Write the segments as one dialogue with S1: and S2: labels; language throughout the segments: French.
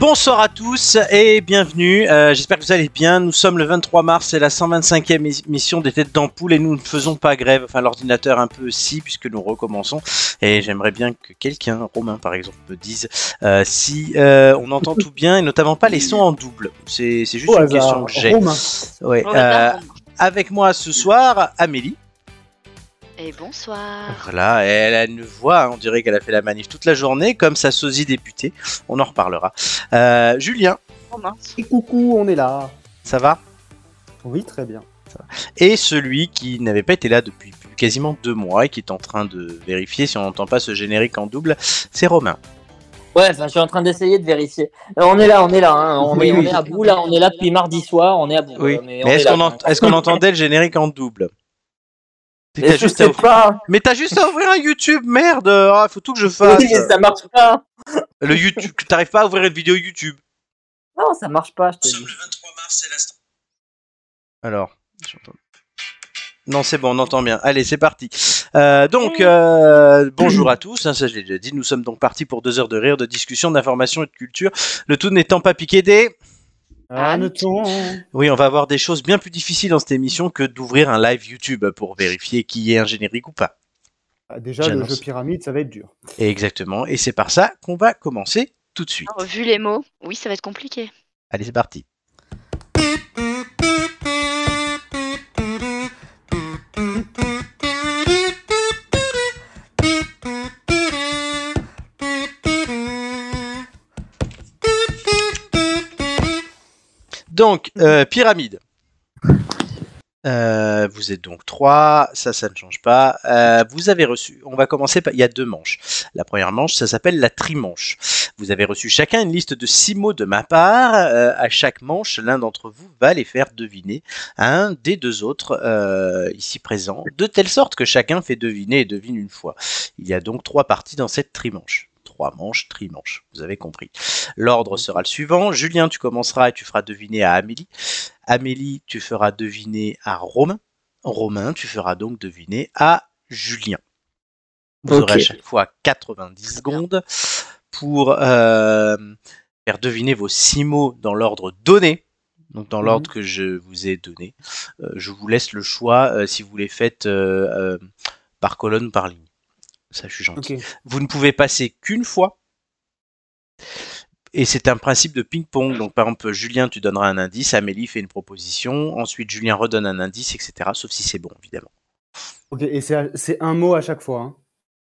S1: Bonsoir à tous et bienvenue. Euh, J'espère que vous allez bien. Nous sommes le 23 mars, c'est la 125e émission des Têtes d'Ampoule et nous ne faisons pas grève. Enfin, l'ordinateur un peu si, puisque nous recommençons. Et j'aimerais bien que quelqu'un, Romain par exemple, me dise euh, si euh, on entend tout bien et notamment pas les sons en double. C'est c'est juste
S2: Au
S1: une question
S2: hasard,
S1: que j'ai.
S2: Romain.
S1: Ouais,
S3: On
S1: euh,
S3: va
S1: avec moi ce soir, Amélie.
S3: Et bonsoir.
S1: Voilà, elle a une voix, hein, on dirait qu'elle a fait la manif toute la journée, comme sa sosie députée. On en reparlera. Euh, Julien,
S2: Et coucou, on est là.
S1: ça va
S2: Oui, très bien.
S1: et celui qui n'avait pas été là depuis plus- quasiment deux mois et qui est en train de vérifier si on n'entend pas ce générique en double, c'est Romain.
S4: Ouais, enfin, je suis en train d'essayer de vérifier. Euh, on est là, on est là, hein, on,
S2: Oui,
S4: est, on
S2: oui.
S4: est à bout là, on est là depuis mardi soir, on est à bout. euh,
S1: Mais,
S4: on est
S1: est-ce
S4: là,
S1: qu'on ent-
S4: hein.
S1: est-ce qu'on entendait le générique en double Mais
S4: Mais
S1: t'as
S4: je
S1: juste, à
S4: sais
S1: ouvrir-
S4: pas.
S1: mais t'as juste à ouvrir un YouTube, merde Ah, faut tout que je fasse
S4: Oui, mais ça marche pas.
S1: Le YouTube, t'arrives pas à ouvrir une vidéo YouTube
S4: Non, ça marche pas, je te dis.
S1: Alors, j'entends- Non, c'est bon, on entend bien. Allez, c'est parti. Euh, donc, euh, bonjour à tous. hein, ça, je l'ai déjà dit. Nous sommes donc partis pour deux heures de rire, de discussion, d'information et de culture. Le tout n'étant pas piqué des.
S2: Ah,
S3: Anne.
S2: le temps.
S1: Oui, on va avoir des choses bien plus difficiles dans cette émission que d'ouvrir un live YouTube pour vérifier qui est un générique ou pas.
S2: Ah, Déjà,
S1: J'annonce.
S2: le jeu pyramide, ça va être dur.
S1: Et exactement. Et c'est par ça qu'on va commencer tout de suite.
S3: Alors, vu les mots, oui, ça va être compliqué.
S1: Allez, c'est parti. Donc, euh, pyramide. Euh, vous êtes donc trois, ça, ça ne change pas. Euh, vous avez reçu, on va commencer par, il y a deux manches. La première manche, ça s'appelle la trimanche. Vous avez reçu chacun une liste de six mots de ma part. Euh, à chaque manche, l'un d'entre vous va les faire deviner à un des deux autres euh, ici présents, de telle sorte que chacun fait deviner et devine une fois. Il y a donc trois parties dans cette trimanche. Trois manches, trimanche, vous avez compris. L'ordre sera le suivant. Julien, tu commenceras et tu feras deviner à Amélie. Amélie, tu feras deviner à Romain. Romain, tu feras donc deviner à Julien. Vous
S4: Ok.
S1: aurez à chaque fois 90 secondes pour euh, faire deviner vos six mots dans l'ordre donné. Donc dans
S2: Mhm.
S1: l'ordre que je vous ai donné. Euh, je vous laisse le choix euh, si vous les faites euh, euh, par colonne ou par ligne. Ça, je suis gentil.
S2: Ok.
S1: Vous ne pouvez passer qu'une fois. Et c'est un principe de ping-pong. Donc, par exemple, Julien, tu donneras un indice, Amélie fait une proposition, ensuite Julien redonne un indice, etc. Sauf si c'est bon, évidemment.
S2: Ok, et c'est à- c'est un mot à chaque fois. hein.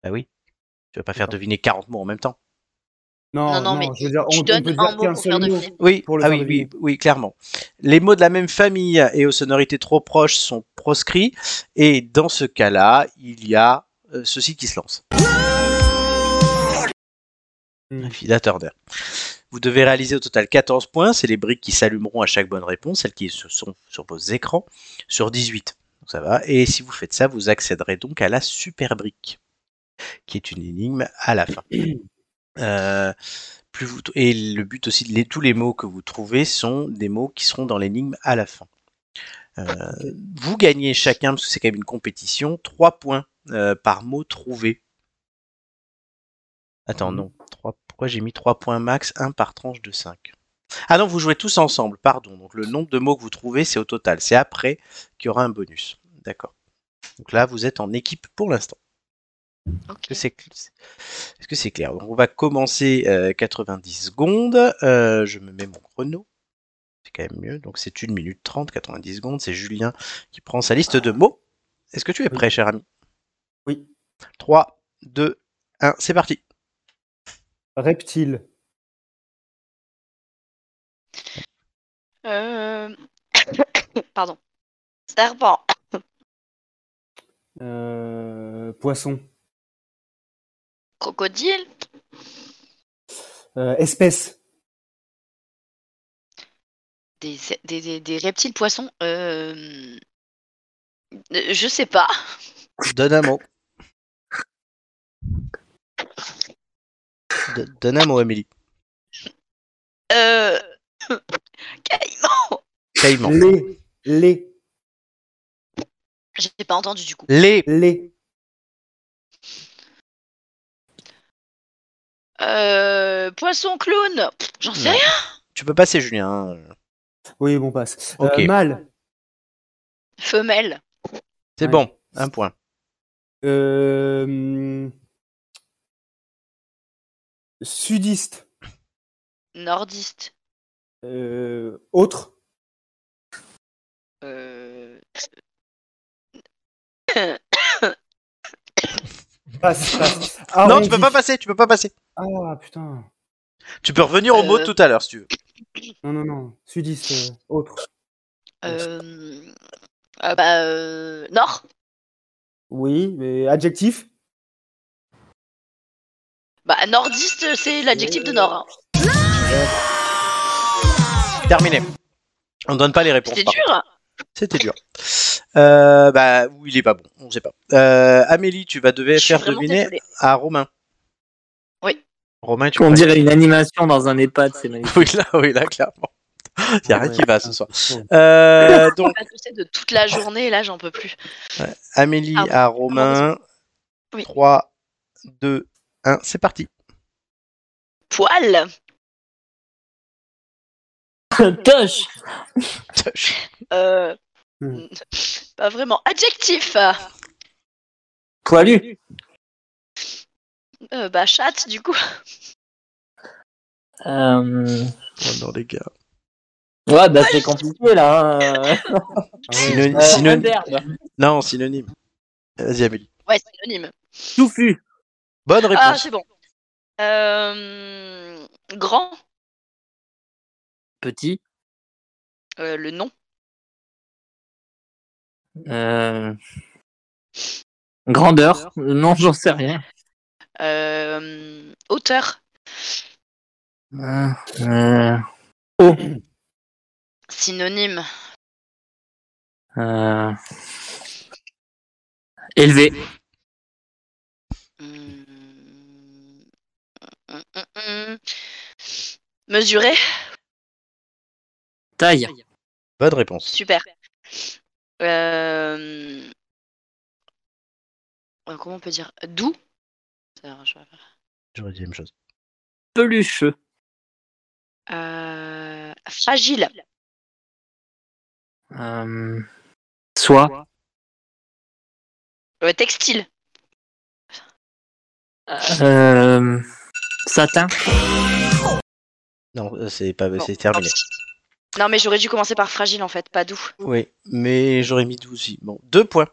S1: Bah oui. Tu vas pas faire
S2: D'accord.
S1: deviner 40 mots en même temps.
S2: Non,
S3: Non,
S2: non,
S3: non, mais
S2: je veux dire, Euh, on,
S3: tu
S2: on
S3: donnes
S2: peut dire
S3: un mot
S2: qu'un
S3: pour
S2: seul
S3: faire
S2: mot.
S3: deviner.
S1: Oui,
S2: Pour le
S1: ah
S2: faire
S1: oui, oui,
S2: deviner.
S1: oui, clairement. Les mots de la même famille et aux sonorités trop proches sont proscrits. Et dans ce cas-là, il y a euh, ceci qui se lance.
S2: Hmm.
S1: Fida Turner. Vous devez réaliser au total 14 points. C'est les briques qui s'allumeront à chaque bonne réponse, celles qui se sont sur vos écrans, sur 18. Donc ça va. Et si vous faites ça, vous accéderez donc à la super brique, qui est une énigme à la fin. Euh, plus vous et le but aussi, de les- tous les mots que vous trouvez sont des mots qui seront dans l'énigme à la fin. Euh, vous gagnez chacun, parce que c'est quand même une compétition, 3 points euh, par mot trouvé. Attends, non. Trois- pourquoi j'ai mis 3 points max, 1 par tranche de 5 Ah non, vous jouez tous ensemble, pardon. Donc le nombre de mots que vous trouvez, c'est au total. C'est après qu'il y aura un bonus. D'accord. Donc là, vous êtes en équipe pour l'instant. Est-ce
S3: Ok.
S1: que c'est cl- c'est- est-ce que c'est clair Donc, On va commencer euh, 90 secondes. Euh, je me mets mon chrono. C'est quand même mieux. Donc c'est 1 minute 30, 90 secondes. C'est Julien qui prend sa liste de mots. Est-ce que tu es prêt, cher ami
S2: Oui.
S1: 3, 2, 1, c'est parti.
S2: Reptile.
S3: Euh, Pardon. Serpent.
S2: Euh, poisson.
S3: Crocodile.
S2: Euh, espèce.
S3: Des, des, des- des reptiles poissons. Euh... euh, Je sais pas.
S1: Donne un mot. Do- donne un mot, Amélie.
S3: Euh... Caïman.
S1: Caïman.
S2: Les. Les.
S3: J'ai pas entendu du coup.
S1: Les.
S2: Les.
S3: Euh, poisson clown Pff, J'en sais
S1: Non.
S3: rien.
S1: Tu peux passer, Julien. hein.
S2: Oui, bon, passe. Euh,
S1: Ok.
S2: mâle.
S3: Femelle.
S1: C'est
S2: Ouais.
S1: bon, un point.
S2: Euh, hum, Sudiste.
S3: Nordiste.
S2: Euh, Autre.
S3: Euh,
S2: Passe, passe.
S1: non, tu peux
S2: Arrondi.
S1: pas passer, tu peux pas passer.
S2: Ah, putain.
S1: Tu peux revenir au mot de
S3: Euh.
S1: tout à l'heure si tu veux.
S2: Non, non, non. Sudiste. euh, Autre.
S3: euh, ah bah, euh, Nord.
S2: Oui, mais adjectif.
S3: Bah, nordiste, c'est l'adjectif de Nord. hein.
S1: Terminé. On donne pas les réponses.
S3: C'était
S1: par contre.
S3: dur. hein.
S1: C'était dur. Euh, bah, ou il est pas bon, on sait pas. Euh, Amélie, tu vas devoir
S3: Je suis
S1: faire
S3: vraiment
S1: deviner
S3: désolée.
S1: à Romain.
S3: Oui.
S1: Romain, tu
S4: On
S1: vas-
S4: dirait une animation dans un EHPAD, c'est magnifique.
S1: Oui, là, oui, là, clairement. Il y a rien
S2: Ouais.
S1: qui va ce soir.
S2: Ouais.
S1: Euh, donc,
S3: Je sais de toute la journée, là, j'en peux plus.
S1: Amélie
S3: Ah,
S1: à Romain.
S3: Oui.
S1: 3, 2, 1, c'est parti.
S3: Poil.
S4: Toche
S3: Euh,
S2: Hmm.
S3: Pas vraiment. Adjectif.
S4: Poilu
S3: Euh, bah, chatte, du coup.
S4: Euh,
S1: Oh non, les gars.
S4: Ouais, bah c'est compliqué là. hein.
S1: Synony-
S4: Euh,
S1: synony-
S4: imberbe,
S1: Non, synonyme. Vas-y, Amélie.
S3: Ouais, synonyme.
S4: Touffu
S1: Bonne
S3: Ah,
S1: réponse.
S3: c'est bon. Euh, Grand.
S4: Petit
S3: Euh, le nom.
S4: euh, Grandeur Non, j'en sais rien.
S3: Euh, auteur.
S4: Euh, euh,
S3: Synonyme.
S4: euh, Élevé
S3: Hmm. Hum, hum, hum. Mesuré.
S4: Taille
S1: Bonne réponse.
S3: Super. Euh, euh, Comment on peut dire Doux. Ça va, je vais faire.
S1: J'aurais dit la même chose.
S4: Pelucheux
S3: Euh, Fragile.
S4: euh, Soie
S3: Euh, Textile.
S4: euh, Satin
S1: Non, euh, c'est pas,
S3: Bon,
S1: c'est terminé.
S3: pardon. Non, mais j'aurais dû commencer par fragile en fait, pas doux.
S1: Oui, mais j'aurais mis 12 aussi. Bon, deux points.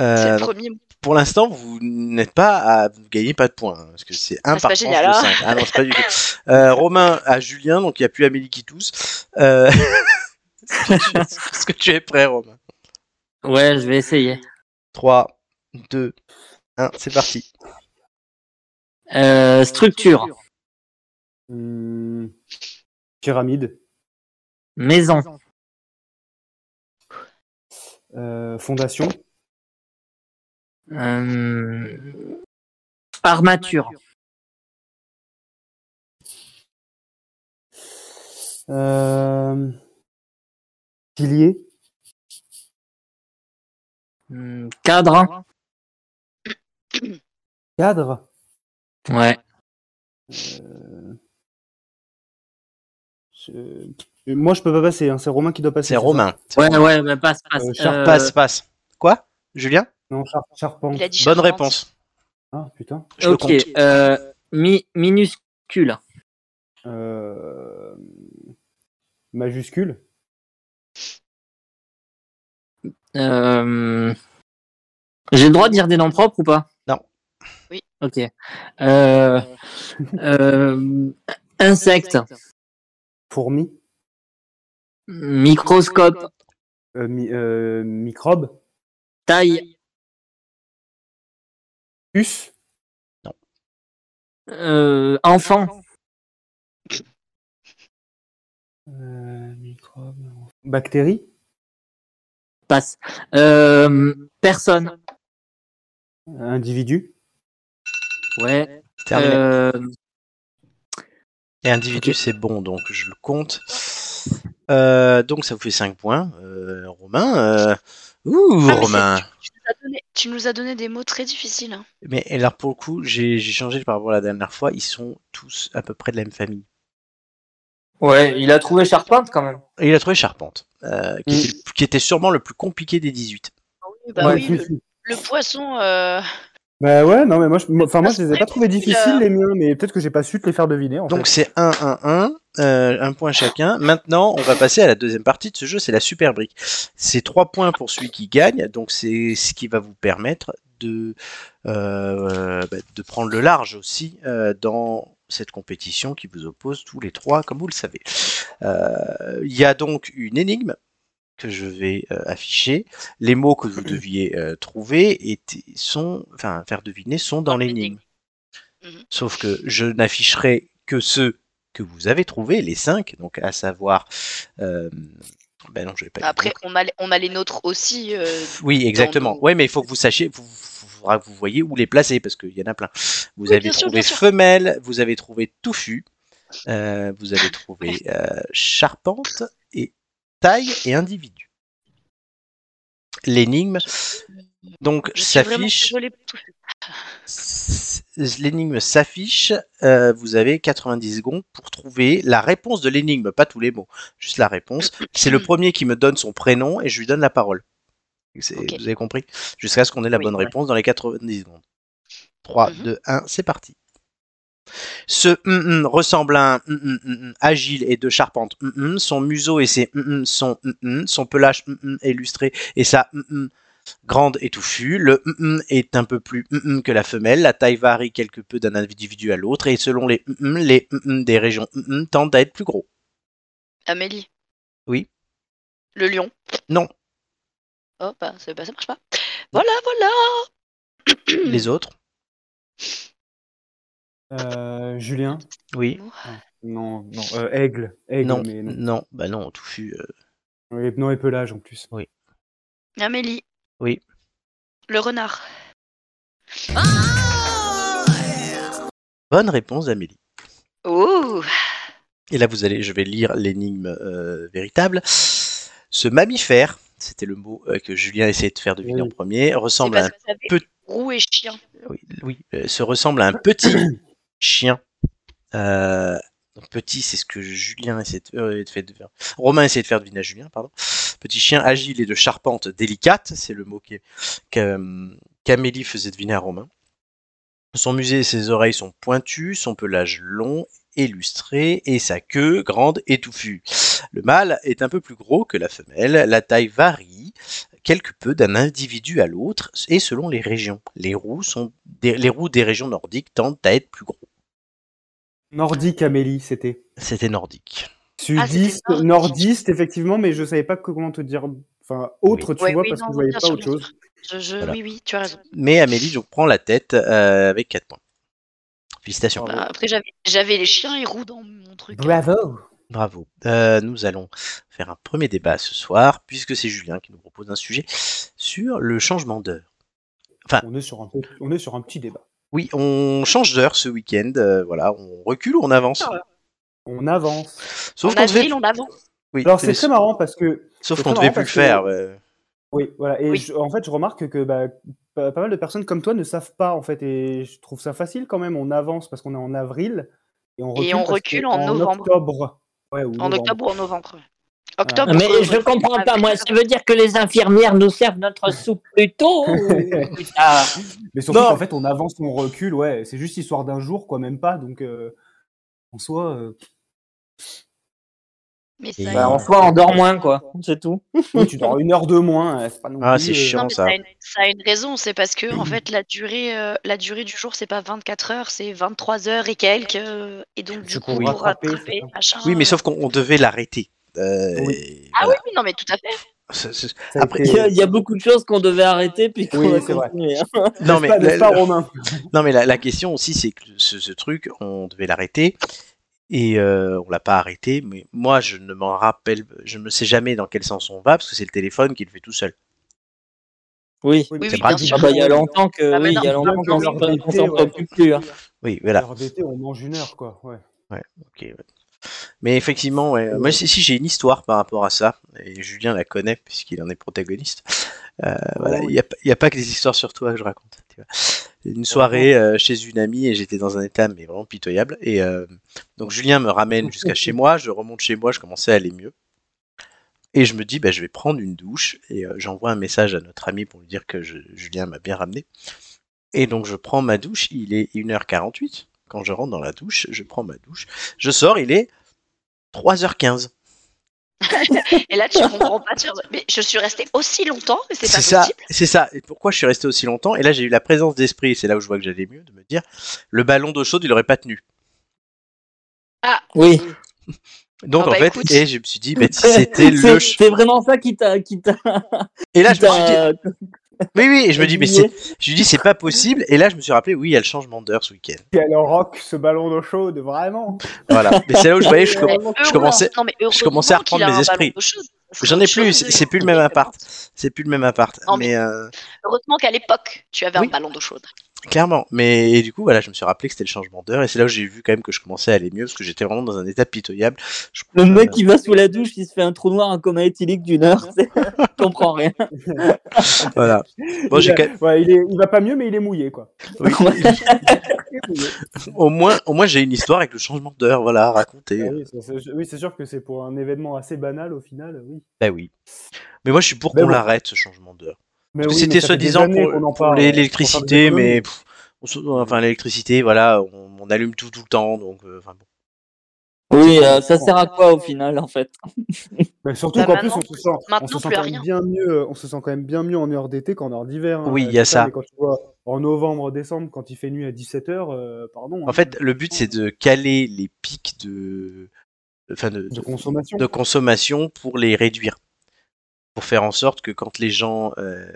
S1: Euh,
S3: C'est le
S1: donc,
S3: premier mot.
S1: pour l'instant, vous n'êtes pas à vous gagnez pas de points hein, parce que c'est un
S3: Ah, c'est
S1: par
S3: pas
S1: tranche
S3: génial,
S1: de
S3: hein.
S1: cinq. Ah non, c'est pas du tout. Euh, Romain à Julien, donc il n'y a plus Amélie qui tousse. Euh, Est-ce que tu es prêt, Romain
S4: Ouais, je vais essayer.
S1: 3, 2, 1, c'est parti.
S4: Euh, structure
S2: Hum, Pyramide.
S4: Maison
S2: Euh, fondation.
S4: Euh, Armature
S2: Euh, Pilier.
S4: Hum, Cadre
S2: Cadre.
S4: Ouais.
S2: Euh, je- Moi, je peux pas passer. hein, C'est Romain qui doit passer.
S1: C'est
S2: ça
S1: Romain. C'est
S4: Ouais,
S1: Romain.
S4: ouais, bah, passe, passe.
S2: Euh, Charles,
S4: Euh,
S1: Passe, passe. Quoi Julien
S2: Non, char- charpente.
S3: Il a dit
S1: Bonne
S3: charpente.
S1: réponse.
S2: Ah, putain.
S1: Je
S4: ok,
S1: le compte.
S4: euh, mi- minuscule.
S2: Euh, Majuscule.
S4: Euh, J'ai le droit de dire des noms propres ou pas
S1: Non.
S3: Oui.
S4: Ok. Euh, euh, Insecte.
S2: Fourmi.
S4: Microscope.
S2: euh, mi- euh, microbe.
S4: Taille.
S2: Us.
S4: euh, enfant.
S2: Euh, microbe. Bactérie.
S4: Passe. Euh, personne.
S2: Individu.
S4: Ouais.
S1: Terminé.
S4: Euh,
S1: Et individu,
S4: ok.
S1: c'est bon, donc je le compte. Euh, donc ça vous fait 5 points. Euh, Romain. euh, Ouh,
S3: Ah, mais
S1: Romain.
S3: Tu nous as donné Tu nous as donné des mots très difficiles. hein.
S1: Mais et là, pour le coup, j'ai j'ai changé par rapport à la dernière fois. Ils sont tous à peu près de la même famille.
S4: Ouais, il a trouvé Charpente quand même.
S1: Et il a trouvé Charpente, euh, qui,
S4: Mm.
S1: était, qui était sûrement le plus compliqué des 18.
S3: Bah
S2: Ouais,
S3: oui,
S2: si,
S3: le,
S2: si.
S3: le poisson. euh,
S2: Bah ouais, non, mais moi, je, moi- enfin, moi, je les ai
S3: Après,
S2: pas trouvés difficiles,
S3: euh,
S2: les miens, mais peut-être que j'ai pas su te les faire deviner. En
S1: Donc c'est 1, 1, 1, euh, un point chacun. Maintenant, on va passer à la deuxième partie de ce jeu, c'est la super brique. C'est 3 points pour celui qui gagne, donc c'est ce qui va vous permettre de, euh, bah, de prendre le large aussi euh, dans cette compétition qui vous oppose tous les trois, comme vous le savez. Euh, Il y a donc une énigme que je vais euh, afficher. Les mots que vous deviez euh, trouver étaient- sont, enfin, faire deviner sont dans
S3: Dans
S1: l'énigme.
S3: l'énigme. Mhm.
S1: Sauf que je n'afficherai que ceux que vous avez trouvés, les cinq, donc à savoir. euh, ben non, je vais pas. dire
S3: Après,
S1: donc.
S3: on a, les- on a les nôtres aussi. euh,
S1: Oui, exactement.
S3: nos-
S1: Ouais, mais il faut que vous sachiez, vous, vous- faudra que vous voyez où les placer parce qu'il y en a plein. Vous
S3: Oui,
S1: avez
S3: bien sûr,
S1: trouvé
S3: bien sûr.
S1: femelle, vous avez trouvé touffu, euh, vous avez trouvé euh, charpente et taille et individu. L'énigme donc
S3: je suis vraiment
S1: s'affiche.
S3: désolée pour tout.
S1: S- L'énigme s'affiche. euh, vous avez 90 secondes pour trouver la réponse de l'énigme, pas tous les mots, juste la réponse. C'est le premier qui me donne son prénom et je lui donne la parole. C'est-
S3: Ok.
S1: Vous avez compris Jusqu'à ce qu'on ait la
S3: Oui,
S1: bonne
S3: ouais.
S1: réponse dans les 90 secondes. 3,
S3: Mhm.
S1: 2, 1, c'est parti. Ce hum, hum ressemble à un hum, hum, hum, hum agile et de charpente. hum, hum. Son museau et ses hum, hum sont hum, hum. Son pelage hum, hum est lustré et sa hum, hum grande et touffue. Le hum, hum est un peu plus hum, hum que la femelle. La taille varie quelque peu d'un individu à l'autre et selon les hum, hum, les hum, hum des régions hum, hum tendent à être plus gros.
S3: Amélie.
S1: Oui.
S3: Le lion.
S1: Non.
S3: Oh, bah, c'est- bah, ça marche pas. Voilà, voilà. Hmm.
S1: Les autres
S2: fait. Euh, Julien
S1: Oui.
S2: Non, non. euh, aigle. Aigle,
S1: Non,
S2: mais non.
S1: non, bah non, touffu. euh,
S2: Et, non, et pelage en plus.
S3: Amélie.
S1: Oui.
S3: Le renard.
S1: Bonne réponse, Amélie.
S3: Oh.
S1: Et là, vous allez, je vais lire l'énigme euh, véritable. Ce mammifère, c'était le mot euh, que Julien essayait de faire deviner en
S2: Oui.
S1: premier,
S3: C'est
S1: ressemble à
S3: parce
S1: un,
S3: que ça fait
S1: peu-
S3: roux et chien.
S1: oui, oui, euh, se ressemble à un petit chien. Euh, donc petit, c'est ce que Julien essayait de, euh, de faire deviner- Romain essayait de faire deviner à Julien, pardon. Petit chien agile et de charpente délicate, c'est le mot qu'est- qu'a- qu'Amélie faisait deviner à Romain. Son musée et ses oreilles sont pointues, son pelage long et lustré, et sa queue grande et touffue. Le mâle est un peu plus gros que la femelle, la taille varie quelque peu d'un individu à l'autre et selon les régions. Les roues, sont des, les roues des régions nordiques tendent à être plus gros.
S2: Nordique, Amélie, c'était.
S1: C'était nordique.
S2: Sudiste,
S3: Ah, c'était nordique.
S2: nordiste, effectivement, mais je savais pas que- comment te dire. Enfin, autre, tu
S3: Ouais,
S2: vois,
S3: oui,
S2: parce
S3: non,
S2: que je voyais
S3: bien
S2: pas
S3: sûr,
S2: autre
S3: bien
S2: chose.
S3: Je, je-
S1: Voilà.
S3: Oui, oui, tu as raison.
S1: Mais Amélie donc, prend la tête euh, avec 4 points. Félicitations.
S3: Bah, après, j'avais- j'avais les chiens et roux dans mon truc.
S2: Bravo
S1: Bravo. Euh, nous allons faire un premier débat ce soir, puisque c'est Julien qui nous propose un sujet sur le changement d'heure.
S2: on est, sur un, peu- on est sur un petit débat.
S1: Oui, on change d'heure ce week-end. euh, voilà, on recule ou on avance.
S2: On avance.
S1: Sauf
S3: en
S1: qu'on devait.
S3: avril, Ah, on avance.
S1: oui,
S2: Alors, c'est
S1: mais-
S2: très marrant parce que
S1: Sauf
S2: c'est
S1: qu'on devait
S2: très marrant
S1: plus le
S2: parce
S1: faire. euh,
S2: que-
S1: ouais.
S2: Oui, voilà. Et
S3: Oui.
S2: je- en fait, je remarque que bah, pas, pas mal de personnes comme toi ne savent pas, en fait, et je trouve ça facile quand même. On avance parce qu'on est en avril et on recule,
S3: on
S2: parce que-
S3: recule en novembre.
S2: octobre. Ouais, ou
S3: En
S2: novembre.
S3: octobre ou en
S1: Ah,
S3: novembre. Octobre.
S4: Mais
S3: euh,
S4: je comprends pas,
S3: avril,
S4: moi, ça veut dire que les infirmières nous servent notre soupe plus tôt ou plus tard
S2: Mais surtout
S1: Non.
S2: qu'en fait, on avance, on recule. Ouais, c'est juste histoire d'un jour, quoi, même pas. Donc, euh, en soi, euh,
S3: Mais
S1: Et-
S3: ça
S1: Bah,
S4: En soi, on dort moins, quoi. C'est tout.
S2: oui, tu dors une heure de moins. euh, C'est pas non
S1: Ah,
S2: plus,
S1: c'est
S2: euh,
S1: chiant.
S3: Non, mais
S1: ça.
S3: ça. a une, ça a une raison, c'est parce que en fait la durée, euh, la durée du jour c'est pas 24 heures, c'est 23 heures et quelques, euh, et donc du
S1: C'est
S3: coup
S1: pour
S3: pour
S2: rattraper,
S3: rattraper
S2: c'est ça.
S3: machin,
S1: Oui, mais
S3: euh,
S1: sauf qu'on on devait l'arrêter. Euh,
S2: Oui.
S1: et
S3: Ah oui,
S1: voilà.
S3: oui, non mais tout à fait.
S1: C'est- c'est-
S2: ça a
S1: après, euh,
S4: Il
S2: été-
S4: y, a, il y a beaucoup de choses qu'on devait arrêter puis qu'on
S2: Oui,
S4: a
S2: c'est vrai.
S4: continué. hein.
S1: Non, mais
S2: N'est-ce
S1: la-
S2: pas- n'est-ce pas, Romain
S1: Non, mais la, la question aussi, c'est que ce, ce truc, on devait l'arrêter. Et euh, on l'a pas arrêté, mais moi je ne m'en rappelle, je ne sais jamais dans quel sens on va parce que c'est le téléphone qui le fait tout seul.
S4: Oui.
S3: Oui, oui,
S1: pratique.
S3: bien sûr.
S4: Ah bah, il y a longtemps que
S3: Ah, mais
S4: oui, il y a
S3: non.
S4: longtemps qu'on
S2: Non,
S4: s'en-
S2: mais
S4: qu'on s'en
S2: ouais.
S4: préoccupe plus. hein.
S1: Oui, voilà.
S2: Heure d'été, on mange une heure, quoi. Ouais.
S1: Ok. ouais. Mais effectivement, ouais. moi si, si, j'ai une histoire par rapport à ça, et Julien la connaît puisqu'il en est protagoniste. Euh, voilà,
S2: Oh,
S1: il n'y a, pas- il y a pas que des histoires sur toi que je raconte. tu vois. Une soirée euh, chez une amie et j'étais dans un état mais vraiment pitoyable. Et euh, donc Julien me ramène jusqu'à chez moi, je remonte chez moi, je commençais à aller mieux. Et je me dis, bah, je vais prendre une douche et euh, j'envoie un message à notre ami pour lui dire que je- Julien m'a bien ramené. Et donc je prends ma douche, il est 1h48. Quand je rentre dans la douche, je prends ma douche, je sors, il est 3h15.
S3: Et là, tu comprends pas. tu- Mais je suis restée aussi longtemps, mais c'est pas
S1: C'est ça,
S3: possible.
S1: c'est ça. Et pourquoi je suis resté aussi longtemps Et là, j'ai eu la présence d'esprit, c'est là où je vois que j'allais mieux, de me dire, le ballon d'eau chaude, il aurait pas tenu.
S4: Oui.
S1: Donc
S3: Ah
S1: en
S3: bah,
S1: fait,
S3: écoute.
S1: et je me suis dit, mais c'était le.
S4: C'est-
S1: ch-
S4: C'est vraiment ça qui t'a. qui t'a-
S1: Et là, je
S4: qui
S1: me suis dit,
S4: t'a-
S1: oui, oui. Et je me dis, mais
S4: oublié.
S1: c'est, je me dis, c'est pas possible. Et là, je me suis rappelé, oui, il y a le changement d'heure ce week-end.
S2: Quel rock ce ballon d'eau chaude, vraiment.
S1: Voilà. Mais c'est là où je voyais, je, com-
S2: Vraiment.
S1: je
S3: Heureusement-
S1: commençais-
S3: non, mais
S1: je commençais à
S3: heureusement qu'il
S1: reprendre
S3: a
S1: mes
S3: un
S1: esprits.
S3: ballon d'eau chaude. Ça serait
S1: J'en ai
S3: autre
S1: plus,
S3: chose de-
S1: c'est plus le même appart. c'est plus le même appart.
S3: Non,
S1: mais euh,
S3: Heureusement qu'à l'époque, tu avais
S1: Oui.
S3: un ballon d'eau chaude.
S1: clairement. Mais et du coup, voilà, je me suis rappelé que c'était le changement d'heure. Et c'est là où j'ai vu quand même que je commençais à aller mieux parce que j'étais vraiment dans un état pitoyable. Je-
S4: Le mec qui va sous la douche, il se fait un trou noir, un coma éthylique d'une heure. c'est- Je comprends rien.
S1: Voilà. Bon, j'ai quand même-
S2: Ouais, il, est, il va pas mieux, mais il est mouillé, quoi.
S1: oui.
S2: Il est mouillé.
S1: au moins, au moins j'ai une histoire avec le changement d'heure, voilà, à raconter.
S2: Ah oui, c'est- c'est- oui, c'est sûr que c'est pour un événement assez banal au final, oui.
S1: Bah oui. Mais moi, je suis pour
S2: Mais
S1: qu'on
S2: bon.
S1: l'arrête, ce changement d'heure.
S2: Mais
S1: Parce que
S2: oui, mais
S1: C'était
S2: ça fait des
S1: soi-disant
S2: années
S1: pour,
S2: qu'on en
S1: pour
S2: parle,
S1: les-
S2: euh, pour
S1: l'électricité,
S2: faire des
S1: mais
S2: économies.
S1: pff, on se- enfin l'électricité, voilà, on, on allume tout tout le temps, donc euh, enfin, bon.
S4: Oui, euh, ça sert à quoi au final en fait
S2: Mais surtout
S3: Bah,
S2: qu'en plus,
S3: maintenant-
S2: on se sent, on
S3: maintenant,
S2: se sent
S3: plus à
S2: quand même
S3: rien.
S2: bien mieux, euh, on se sent quand même bien mieux en heure d'été qu'en heure d'hiver. hein.
S1: Oui,
S2: Euh,
S1: il y a
S2: putain,
S1: ça.
S2: mais Quand tu vois en novembre, décembre, quand il fait nuit à 17h, pardon. hein,
S1: En fait, le but c'est de caler les pics de, enfin de,
S2: de
S1: de-
S2: consommation.
S1: de consommation pour les réduire, pour faire en sorte que quand les gens euh,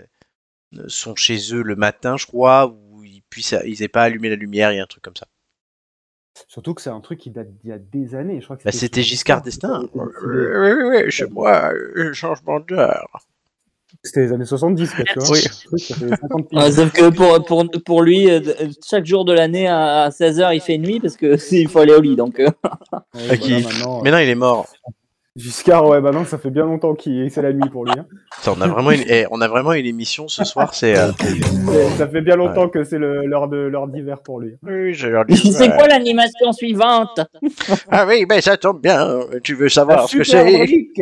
S1: sont chez eux le matin, je crois, ou ils puissent, ils aient pas allumé la lumière, il y a un truc comme ça.
S2: Surtout que c'est un truc qui date d'il y a des années. Je crois que
S1: Bah, c'était Giscard d'Estaing.
S2: qui avait
S1: Oui,
S2: décidé.
S1: oui, oui, chez moi, euh, changement d'heure.
S2: C'était les années 70, quoi, tu vois.
S1: Oui.
S2: Le truc, ça fait 50
S1: Ah,
S2: piges.
S4: Ouais, Sauf que pour, pour, pour lui, euh, euh, chaque jour de l'année à 16h, il fait nuit parce que il faut aller au lit. Donc, euh,
S2: Ouais,
S1: Ok.
S2: voilà, maintenant, euh,
S1: Mais non, il est mort.
S2: Giscard, ouais, bah non, ça fait bien longtemps qu'il c'est la nuit pour lui. hein.
S1: Putain, on, a vraiment une... eh, on a vraiment une émission ce soir, c'est... euh,
S2: Mais Ça fait bien longtemps que c'est le- l'heure de l'heure d'hiver pour lui.
S1: oui, j'ai leur dit,
S4: c'est
S1: euh,
S4: quoi l'animation suivante
S1: Ah oui, mais ça tombe bien, tu veux savoir
S2: Ah,
S1: ce que
S2: super
S1: c'est
S2: logique.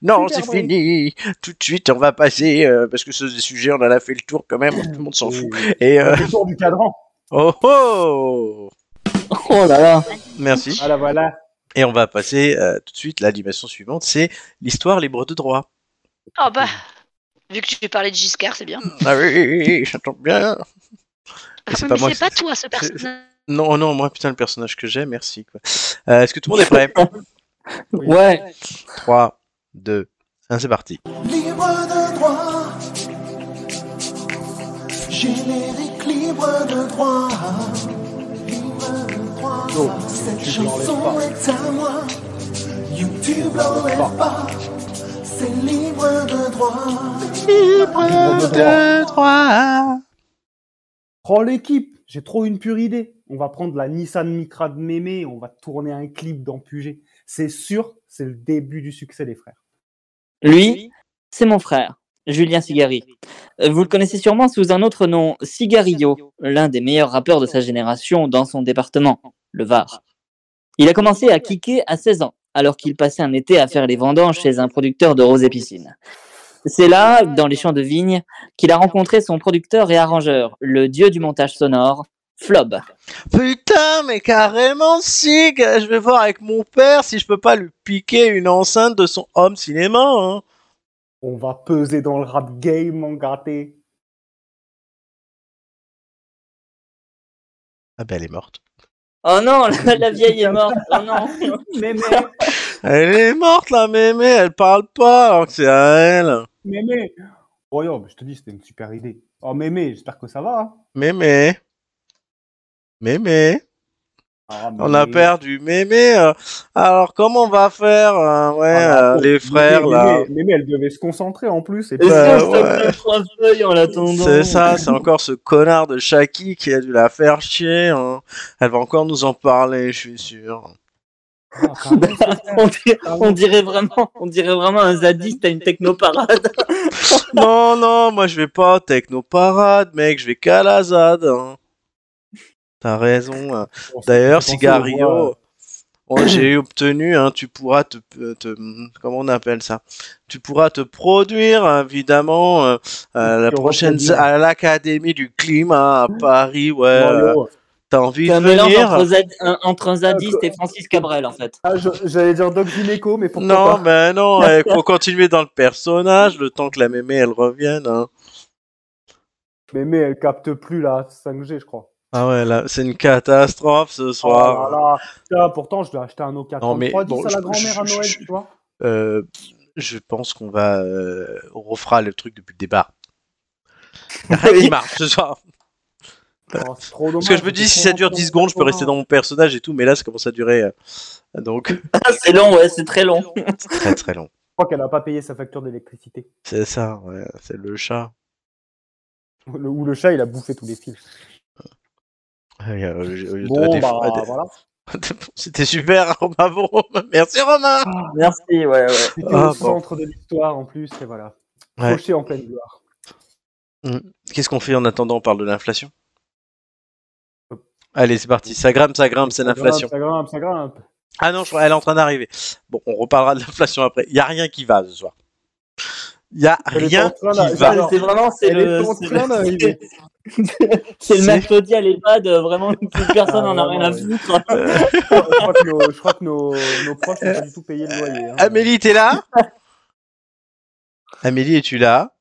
S1: Non,
S2: super
S1: c'est
S2: drôle.
S1: fini Tout de suite, on va passer, euh, parce que ce sujet, on en a fait le tour quand même, tout le monde s'en fout.
S2: Et-
S1: Et... euh,
S2: Le tour du cadran.
S1: Oh oh
S4: Oh là là
S1: Merci.
S2: Voilà, voilà.
S1: Et on va passer euh, tout de suite, l'animation suivante, c'est l'histoire libre de droit.
S3: Ah bah, vu que tu parlais de Giscard, c'est bien.
S1: Ah oui, ça tombe bien
S3: Ah,
S1: c'est
S3: mais
S1: pas moi,
S3: c'est pas toi, ce personnage.
S1: Non, non, moi, putain, le personnage que j'ai, merci. quoi. Euh, Est-ce que tout le monde est prêt
S4: Ouais,
S1: 3, 2, 1, c'est parti.
S5: Libre de droit. Générique libre de droit. Libre de droit. Cette
S2: tu
S5: chanson
S2: l'enlèves
S5: est à moi. YouTube l'enlève pas. C'est libre de droit.
S2: Libre de droit.
S1: Deux, trois.
S2: Prends l'équipe, j'ai trop une pure idée. On va prendre la Nissan Micra de Mémé, on va tourner un clip dans Puget. C'est sûr, c'est le début du succès, les frères.
S4: lui, c'est mon frère, Julien Cigari. Euh, Vous le connaissez sûrement sous un autre nom, Cigarillo, l'un des meilleurs rappeurs de sa génération dans son département, le Var. Il a commencé à kicker à 16 ans, alors qu'il passait un été à faire les vendanges chez un producteur de rosé piscine. C'est là, dans les champs de vigne, qu'il a rencontré son producteur et arrangeur, le dieu du montage sonore, Flob.
S1: Putain, mais carrément, si, que- je vais voir avec mon père si je peux pas lui piquer une enceinte de son home cinéma. hein.
S2: On va peser dans le rap game, mon gâté.
S1: Ah ben, elle est morte.
S4: Oh non, la, la vieille est morte. Oh non.
S2: Mémé,
S1: Elle est morte, la mémé, elle parle pas alors que c'est à elle.
S2: mémé. Oh yo, mais je te dis, c'était une super idée. Oh mémé, j'espère que ça va. hein.
S1: Mémé. Mémé.
S2: Ah,
S1: On
S2: mémé.
S1: a perdu mémé. euh. Alors, comment on va faire euh, Ouais,
S2: Ah,
S1: euh,
S2: bah,
S1: les frères,
S2: mémé,
S1: là.
S2: Mémé, mémé, elle devait se concentrer en plus. Et
S4: Est-ce
S1: Bah,
S4: qu'on se tape
S1: ouais.
S4: trois feuilles en l'attendant
S1: C'est ça, c'est encore ce connard de Shaki qui a dû la faire chier. hein. Elle va encore nous en parler, je suis sûr.
S2: Ah, quand même, c'est ça.
S4: On dirait, on dirait vraiment, on dirait vraiment un zadiste à une technoparade.
S1: Non, non, moi je vais pas technoparade, mec, je vais qu'à la ZAD. hein. T'as raison. hein.
S2: Bon, ça
S1: D'ailleurs,
S2: me fait penser au roi, euh,
S1: Cigario, oh, j'ai obtenu, hein, tu pourras te, te- Comment on appelle ça Tu pourras te produire, évidemment, euh, à la
S2: Au
S1: prochaine.
S2: Rocadie.
S1: à l'Académie du Climat à Paris, ouais. euh,
S2: Mario.
S1: T'as envie
S4: C'est
S1: de
S4: un mélange
S1: venir
S4: entre, Zad- un- entre un zadiste et Francis Cabrel, en fait.
S2: Ah, je- J'allais dire Doc Gineco, mais pourquoi
S1: Non,
S2: pas
S1: mais non, il faut continuer dans le personnage le temps que la mémé elle revienne. hein.
S2: mais, mais elle capte plus la 5G, je crois.
S1: Ah ouais, là, c'est une catastrophe ce
S2: Oh
S1: soir.
S2: là là. Putain, pourtant, je dois acheter un Nokia
S1: Non, mais
S2: 33
S1: bon,
S2: à la
S1: je-
S2: grand-mère à
S1: je-
S2: Noël,
S1: je-
S2: tu vois.
S1: Euh, je pense qu'on va. euh, on refera le truc depuis le départ. Y a Rien qui marche ce soir.
S2: Oh, c'est trop
S1: Parce
S2: dommage.
S1: que je me dis, si ça dure 10 secondes, je peux rester dans mon personnage et tout, mais là, ça commence à durer. euh, Donc,
S4: Ah, c'est long, ouais, c'est très long.
S1: c'est très très long.
S2: Je crois qu'elle a pas payé sa facture d'électricité.
S1: C'est ça, ouais, c'est le chat.
S2: Le- Ou le chat, il a bouffé tous les fils.
S1: Ouais, euh, euh,
S2: Bon,
S1: des-
S2: bah,
S1: des-
S2: voilà.
S1: C'était super, Romain. bravo. Merci, Romain.
S4: Merci, ouais, ouais.
S2: C'était
S1: Ah, bon.
S2: au centre de l'histoire, en plus, et voilà.
S1: Ouais.
S2: Crochet en pleine gloire.
S1: Qu'est-ce qu'on fait en attendant On parle de l'inflation Allez, c'est parti. Ça grimpe, ça grimpe, c'est
S2: Ça
S1: l'inflation.
S2: grimpe, Ça grimpe, ça grimpe.
S1: Ah non, je crois- elle est en train d'arriver. Bon, on reparlera de l'inflation après. Il y a rien qui va ce soir. Il y a
S2: Elle est en
S1: rien
S2: train
S1: qui
S2: d'arriver.
S1: va.
S2: Alors,
S4: c'est vraiment, c'est
S2: Bah, elle
S4: le.
S2: est en
S4: c'est-
S2: train d'arriver.
S4: C'est
S1: C'est-
S4: le mercredi à l'EHPAD, euh, vraiment, plus personne
S2: Ah,
S4: n'en a rien à
S2: vraiment,
S4: foutre.
S2: je crois que nos, je crois que nos, nos proches n'ont pas du tout payé le loyer. hein.
S1: Amélie, t'es là Amélie, es-tu là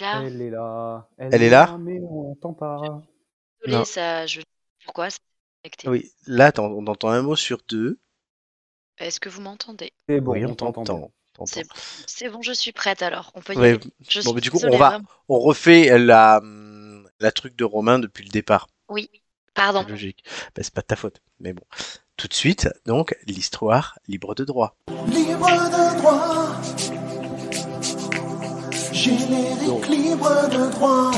S3: Là,
S2: Elle est là.
S1: Elle est là
S2: Mais on l'entend pas.
S3: désolé,
S1: non.
S3: ça, je... pourquoi ça s'est connecté.
S1: Oui. Là, t'en- on entend un mot sur deux.
S3: Est-ce que vous m'entendez
S2: C'est bon,
S1: oui, on
S2: on t'entend. bien.
S1: t'entend. on t'entend.
S3: C'est bon. C'est bon, je suis prête alors. On peut y
S1: Ouais,
S3: aller. Je
S1: bon,
S3: suis
S1: mais du coup, on
S3: désolée,
S1: va-
S3: vraiment.
S1: On refait la, hum, la truc de Romain depuis le départ.
S3: Oui,
S1: C'est
S3: pardon.
S1: logique. Ben, c'est pas de ta faute. Mais bon. Tout de suite, donc, l'histoire libre de droit.
S5: Libre de droit. Générique libre de droit.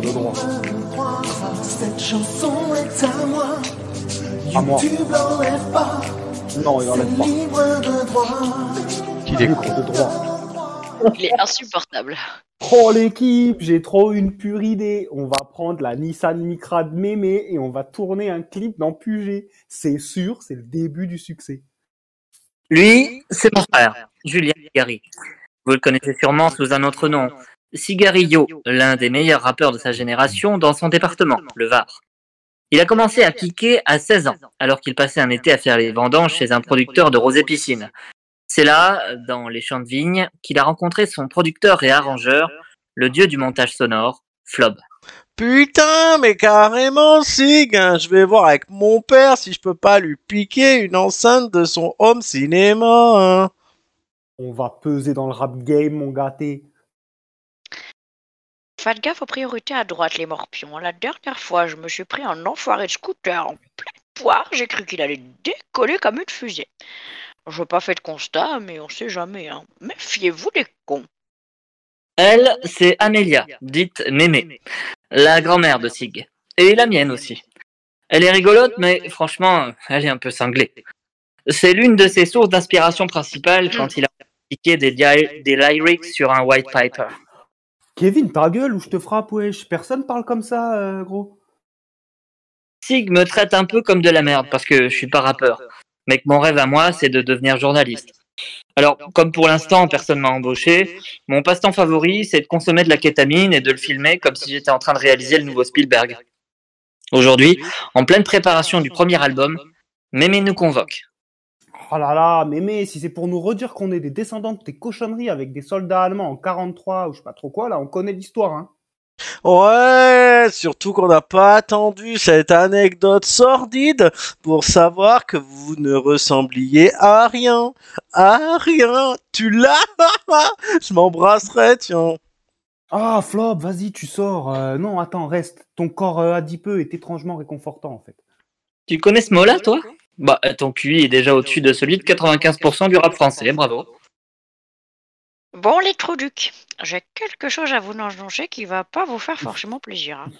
S2: Libre de droit.
S5: Cette chanson est à moi.
S2: À moi.
S5: YouTube l'enlève pas.
S2: Non, il
S5: C'est
S2: enlève pas.
S5: libre de droit.
S1: Il est
S2: Libre de droit.
S3: Il est insupportable.
S2: Oh l'équipe, j'ai trop une pure idée. On va prendre la Nissan Micra de mémé et on va tourner un clip dans Puget. C'est sûr, c'est le début du succès.
S4: Lui, c'est mon frère, Julien Cigari. Vous le connaissez sûrement sous un autre nom. Cigarillo, l'un des meilleurs rappeurs de sa génération dans son département, le Var. Il a commencé à kicker à 16 ans, alors qu'il passait un été à faire les vendanges chez un producteur de rosé piscine. C'est là, dans les champs de vigne, qu'il a rencontré son producteur et arrangeur, le dieu du montage sonore, Flob.
S1: Putain, mais carrément, Sig, hein, je vais voir avec mon père si je peux pas lui piquer une enceinte de son home cinéma. hein.
S2: On va peser dans le rap game, mon gâté.
S3: Faites gaffe aux priorités à droite, les morpions. La dernière fois, je me suis pris un enfoiré de scooter en pleine poire. J'ai cru qu'il allait décoller comme une fusée. Je veux pas faire de constat, mais on sait jamais. Hein. Méfiez-vous des cons.
S4: Elle, c'est Amélia, dite Mémé, la grand-mère de Sig, et la mienne aussi. Elle est rigolote, mais franchement, elle est un peu cinglée. C'est l'une de ses sources d'inspiration principales quand il a appliqué des, li- des lyrics sur un White Piper.
S2: Kevin, ta gueule ou je te frappe, wesh. Personne parle comme ça, euh, gros.
S4: Sig me traite un peu comme de la merde parce que je suis pas rappeur, mais que mon rêve à moi, c'est de devenir journaliste. Alors, comme pour l'instant, personne m'a embauché, mon passe-temps favori, c'est de consommer de la kétamine et de le filmer comme si j'étais en train de réaliser le nouveau Spielberg. Aujourd'hui, en pleine préparation du premier album, Mémé nous convoque.
S2: Oh là là, mémé, si c'est pour nous redire qu'on est des descendants de tes cochonneries avec des soldats allemands en 43 ou je sais pas trop quoi, là, on connaît l'histoire, hein.
S1: Ouais, surtout qu'on n'a pas attendu cette anecdote sordide pour savoir que vous ne ressembliez à rien. À rien. Tu l'as Je m'embrasserais, tiens.
S2: Ah, Flop, vas-y, tu sors. Euh, non, attends, reste. Ton corps euh, adipeux est étrangement réconfortant, en fait.
S4: Tu connais ce mot-là, toi Bah, ton QI est déjà au-dessus de celui de 95% du rap français, bravo.
S3: Bon, les trouducs, j'ai quelque chose à vous enjonger qui va pas vous faire forcément plaisir. hein.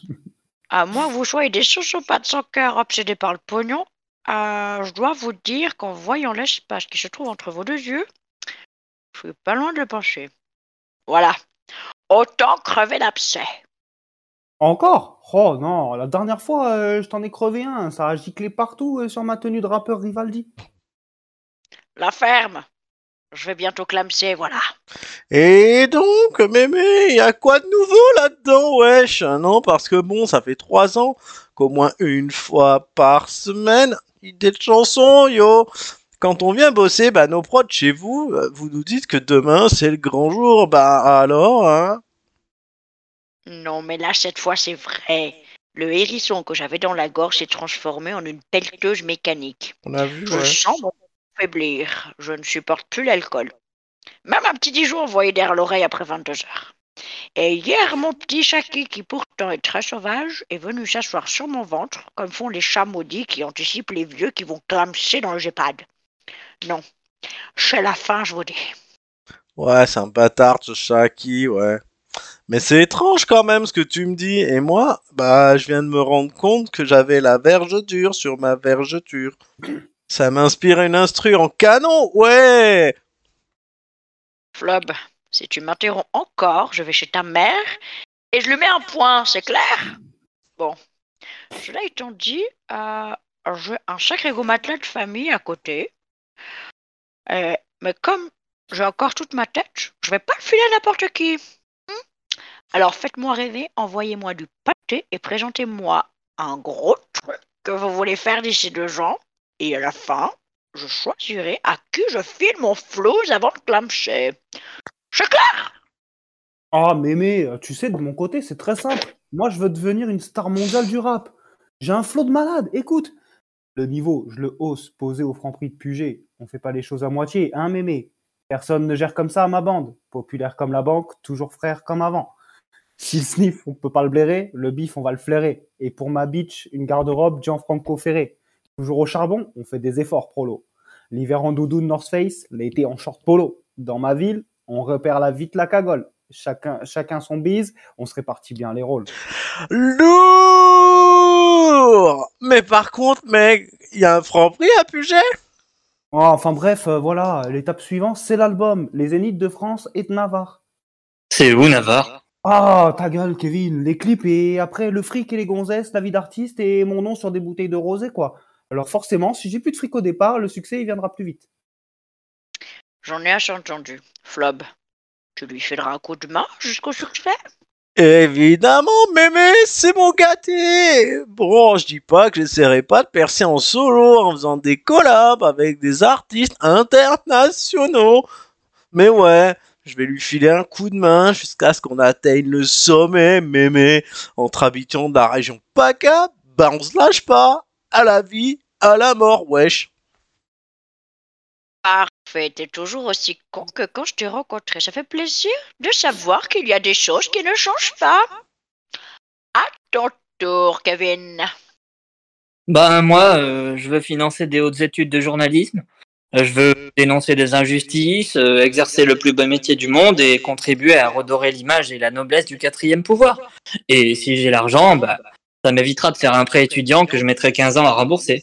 S3: À moins que vous soyez des sociopathes sans cœur obsédés par le pognon, Euh, je dois vous dire qu'en voyant l'espace qui se trouve entre vos deux yeux, je suis pas loin de le pencher. Voilà. Autant crever l'abcès.
S2: Encore Oh non, la dernière fois, euh, je t'en ai crevé un. Ça a giclé partout euh, sur ma tenue de rappeur Rivaldi.
S3: La ferme. Je vais bientôt clamser, voilà.
S1: Et donc, mémé, y a quoi de nouveau là-dedans, wesh Non, parce que bon, ça fait trois ans qu'au moins une fois par semaine, idée de chanson, yo Quand on vient bosser, bah, nos prods chez vous, euh, vous nous dites que demain, c'est le grand jour, bah, alors, hein
S3: Non, mais là, cette fois, c'est vrai. Le hérisson que j'avais dans la gorge s'est transformé en une pelleteuse mécanique.
S1: On a vu,
S3: Je sens mon corps faiblir. Je ne supporte plus l'alcool. Même un petit Dijon envoyé derrière l'oreille après 22 heures. Et hier, mon petit Chaki, qui pourtant est très sauvage, est venu s'asseoir sur mon ventre, comme font les chats maudits qui anticipent les vieux qui vont clamser dans le GEPAD. Non. C'est la fin, je vous dis.
S1: Ouais, c'est un bâtard, ce Shaki, ouais. Mais c'est étrange quand même ce que tu me dis. Et moi, bah, je viens de me rendre compte que j'avais la verge dure sur ma vergeture. Ça m'inspire une instru en canon, ouais
S3: Flob, si tu m'interromps encore, je vais chez ta mère et je lui mets un point, c'est clair Bon. Cela étant dit, euh, j'ai un sacré gros matelas de famille à côté. Euh, mais comme j'ai encore toute ma tête, je vais pas le filer à n'importe qui. Hmm Alors faites-moi rêver, envoyez-moi du pâté et présentez-moi un gros truc que vous voulez faire d'ici deux ans. Et à la fin, je choisirai à qui je file mon flouze avant de clamcher. C'est clair
S2: Ah, mémé, euh, tu sais, de mon côté, c'est très simple. Moi, je veux devenir une star mondiale du rap. J'ai un flot de malades. Écoute, le niveau, je le hausse, posé au franc prix de Puget. On fait pas les choses à moitié, hein, mémé Personne ne gère comme ça à ma bande. Populaire comme la banque, toujours frère comme avant. Si le sniff, on peut pas le blairer. Le bif, on va le flairer. Et pour ma bitch, une garde-robe Gianfranco Ferré. Toujours au charbon, on fait des efforts, prolo. L'hiver en doudoune North Face, l'été en short polo. Dans ma ville, on repère la vite la cagole. Chacun, chacun son bise, on se répartit bien les rôles.
S1: Lourd Mais par contre, mec, il y a un franc prix à Puget
S2: Oh, enfin bref, euh, voilà, l'étape suivante, c'est l'album Les Zéniths de France et de Navarre.
S4: C'est où, Navarre
S2: Ah, ta gueule, Kevin, les clips et après le fric et les gonzesses, la vie d'artiste et mon nom sur des bouteilles de rosé, quoi. Alors forcément, si j'ai plus de fric au départ, le succès, il viendra plus vite.
S3: J'en ai assez entendu. Flob, tu lui fileras un coup de main jusqu'au succès
S1: Évidemment, mémé, c'est mon gâté Bon, je dis pas que j'essaierai pas de percer en solo en faisant des collabs avec des artistes internationaux. Mais ouais, je vais lui filer un coup de main jusqu'à ce qu'on atteigne le sommet, mémé. Entre habitants de la région PACA, bah on se lâche pas À la vie, à la mort, wesh
S3: Parfait, t'es toujours aussi con que quand je t'ai rencontré. Ça fait plaisir de savoir qu'il y a des choses qui ne changent pas. À ton tour, Kevin.
S4: Bah moi, euh, je veux financer des hautes études de journalisme. Euh, Je veux dénoncer des injustices, euh, exercer le plus beau métier du monde et contribuer à redorer l'image et la noblesse du quatrième pouvoir. Et si j'ai l'argent, bah, ça m'évitera de faire un prêt étudiant que je mettrai 15 ans à rembourser.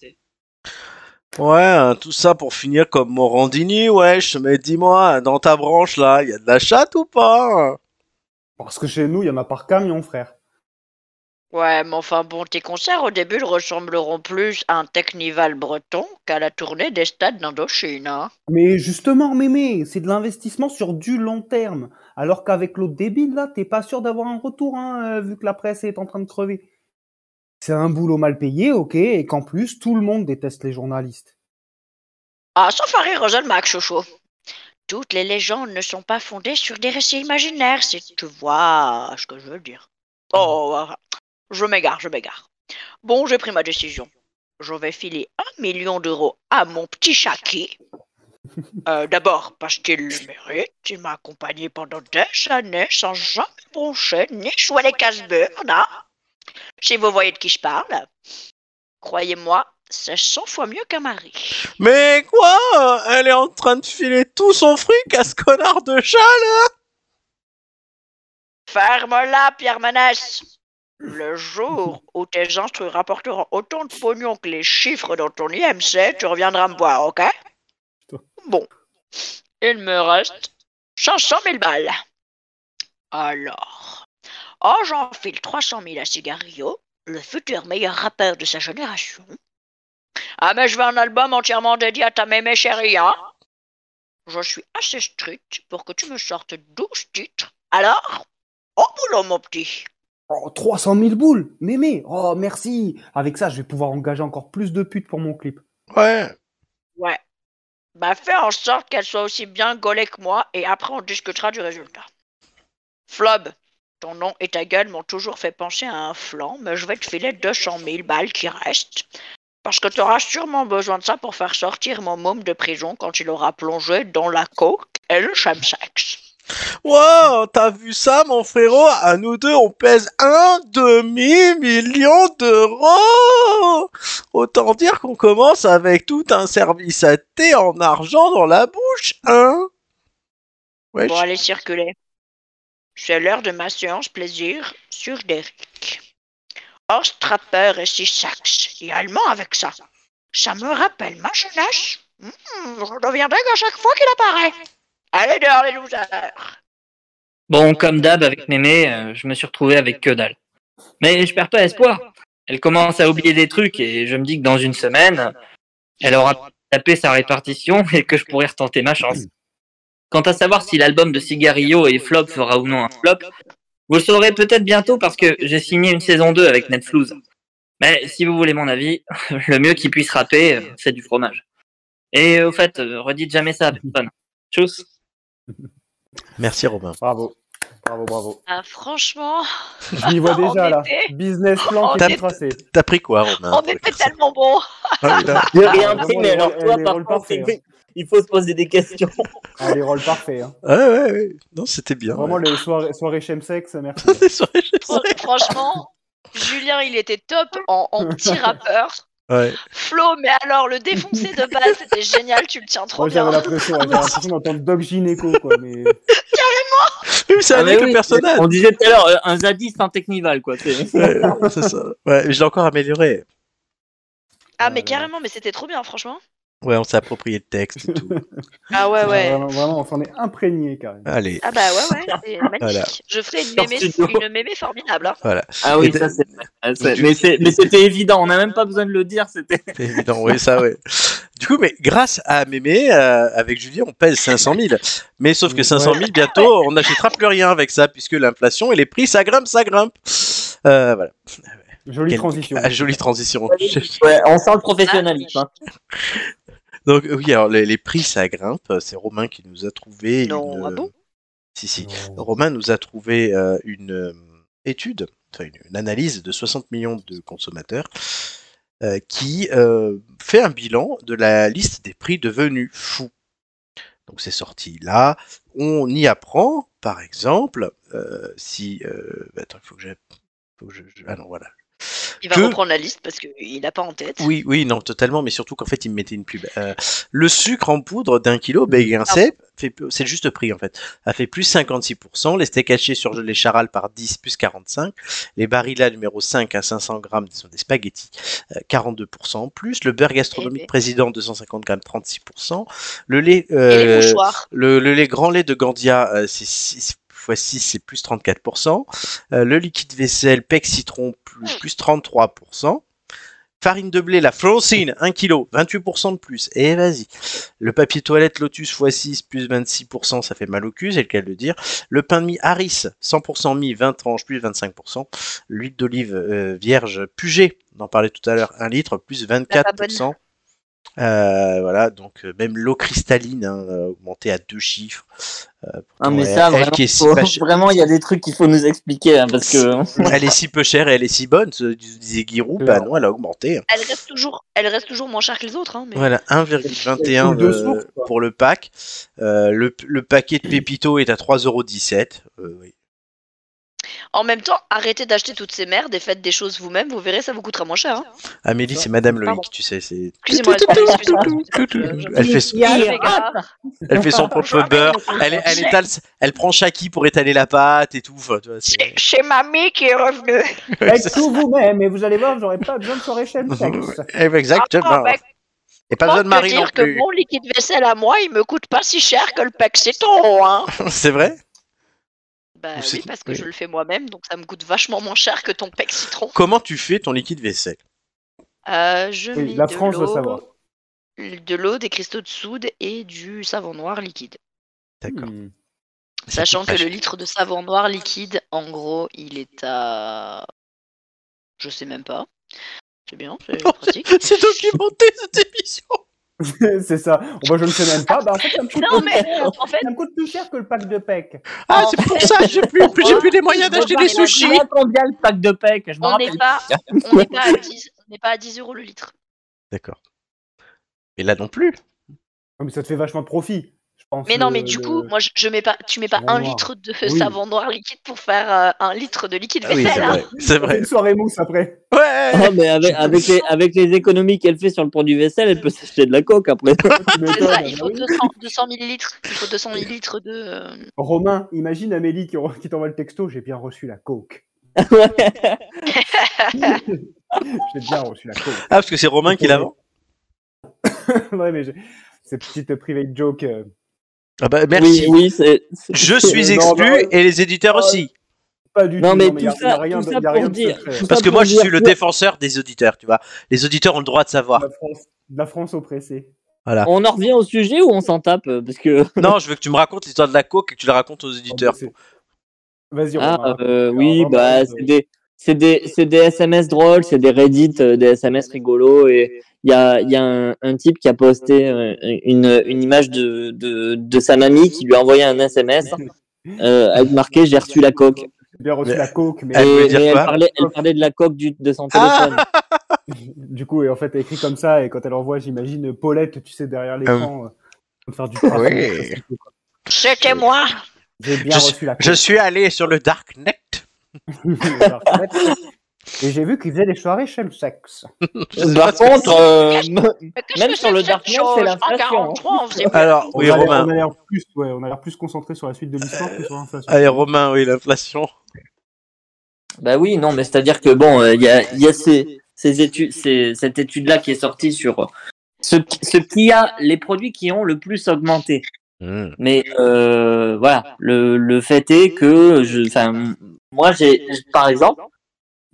S1: Ouais, hein, tout ça pour finir comme Morandini, wesh. Mais dis-moi, dans ta branche là, y a de la chatte ou pas hein
S2: Parce que chez nous, il y en a par camion, frère.
S3: Ouais, mais enfin bon, tes concerts au début ressembleront plus à un Technival breton qu'à la tournée des stades d'Indochine. hein.
S2: Mais justement, mémé, c'est de l'investissement sur du long terme. Alors qu'avec l'autre débile, là, t'es pas sûr d'avoir un retour, hein, euh, vu que la presse est en train de crever. C'est un boulot mal payé, ok, et qu'en plus, tout le monde déteste les journalistes.
S3: Ah, sauf Harry Roselmack, chouchou. Toutes les légendes ne sont pas fondées sur des récits imaginaires, si tu vois ce que je veux dire. Oh, euh, je m'égare, je m'égare. Bon, j'ai pris ma décision. Je vais filer un million d'euros à mon petit Chaki. Euh, D'abord, parce qu'il le mérite, il m'a accompagné pendant des années sans jamais broncher ni jouer les casse-burnes. hein. Si vous voyez de qui je parle, croyez-moi, c'est 100 fois mieux qu'un mari.
S1: Mais quoi euh, Elle est en train de filer tout son fric à ce connard de chat là
S3: Ferme-la, Pierre Manès Le jour où tes instrus rapporteront autant de pognon que les chiffres dans ton IMC, tu reviendras me voir, ok
S2: Putain.
S3: Bon. Il me reste 500 000 balles. Alors. Oh, j'enfile 300 000 à Cigarillo, le futur meilleur rappeur de sa génération. Ah, mais je veux un album entièrement dédié à ta mémé chérie, hein Je suis assez strict pour que tu me sortes 12 titres. Alors, au boulot, mon petit
S2: Oh, 300 000 boules Mémé Oh, merci Avec ça, je vais pouvoir engager encore plus de putes pour mon clip.
S1: Ouais.
S3: Ouais. Bah fais en sorte qu'elle soit aussi bien gaulée que moi et après on discutera du résultat. Flob, ton nom et ta gueule m'ont toujours fait penser à un flanc, mais je vais te filer 200 000 balles qui restent. Parce que t'auras sûrement besoin de ça pour faire sortir mon môme de prison quand il aura plongé dans la coke et le chemsex.
S1: Wow, t'as vu ça, mon frérot À nous deux, on pèse un demi-million d'euros Autant dire qu'on commence avec tout un service à thé en argent dans la bouche, hein Wesh.
S3: Bon, allez circuler. C'est l'heure de ma séance plaisir sur Derrick. Horstrapper et six sax, et allemand avec ça. Ça me rappelle ma jeunesse. Hmm, je deviendrai qu'à chaque fois qu'il apparaît. Allez dehors les losers.
S4: Bon, comme d'hab avec Mémé, euh, je me suis retrouvé avec que dalle. Mais je perds pas espoir. Elle commence à oublier des trucs et je me dis que dans une semaine, elle aura tapé sa répartition et que je pourrai retenter ma chance. Quant à savoir si l'album de Cigarillo et Flop fera ou non un flop, vous le saurez peut-être bientôt parce que j'ai signé une saison 2 avec Netflix. Mais si vous voulez mon avis, le mieux qui puisse rapper, euh, c'est du fromage. Et euh, au fait, euh, redites jamais ça à personne. Tchuss.
S1: Merci, Robin.
S2: Bravo. Bravo, bravo.
S3: Ah, franchement,
S2: Je m'y vois déjà,
S3: On
S2: là.
S3: était-
S2: Business plan
S3: on
S2: qui est
S3: était-
S2: tracé.
S1: T'as pris quoi,
S2: Ah,
S1: Romain
S3: on
S1: pour les
S3: était
S1: personnes
S3: oh, tellement bon.
S4: J'ai
S2: rien pris, mais alors, toi, par
S4: hein.
S2: contre, c'est-
S4: il faut se poser des questions.
S2: Ah, les rôles parfaits. hein.
S1: Ouais, ouais, ouais. Non, c'était bien.
S2: Vraiment,
S1: ouais.
S2: les soirées, soirées chemsex, merci.
S1: Des soirées chez-
S3: Fran- Franchement, Julien, il était top en, en petit rappeur.
S1: Ouais.
S3: Flo, mais alors le défoncé de base, c'était génial, tu le tiens trop
S2: Moi,
S3: bien.
S2: j'avais l'impression ouais, j'avais l'impression d'entendre Doc Gynéco, quoi. Mais...
S1: Ah Oui, mais C'est avec le personnage.
S4: Ah, On disait tout à l'heure, euh, un zadiste, un technival, quoi. c'est-
S1: Ouais, c'est ça. Ouais, mais je l'ai encore amélioré.
S3: Ah, mais carrément, mais c'était trop bien, franchement.
S1: Ouais, on s'est approprié le texte et tout.
S3: Ah ouais, ouais.
S2: Vraiment, vraiment, on s'en est imprégné, carrément.
S1: Allez.
S3: Ah bah ouais, ouais, c'est magnifique.
S1: Voilà.
S3: Je ferai une
S4: Sur
S3: mémé,
S4: studio.
S3: une mémé formidable. hein.
S4: Ah
S1: Et
S4: oui,
S1: de-
S4: ça c'est. ah, c'est-
S1: Du-
S4: Mais c'est- mais c'était évident, on n'a même pas besoin de le dire. C'était.
S1: C'est évident, oui, ça, oui. Du coup, mais grâce à Mémé, euh, avec Julien, on pèse 500 000. Mais sauf que 500 000, bientôt, on n'achètera plus rien avec ça, puisque l'inflation et les prix, ça grimpe, ça grimpe. Euh, voilà.
S2: Jolie
S1: Quelle-
S2: transition.
S1: Ah, jolie transition.
S4: on sent le professionnalisme. hein.
S1: Donc, oui, alors, les, les prix, ça grimpe. C'est Romain qui nous a trouvé.
S3: Non,
S1: une-
S3: ah bon
S1: Si, si. Romain nous a trouvé euh, une euh, étude, enfin une, une analyse de 60 millions de consommateurs euh, qui euh, fait un bilan de la liste des prix devenus fous. Donc c'est sorti là. On y apprend, par exemple, euh, si... euh, attends, il faut que j'ai... faut que je- je- Ah non, voilà.
S3: Il va
S1: Que-
S3: reprendre la liste parce qu'il n'a pas en tête.
S1: Oui, oui, non, totalement, mais surtout qu'en fait, il me mettait une pub. Euh, le sucre en poudre d'un kilo ben,
S3: Ah.
S1: BG1C, fait- c'est le juste prix en fait, a fait plus 56%, les steaks hachés surgelés charal par 10, plus 45%, les barilla numéro 5 à 500 grammes sont des spaghettis, euh, 42% en plus, le beurre gastronomique
S3: Eh ben.
S1: président 250 grammes, 36%, le lait...
S3: Et
S1: euh,
S3: les mouchoirs.
S1: le, le lait grand lait de Gandia, euh, c'est 6 x 6, c'est plus 34%. Euh, le liquide vaisselle, PEC citron, plus, plus 33%. Farine de blé, la Francine, 1 kg, 28% de plus. Et vas-y. Le papier toilette Lotus x 6, plus 26%, ça fait mal au cul, c'est le cas de le dire. Le pain de mie Harris, 100% mie, 20 tranches, plus 25%. L'huile d'olive euh, vierge Puget, on en parlait tout à l'heure, 1 litre, plus 24%. Euh, voilà, donc euh, même l'eau cristalline hein, euh, augmentée à deux chiffres. Euh,
S4: Ah,
S1: pourtant,
S4: mais ça,
S1: elle- elle
S4: vraiment,
S1: qui est si
S4: faut-
S1: pas chère-
S4: vraiment, il y a des trucs qu'il faut nous expliquer hein, parce que.
S1: elle est si peu chère et elle est si bonne, se disait Giroud, bah non, elle a augmenté.
S3: Elle reste toujours, elle reste toujours moins chère que les autres. Hein, mais...
S1: Voilà, 1,21
S2: Ou deux
S1: euh,
S2: sources, quoi.
S1: pour le pack. Euh, le, le paquet de Pépito est à 3,17€. Euh, oui.
S3: En même temps, arrêtez d'acheter toutes ces merdes et faites des choses vous-même, vous verrez, ça vous coûtera moins cher. hein.
S1: Amélie, c'est Madame Loïc, tu sais. c'est-
S3: Excusez-moi, excusez-moi, excusez-moi.
S1: Elle fait son-
S6: Il y a-
S3: Je fais gaffe.
S1: Elle fait son propre beurre. Elle, est- elle, étale- elle prend Chaki pour étaler la pâte et tout. enfin, tu vois, c'est-
S3: C'est- C'est mamie qui est revenue.
S2: Faites tout vous-même et vous allez voir, j'aurai pas besoin de soirée chez le sexe.
S3: Ah,
S1: Exactement.
S3: bah,
S1: Et pas besoin de
S3: Autant te
S1: mari non
S3: dire que
S1: plus.
S3: mon liquide vaisselle à moi, il me coûte pas si cher que le pack Ceton, hein.
S1: C'est vrai
S3: Bah
S1: Ou c'est-
S3: oui, parce que
S1: oui.
S3: je le fais moi-même, donc ça me coûte vachement moins cher que ton pec citron.
S1: Comment tu fais ton liquide vaisselle
S3: Euh, je
S2: Oui,
S3: mets
S2: la
S3: de
S2: France veut
S3: l'eau-
S2: savoir.
S3: De l'eau, des cristaux de soude et du savon noir liquide.
S1: D'accord.
S2: Hmm.
S1: Ça
S3: Sachant
S1: coûte
S3: que
S1: pas
S3: le
S1: cher.
S3: litre de savon noir liquide, en gros, il est à. Je sais même pas. C'est bien, c'est pratique.
S1: C'est documenté cette émission.
S2: c'est ça. Moi, je ne sais même pas. Bah, en fait, ça me coûte,
S3: Non,
S2: plus,
S3: mais en fait,
S2: ça me coûte plus cher que le pack de PEC.
S1: Ah, c'est pour ça que j'ai plus, plus- j'ai plus les moyens d'acheter des sushis.
S4: Je combien le pack de paix que je me
S3: on n'est
S4: rappelle.
S3: pas, on n'est pas, à 10 on n'est pas à 10 euros le litre.
S1: D'accord. Et là non plus.
S2: Non, mais ça te fait vachement de profit, je pense.
S3: Mais non, mais
S2: le-
S3: du
S2: Euh, le-
S3: coup, moi, je, je mets pas, tu mets pas
S2: savon
S3: un
S2: noir.
S3: litre de
S2: Oui.
S3: savon noir liquide pour faire euh, un litre de liquide
S1: Ah oui, c'est
S3: vaisselle. hein.
S1: vrai. C'est
S2: On fait
S1: vrai.
S2: une soirée mousse après.
S1: Ouais.
S4: Ah, mais avec, avec, les, avec les économies qu'elle fait sur le pont du vaisselle, elle peut s'acheter de la coke après.
S2: Tu
S3: C'est
S2: m'étonnes,
S3: ça, il
S2: bah
S3: faut
S2: oui.
S3: 200, 200 millilitres. Il faut 200 millilitres de. euh,
S2: Romain, imagine Amélie qui, qui t'envoie le texto J'ai bien reçu la coke.
S4: Ouais.
S2: J'ai bien reçu la coke.
S1: Ah, parce que c'est Romain qui l'a vend.
S2: ouais, mais j'ai- ces petites private jokes. euh,
S1: Ah bah
S4: oui,
S1: merci.
S4: oui, c'est. c'est-
S1: Je suis
S2: Euh, non,
S1: exclu
S2: non,
S1: et les éditeurs aussi.
S2: pas du
S4: Non,
S2: tout.
S4: mais
S2: y a-
S4: tout
S2: y a
S4: ça-
S2: rien de-
S4: tout ça
S2: y a rien
S4: pour
S2: de
S4: dire-
S2: secret.
S4: tout ça
S1: Parce que
S4: pour
S1: moi je
S4: dire
S1: suis le défenseur des auditeurs, tu vois. Les auditeurs ont le droit de savoir.
S2: La France, la France oppressée.
S4: On en revient au sujet ou on s'en tape euh, Parce que.
S1: Non, je veux que tu me racontes l'histoire de la coke et que tu la racontes aux auditeurs.
S2: Ah, mais c'est- Vas-y,
S4: Ah,
S2: Romain.
S4: euh, oui,
S2: vraiment, euh,
S4: bah, c'est des, c'est des, c'est des SMS drôles, c'est des Reddit, euh, des SMS rigolos. Et il y a, il y a un, un type qui a posté euh, une, une image de, de, de sa mamie qui lui a envoyé un SMS euh, avec marqué J'ai reçu la coque.
S2: J'ai bien reçu
S1: mais-
S2: la coke, mais
S1: Elle
S4: Et-
S1: veut
S4: et
S1: dire
S4: elle,
S1: quoi
S4: parlait, elle parlait de la coque du, de son téléphone.
S2: du coup, et en fait, elle écrit comme ça, et quand elle envoie, j'imagine Paulette, tu sais, derrière l'écran, euh, pour faire du trafic.
S1: Ah Oui.
S3: C'était moi.
S2: J'ai bien
S1: Je
S2: reçu la
S1: Je
S2: coke.
S1: suis allé sur le darknet.
S2: et j'ai vu qu'ils faisaient des soirées chez le sexe.
S4: Par contre, euh,
S3: Qu'est-ce
S4: Même
S3: que
S4: sur
S3: c'est
S4: le
S3: que cette
S4: Dark Knight,
S3: chose
S4: c'est l'inflation,
S3: En 43, on faisait pas
S1: Alors oui
S2: on a l'air-
S1: Romain.
S2: On a l'air plus, ouais, on a l'air plus concentré sur la suite de l'histoire que sur l'inflation.
S1: Allez Romain, oui l'inflation.
S4: Bah oui, non, mais c'est-à-dire que bon, euh, il y a, il y a ces, ces études, ces- cette étude-là qui est sortie sur euh, ce, ce qui a les produits qui ont le plus augmenté. Mais euh, voilà, le, le fait est que, je, enfin, moi, j'ai, par exemple,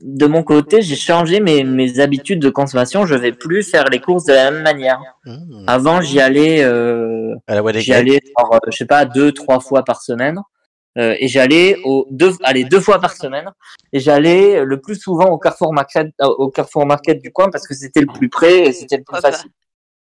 S4: de mon côté, j'ai changé mes, mes habitudes de consommation. Je vais plus faire les courses de la même manière.
S1: Mmh.
S4: Avant, j'y allais, euh,
S1: À Ah, la voix des
S4: j'y
S1: Grecs.
S4: allais, genre, euh, je sais pas, deux, trois fois par semaine. Euh, et j'allais au deux, allez, deux fois par semaine. Et j'allais le plus souvent au Carrefour Market, euh, au Carrefour Market du coin parce que c'était le plus près et c'était le plus
S3: Hop là.
S4: facile.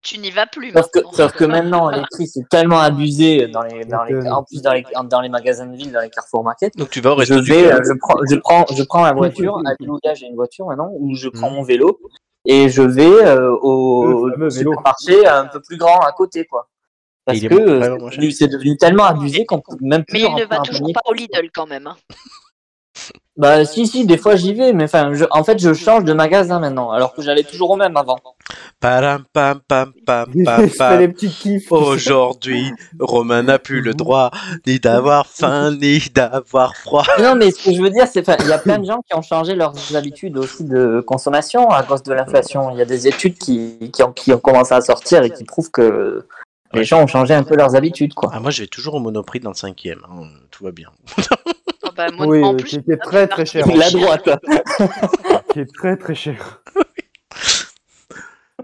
S3: Tu n'y vas plus.
S4: Sauf que,
S3: maintenant.
S4: sauf que maintenant, les prix c'est tellement abusé dans les, dans les,
S2: Étonne.
S4: en plus dans les, dans les magasins de ville, dans les Carrefour Market.
S1: Donc tu vas au
S4: Je
S1: resto du
S4: vais,
S1: cœur.
S4: euh, je prends, je prends, je prends ma voiture. Alléluia, j'ai une voiture maintenant ou je
S1: Mhm.
S4: prends mon vélo et je vais euh, au
S2: Le fameux vélo.
S4: supermarché euh, un peu plus grand à côté, quoi. Parce
S1: Il est
S4: que
S1: vraiment
S4: euh, c'est
S1: moins cher.
S4: devenu- c'est devenu tellement abusé qu'on peut même plus
S3: Mais il
S4: rentrer
S3: ne va
S4: un
S3: toujours
S4: panier.
S3: pas au Lidl quand même. hein.
S4: Bah si, si, des fois j'y vais, mais enfin, je- en fait, je change de magasin maintenant, alors que j'allais toujours au même avant.
S1: Param, pam, pam, pam, pam,
S2: C'était
S1: pam.
S2: les petits kiffs.
S1: Oh, Aujourd'hui, Romain n'a plus le droit ni d'avoir faim ni d'avoir froid.
S4: Non, mais ce que je veux dire, c'est enfin, il y a plein de gens qui ont changé leurs habitudes aussi de consommation à cause de l'inflation. Il y a des études qui, qui, ont, qui ont commencé à sortir et qui prouvent que les gens ont changé un peu leurs habitudes. Quoi.
S1: Ah, moi, je vais toujours au Monoprix dans le cinquième. hein. Tout va bien.
S3: Ah bah, mon-
S2: Oui, euh,
S3: en
S2: oui,
S3: plus,
S2: qui était très, très cher. hein,
S4: La droite.
S2: Qui est très très cher.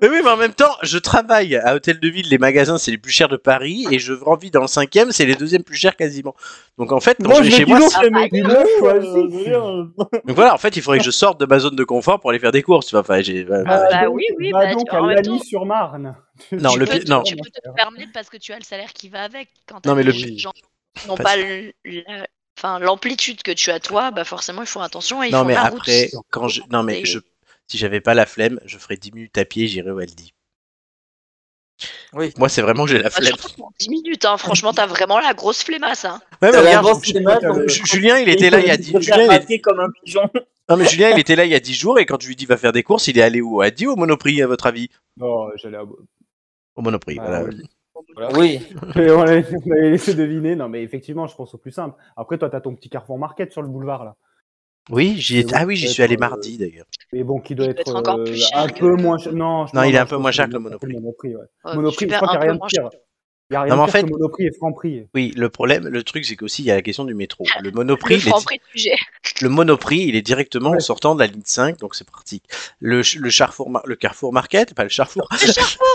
S1: Mais oui, mais en même temps, je travaille à Hôtel de Ville. Les magasins, c'est les plus chers de Paris. Et je rends vie dans le cinquième. C'est les deuxièmes plus chers quasiment. Donc, en fait, quand je vais chez moi,
S3: chez mes
S1: c'est- donc voilà, en fait, il faudrait que je sorte de ma zone de confort pour aller faire des courses. tu vois. Enfin, j'ai- voilà.
S3: Ah bah oui, oui,
S2: Bah
S3: bah,
S2: donc
S3: tu- en
S2: à
S3: même temps-
S2: Lagny sur Marne.
S1: Non,
S3: tu,
S1: le
S3: peux,
S1: pi- non.
S3: tu peux te le permettre parce que tu as le salaire qui va avec. Quand
S1: Non, mais le
S3: t'as des
S1: pi-
S3: gens qui n'ont
S1: Pas-
S3: pas le- la- enfin, l'amplitude que tu as toi, bah forcément, ils font attention et ils
S1: non,
S3: font
S1: mais
S3: la
S1: après,
S3: route.
S1: quand je, non, mais
S3: Et-
S1: je, si j'avais pas la flemme, je ferais 10 minutes à pied, j'irais où elle dit.
S4: Oui.
S1: Moi, c'est vraiment que j'ai la
S3: Bah,
S1: flemme.
S3: surtout en 10 minutes, hein. franchement, t'as vraiment la grosse flemmasse. Hein.
S1: Ouais, mais
S4: T'as la
S1: regarde,
S4: grosse
S1: Ju-
S4: image,
S1: Ju-
S4: donc-
S1: Ju- Julien, il était là il y a dix. Julien, il est-
S4: raté comme un pigeon.
S1: Non, mais Julien, il était là il y a 10 jours et quand tu lui dis va faire des courses, il est allé où A dit au Monoprix, à votre avis
S2: Non, Oh, j'allais à-
S1: Au Monoprix,
S2: Ah,
S1: voilà.
S2: oui.
S4: Oui.
S2: Et on l'avait on l'avait laissé deviner. Non, mais effectivement, je pense au plus simple. Après, toi, t'as ton petit Carrefour Market sur le boulevard, là.
S1: Oui, j'y ai-
S2: Et oui,
S1: ah oui, j'y
S2: peut-être,
S1: suis allé
S2: euh,
S1: mardi d'ailleurs.
S2: Mais bon, qui doit
S3: Il
S2: être,
S3: peut être encore
S2: euh,
S3: plus cher
S2: un
S3: que-
S2: peu moins cher. Non, je
S1: Non, il est un peu
S2: je
S1: moins
S2: pense
S1: cher que le Monoprix.
S2: Monoprix, ouais.
S3: Euh,
S2: Monoprix, je
S3: super,
S2: crois qu'il n'y
S3: un
S2: a rien
S3: peu
S2: de
S3: moins
S2: pire.
S3: cher.
S2: Il n'y a rien
S1: Non, mais
S2: de
S1: en
S2: pire
S1: fait-
S2: que Monoprix et Franprix.
S1: Oui, le problème, le truc, c'est qu'aussi il y a la question du métro. Le Monoprix,
S3: Le
S1: il est-
S3: franc prix de sujet.
S1: le Monoprix, il est directement en
S2: Ouais.
S1: sortant de la ligne 5, donc c'est pratique. Le, ch- le Carrefour, Mar- le Carrefour Market, pas le Carrefour,
S2: Le Carrefour-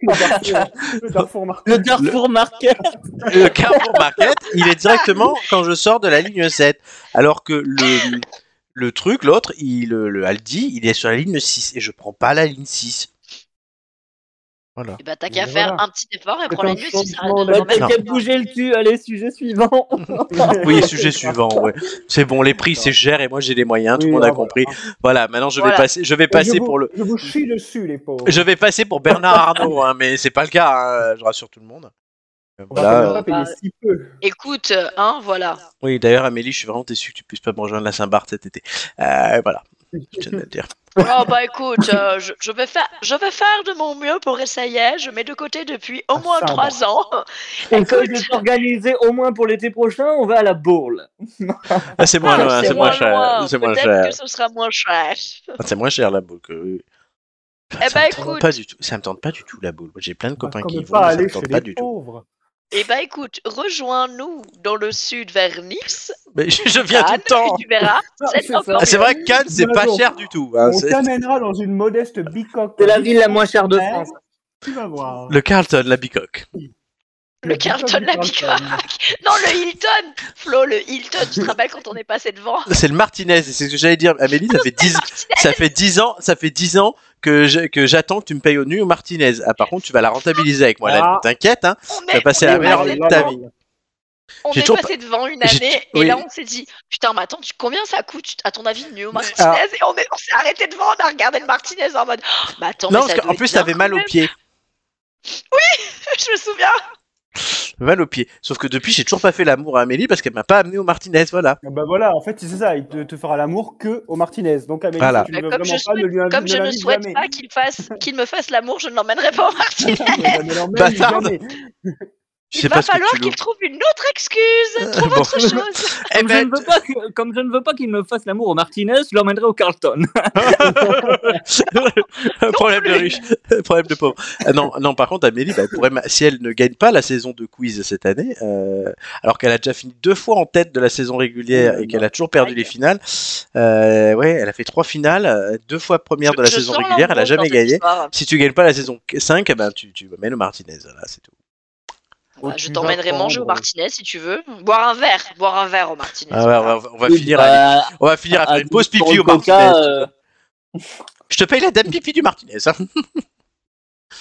S2: le Carrefour Market.
S4: Le Carrefour Market.
S1: le Carrefour Market, il est directement quand je sors de la ligne 7. Alors que le, le truc, l'autre, il, le, le Aldi, il est sur la ligne 6 et je prends pas la ligne 6. Voilà.
S3: Eh ben, t'as qu'à
S2: Mais
S3: faire
S2: voilà.
S3: un petit effort et
S2: C'est
S3: prends la
S2: un
S3: nuit si ça reste
S2: changement
S3: dans
S4: Bah,
S3: le même
S4: T'as qu'à
S3: sens.
S4: bouger le cul. Allez, sujet suivant.
S1: Oui, sujet suivant. ouais. C'est bon, les prix c'est cher et moi j'ai les moyens, tout le
S2: Oui,
S1: monde a
S2: ah,
S1: compris.
S2: voilà.
S1: Voilà, maintenant je vais
S3: Voilà.
S1: passer, je vais
S2: Et
S1: passer
S2: je vous-
S1: pour le,
S2: Je vous chie dessus, les pauvres.
S1: je vais passer pour Bernard Arnault, hein, mais c'est pas le cas, hein, je rassure tout le monde. Euh,
S2: On va
S1: Voilà.
S2: pas payer si peu.
S3: Écoute, euh, hein, voilà.
S1: Oui, d'ailleurs Amélie, je suis vraiment déçu que tu puisses pas me rejoindre la Saint-Barth cet été. Euh, voilà, je tiens à le dire.
S3: Oh bah écoute, euh, je, je vais faire, je vais faire de mon mieux pour essayer. Je mets de côté depuis au
S2: Ah,
S3: moins
S2: ça,
S3: trois ans.
S4: On peut de s'organiser au moins pour l'été prochain. On va à la Bourle.
S1: Ah, c'est moins,
S3: Ah,
S1: loin, c'est moins cher,
S3: loin.
S1: c'est moins
S3: Peut-être
S1: cher.
S3: que ce sera moins cher.
S1: Ah, c'est moins cher la boule que. oui. ça
S3: Eh ben,
S1: me tente
S3: écoute.
S1: pas du tout. Ça me tente pas du tout la boule. J'ai plein de
S2: On va
S1: copains
S2: quand
S1: qui y
S2: même
S1: vont.
S2: pas
S1: mais Ça
S2: aller
S1: me
S2: chez
S1: tente pas
S2: les
S1: du tout.
S2: pauvres.
S3: Eh bah écoute, rejoins-nous dans le sud vers Nice.
S1: Mais je je viens tout
S3: Cannes,
S1: le temps.
S3: Tu verras.
S2: Ah,
S3: c'est
S2: c'est ça.
S3: encore
S1: Ah, c'est
S3: mieux.
S1: vrai que Cannes, c'est
S2: Nous
S1: pas
S2: l'avons.
S1: cher du tout. hein,
S2: On
S1: c'est-
S2: t'amènera dans une modeste bicoque.
S4: C'est la ville la moins chère de France.
S2: Tu vas voir.
S1: Le Carlton, la bicoque.
S3: Le Carlton, la bicoque. Non, le Hilton. Flo, le Hilton. Tu te rappelles quand on est passé devant
S1: C'est le Martinez. et C'est ce que j'allais dire. Amélie, ça fait 10 ça fait 10 ans, ça fait 10 ans que je- que j'attends que tu me payes au nu au Martinez. Ah, par contre, tu vas la rentabiliser avec moi. là,
S2: Ah.
S1: T'inquiète, hein.
S3: On
S1: T'as
S3: est,
S1: passé
S3: on
S1: la
S3: est
S1: meilleure
S3: passé
S1: année de ta
S3: devant-
S1: vie.
S3: On
S1: J'ai
S3: est
S1: toujours
S3: passé devant une
S1: j'ai
S3: année
S1: tou-
S3: et là
S1: oui. Ah.
S3: on s'est dit putain mais attends tu- combien ça coûte attends avis Nuo Martinez
S1: Alors-
S3: et on est- on s'est arrêté devant on a regardé le Martinez en mode oh, mais attends
S1: Non,
S3: mais ça
S1: parce qu'en
S3: doit
S1: plus,
S3: être bien
S1: t'avais
S3: quand
S1: mal aux
S3: même.
S1: pieds.
S3: je me souviens
S1: Mal aux pieds. Sauf que depuis, j'ai toujours pas fait l'amour à Amélie parce qu'elle m'a pas amené au Martinez. Voilà.
S2: Bah voilà, en fait, c'est ça, il te, te fera l'amour que au Martinez. Donc Amélie,
S1: Voilà.
S2: si tu ne veux
S3: Bah, comme
S2: vraiment
S3: je
S2: pas, ne lui invite
S3: comme je
S2: ne
S3: ne
S2: l'invite
S3: souhaite
S2: jamais.
S3: pas qu'il fasse qu'il me fasse l'amour je ne l'emmènerai pas au Martinez
S2: Ne l'emmène
S1: Bâtarde.
S2: jamais.
S1: Je sais
S3: il
S1: pas
S3: va
S1: ce que
S3: falloir
S1: tu veux.
S3: qu'il trouve une autre excuse trouve
S1: Bon.
S3: autre chose
S1: Eh
S4: Comme, je
S1: ben,
S4: ne veux pas que- comme je ne veux pas qu'il me fasse l'amour au Martinez, je l'emmènerai au Carlton.
S1: problème de
S3: plus.
S1: riche, problème de pauvre. Euh, non, non, par contre, Amélie, bah, elle pourrait ma- si elle ne gagne pas la saison de quiz cette année, euh, alors qu'elle a déjà fini deux fois en tête de la saison régulière
S3: Euh,
S1: et qu'elle a toujours perdu les finales, euh, ouais, elle a fait trois finales, euh, deux fois première de la
S3: Je
S1: saison
S3: sens
S1: régulière, elle a
S3: l'embauche dans
S1: jamais
S3: cette
S1: gagné.
S3: histoire.
S1: Si tu gagnes pas la saison 5, eh ben, tu, tu mènes au Martinez, là, c'est tout.
S3: Bah,
S2: Oh,
S3: je
S2: tu
S3: t'emmènerai
S2: vas
S3: manger au
S2: prendre.
S3: Martinez si tu veux boire un verre boire un verre au Martinez
S1: Ah ouais, on
S3: voilà.
S1: va, on va finir
S4: bah,
S1: à, on va finir à faire une pause pipi au Martinez.
S4: euh,
S1: Je te paye la dame pipi du Martinez. hein.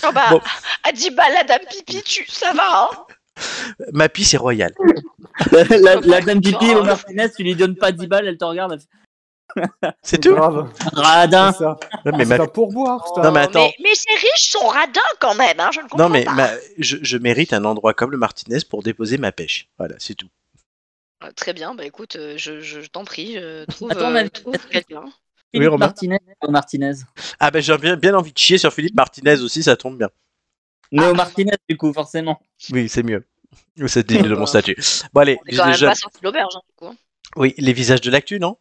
S3: Oh, bah,
S1: Bon.
S3: à 10 balles la dame pipi tu ça va hein
S1: Ma pisse c'est royal.
S4: La, la, la dame pipi au Martinez, tu lui donnes pas 10 balles, elle te regarde. elle fait, Ah,
S1: C'est tout.
S2: Grave,
S4: Radin.
S2: c'est ça.
S1: Non, mais
S2: C'est
S1: ma-
S2: ça pour boire, ça.
S1: Non, mais attends.
S3: Mais, mais ces riches sont radins quand même, hein, je ne comprends
S1: Non, mais
S3: pas.
S1: ma- je, je mérite un endroit comme le Martinez pour déposer ma pêche. Voilà, c'est tout.
S3: Euh, Très bien, bah écoute, euh, je, je- je t'en prie, je trouve,
S4: À ton
S3: euh,
S4: avis,
S3: trouve quelqu'un.
S1: Oui,
S4: Philippe
S1: Romain.
S4: Martinez au Martinez.
S1: Ah ben j'ai bien, bien envie de chier sur Philippe Martinez aussi, ça tombe bien.
S4: Mais au Martinez, du coup, forcément.
S1: Oui, c'est mieux. C'est digne de mon statut. Bon allez,
S3: On est quand même
S1: déjà-
S3: pas sorti de l'auberge, hein, du coup.
S1: oui, les visages de l'actu, non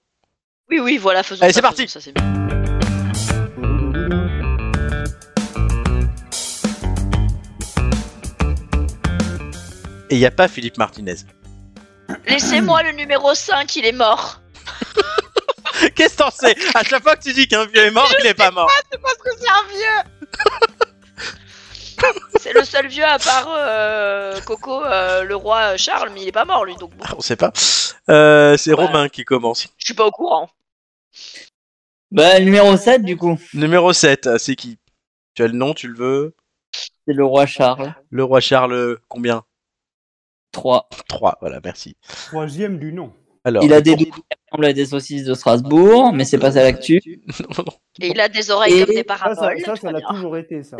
S3: Oui, oui, voilà, faisons
S1: Allez,
S3: ça,
S1: c'est parti.
S3: faisons ça, c'est-
S1: Et il n'y a pas Philippe Martinez.
S3: Laissez-moi le numéro 5, il est mort.
S1: Qu'est-ce que t'en sais À chaque fois que tu dis qu'un vieux est mort, il est pas mort.
S3: C'est parce que c'est un vieux C'est le seul vieux à part euh, Coco, euh, le roi euh, Charles, mais il est pas mort lui, donc bon,
S1: Ah, on sait pas. Euh, c'est Romain qui commence.
S3: je suis pas au courant.
S4: Bah, numéro 7, du coup,
S1: Numéro 7, c'est qui Tu as le nom, tu le veux
S4: c'est le roi Charles
S1: Le roi Charles, combien
S4: 3.
S1: 3, voilà, merci.
S2: Troisième du nom.
S1: Alors,
S4: Il a des douilles qui ressemblent à des saucisses de Strasbourg, mais c'est passé à l'actu.
S3: Et il a des oreilles
S4: Et-
S3: comme des
S2: Ça, ça,
S3: paraboles.
S2: ça, ça l'a
S3: Ah bah très bien.
S2: toujours été, ça.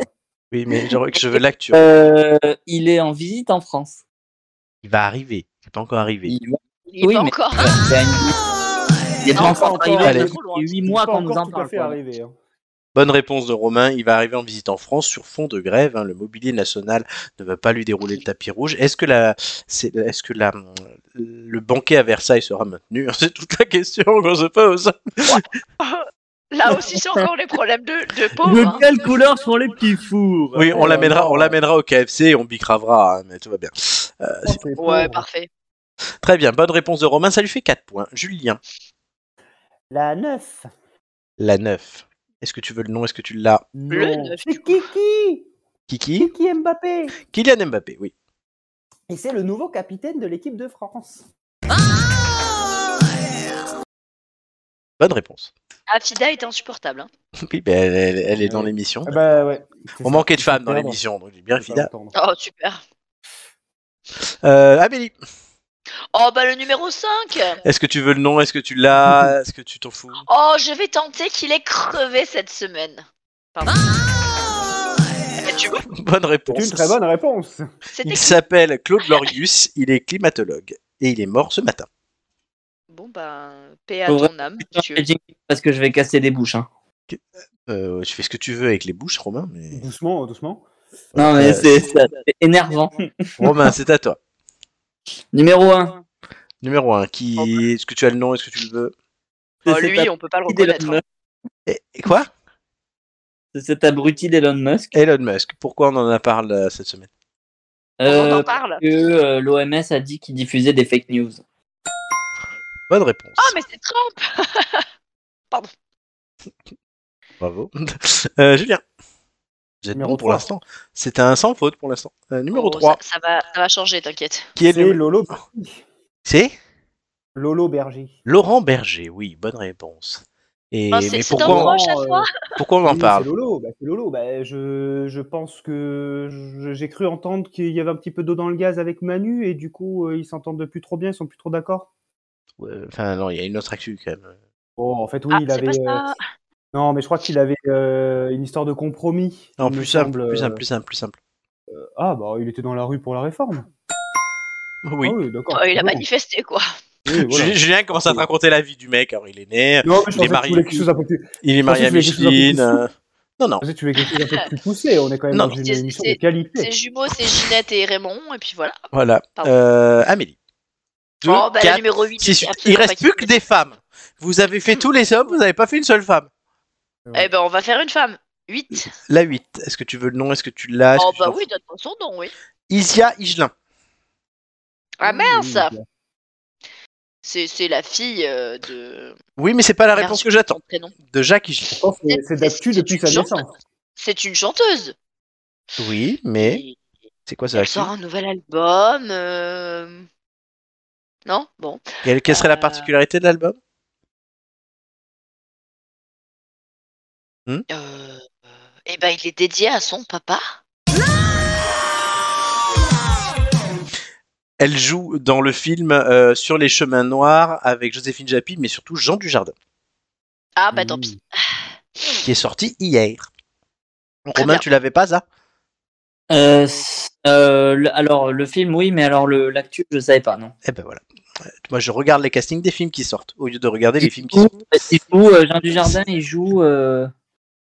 S1: oui, mais je, je veux l'actu.
S4: Euh, il est en visite en France.
S1: Il va arriver. C'est pas encore arrivé.
S4: Il va-
S3: Il est
S4: Oui,
S3: pas
S4: mais-
S3: encore.
S4: il va- Il est
S2: Non,
S4: pas encore
S2: Ah, encore,
S4: arrivé.
S2: allez.
S4: ça fait huit mois
S2: Pas
S4: qu'on nous
S2: encore
S4: en
S2: tout à
S4: parle.
S2: fait
S4: quoi.
S2: arrivé. hein.
S1: Bonne réponse de Romain. Il va arriver en visite en France sur fond de grève. hein. Le mobilier national ne va pas lui dérouler le tapis rouge. Est-ce que, la, c'est, est-ce que la, le banquet à Versailles sera maintenu C'est toute la question qu'on se pose.
S3: Là aussi, c'est encore les problèmes de, de pauvres. hein.
S4: De quelle couleur sont les petits fours
S1: Oui, on l'amènera, on l'amènera au KFC et on bicravera, hein, mais tout va bien.
S2: Oh, c'est
S3: Ouais,
S2: pauvre.
S3: parfait.
S1: Très bien, bonne réponse de Romain, ça lui fait 4 points. Julien,
S2: La 9.
S1: la 9. Est-ce que tu veux le nom Est-ce que tu l'as
S3: Le
S2: Non.
S3: neuf.
S2: C'est Kiki
S1: Kiki
S2: Kiki Mbappé
S1: Kylian Mbappé, oui.
S2: Et c'est le nouveau capitaine de l'équipe de France.
S1: Bonne réponse.
S3: Afida Ah, est insupportable. hein.
S1: Oui, ben, elle, elle- elle est dans
S2: Oui.
S1: l'émission.
S2: Bah ouais.
S1: On manquait de femmes dans l'émission, donc j'ai bien fidèle.
S3: Oh, super.
S1: Euh, Amélie,
S3: Oh, bah le numéro 5.
S1: est-ce que tu veux le nom Est-ce que tu l'as Est-ce que tu t'en fous
S3: Oh, je vais tenter qu'il ait crevé cette semaine. Pardon. Eh, tu vois,
S1: Bonne
S2: C'est
S1: réponse.
S2: une très bonne réponse.
S3: c'était
S1: Il s'appelle Claude Lorius, il est climatologue et il est mort ce matin.
S3: Bon, bah, paix à
S4: Faut
S3: ton âme, monsieur.
S4: Parce que je vais casser des bouches. hein.
S1: Euh, tu fais ce que tu veux avec les bouches, Romain, mais.
S2: Doucement, doucement.
S4: Non, mais
S1: Euh,
S4: c'est c'est- c'est énervant.
S1: Romain, c'est à toi.
S4: Numéro 1.
S1: Numéro 1, qui... est-ce que tu as le nom Est-ce que tu le veux
S3: Oh, lui, on peut pas le reconnaître. hein.
S1: et, et quoi
S4: C'est cet abruti d'Elon Musk.
S1: Elon Musk. Pourquoi on en a parlé euh, cette semaine
S3: on en
S4: Euh,
S3: parle.
S4: que l'OMS a dit qu'il diffusait des fake news.
S1: Bonne réponse.
S3: Ah, mais c'est Trump
S1: Bravo. Euh, Julien. Vous êtes
S2: Numéro
S1: bon pour
S2: trois.
S1: l'instant. C'est un sans faute pour l'instant. Euh, numéro
S3: Oh,
S1: 3.
S3: Ça, ça va, ça va changer, t'inquiète.
S1: Qui est
S2: C'est
S1: le...
S2: Lolo,
S1: C'est
S2: Lolo Berger.
S1: Laurent Berger. Oui, bonne réponse. Et
S3: Oh, c'est-
S1: mais
S3: c'est
S1: pourquoi
S3: un
S1: on...
S3: drôle. proche à
S2: euh,
S3: toi
S1: pourquoi on en
S2: oui, C'est
S1: parle
S2: Lolo, bah, c'est Lolo. Bah, je, je pense que je- j'ai cru entendre qu'il y avait un petit peu d'eau dans le gaz avec Manu et du coup euh, ils s'entendent plus trop bien, ils sont plus trop d'accord.
S1: Ouais, euh, Enfin, non, il y a une autre actu quand même.
S2: Oh, en fait oui,
S3: Ah,
S2: il
S3: c'est
S2: avait.
S3: pas
S2: euh,
S3: ça.
S2: non, mais je crois qu'il avait euh, une histoire de compromis.
S1: Non,
S2: il me
S1: plus simple,
S2: semble,
S1: plus
S2: euh,
S1: simple, plus simple, plus simple.
S2: Ah bah il était dans la rue pour la réforme.
S1: Oui.
S2: Ah d'accord.
S3: Oh, il a
S2: Oui,
S3: manifesté, quoi.
S2: oui, voilà.
S1: Julien- Julien commence à te raconter la vie du mec. Alors, il est né,
S2: Non, mais je
S1: Il est
S2: pensais que
S1: marié.
S2: tu voulais quelque chose un peu plus. Je
S1: il est marié
S2: pensais
S1: à
S2: que tu voulais quelque
S1: Micheline.
S2: chose un peu plus fou.
S1: euh, Non, non.
S2: pensais que tu voulais quelque chose un peu plus poussé. On est quand même
S1: Non,
S2: dans
S1: non.
S2: une
S3: C'est-
S2: émission
S3: c'est-
S2: de qualité.
S3: Ses jumeaux, c'est Ginette et Raymond, et puis voilà.
S1: Voilà.
S3: Pardon.
S1: Euh, Amélie. Deux,
S3: oh, bah, le
S1: quatre,
S3: numéro 8.
S1: six, huit. Il reste plus que des femmes. Vous avez fait tous les hommes, vous n'avez pas fait une seule femme.
S3: Eh ben, on va faire une femme. 8.
S1: La 8. Est-ce que tu veux le nom Est-ce que tu l'as Est-ce
S3: Oh,
S1: que tu
S3: bah
S1: t'en
S3: oui, donne-moi son nom, oui.
S1: fous Isia Higelin. Mmh.
S3: Ah, mince
S2: Oui, oui,
S3: C'est c'est la fille euh, de.
S1: Oui, mais c'est pas la
S3: Merde,
S1: réponse
S3: j'ai
S1: que j'attends.
S3: son prénom.
S1: De Jacques Higelin.
S2: je pense que C'est d'actu depuis sa
S3: Jean-
S2: naissance.
S3: C'est une chanteuse.
S1: Oui, mais
S3: Et
S1: c'est quoi ça
S3: elle sort un nouvel album. euh, Non Bon.
S1: Quelle quelle serait la
S3: Euh,
S1: particularité de l'album
S3: Euh... Eh ben, il est dédié à son papa.
S1: Elle joue dans le film euh, Sur les chemins noirs avec Joséphine Japy, mais surtout Jean Dujardin,
S3: Ah, bah tant
S1: Mmh.
S2: Mm.
S3: pis.
S1: qui est sorti hier.
S3: Très
S1: Romain,
S3: bien.
S1: tu l'avais pas, ça
S4: Euh, c- euh, le- alors, le film, oui, mais alors le- l'actu, je savais pas, non.
S1: Eh ben voilà. Euh, Moi, je regarde les castings des films qui sortent, au lieu de regarder les films qui
S4: Du
S3: Oh.
S1: sortent.
S4: coup, du coup, euh, Jean Dujardin, il joue euh,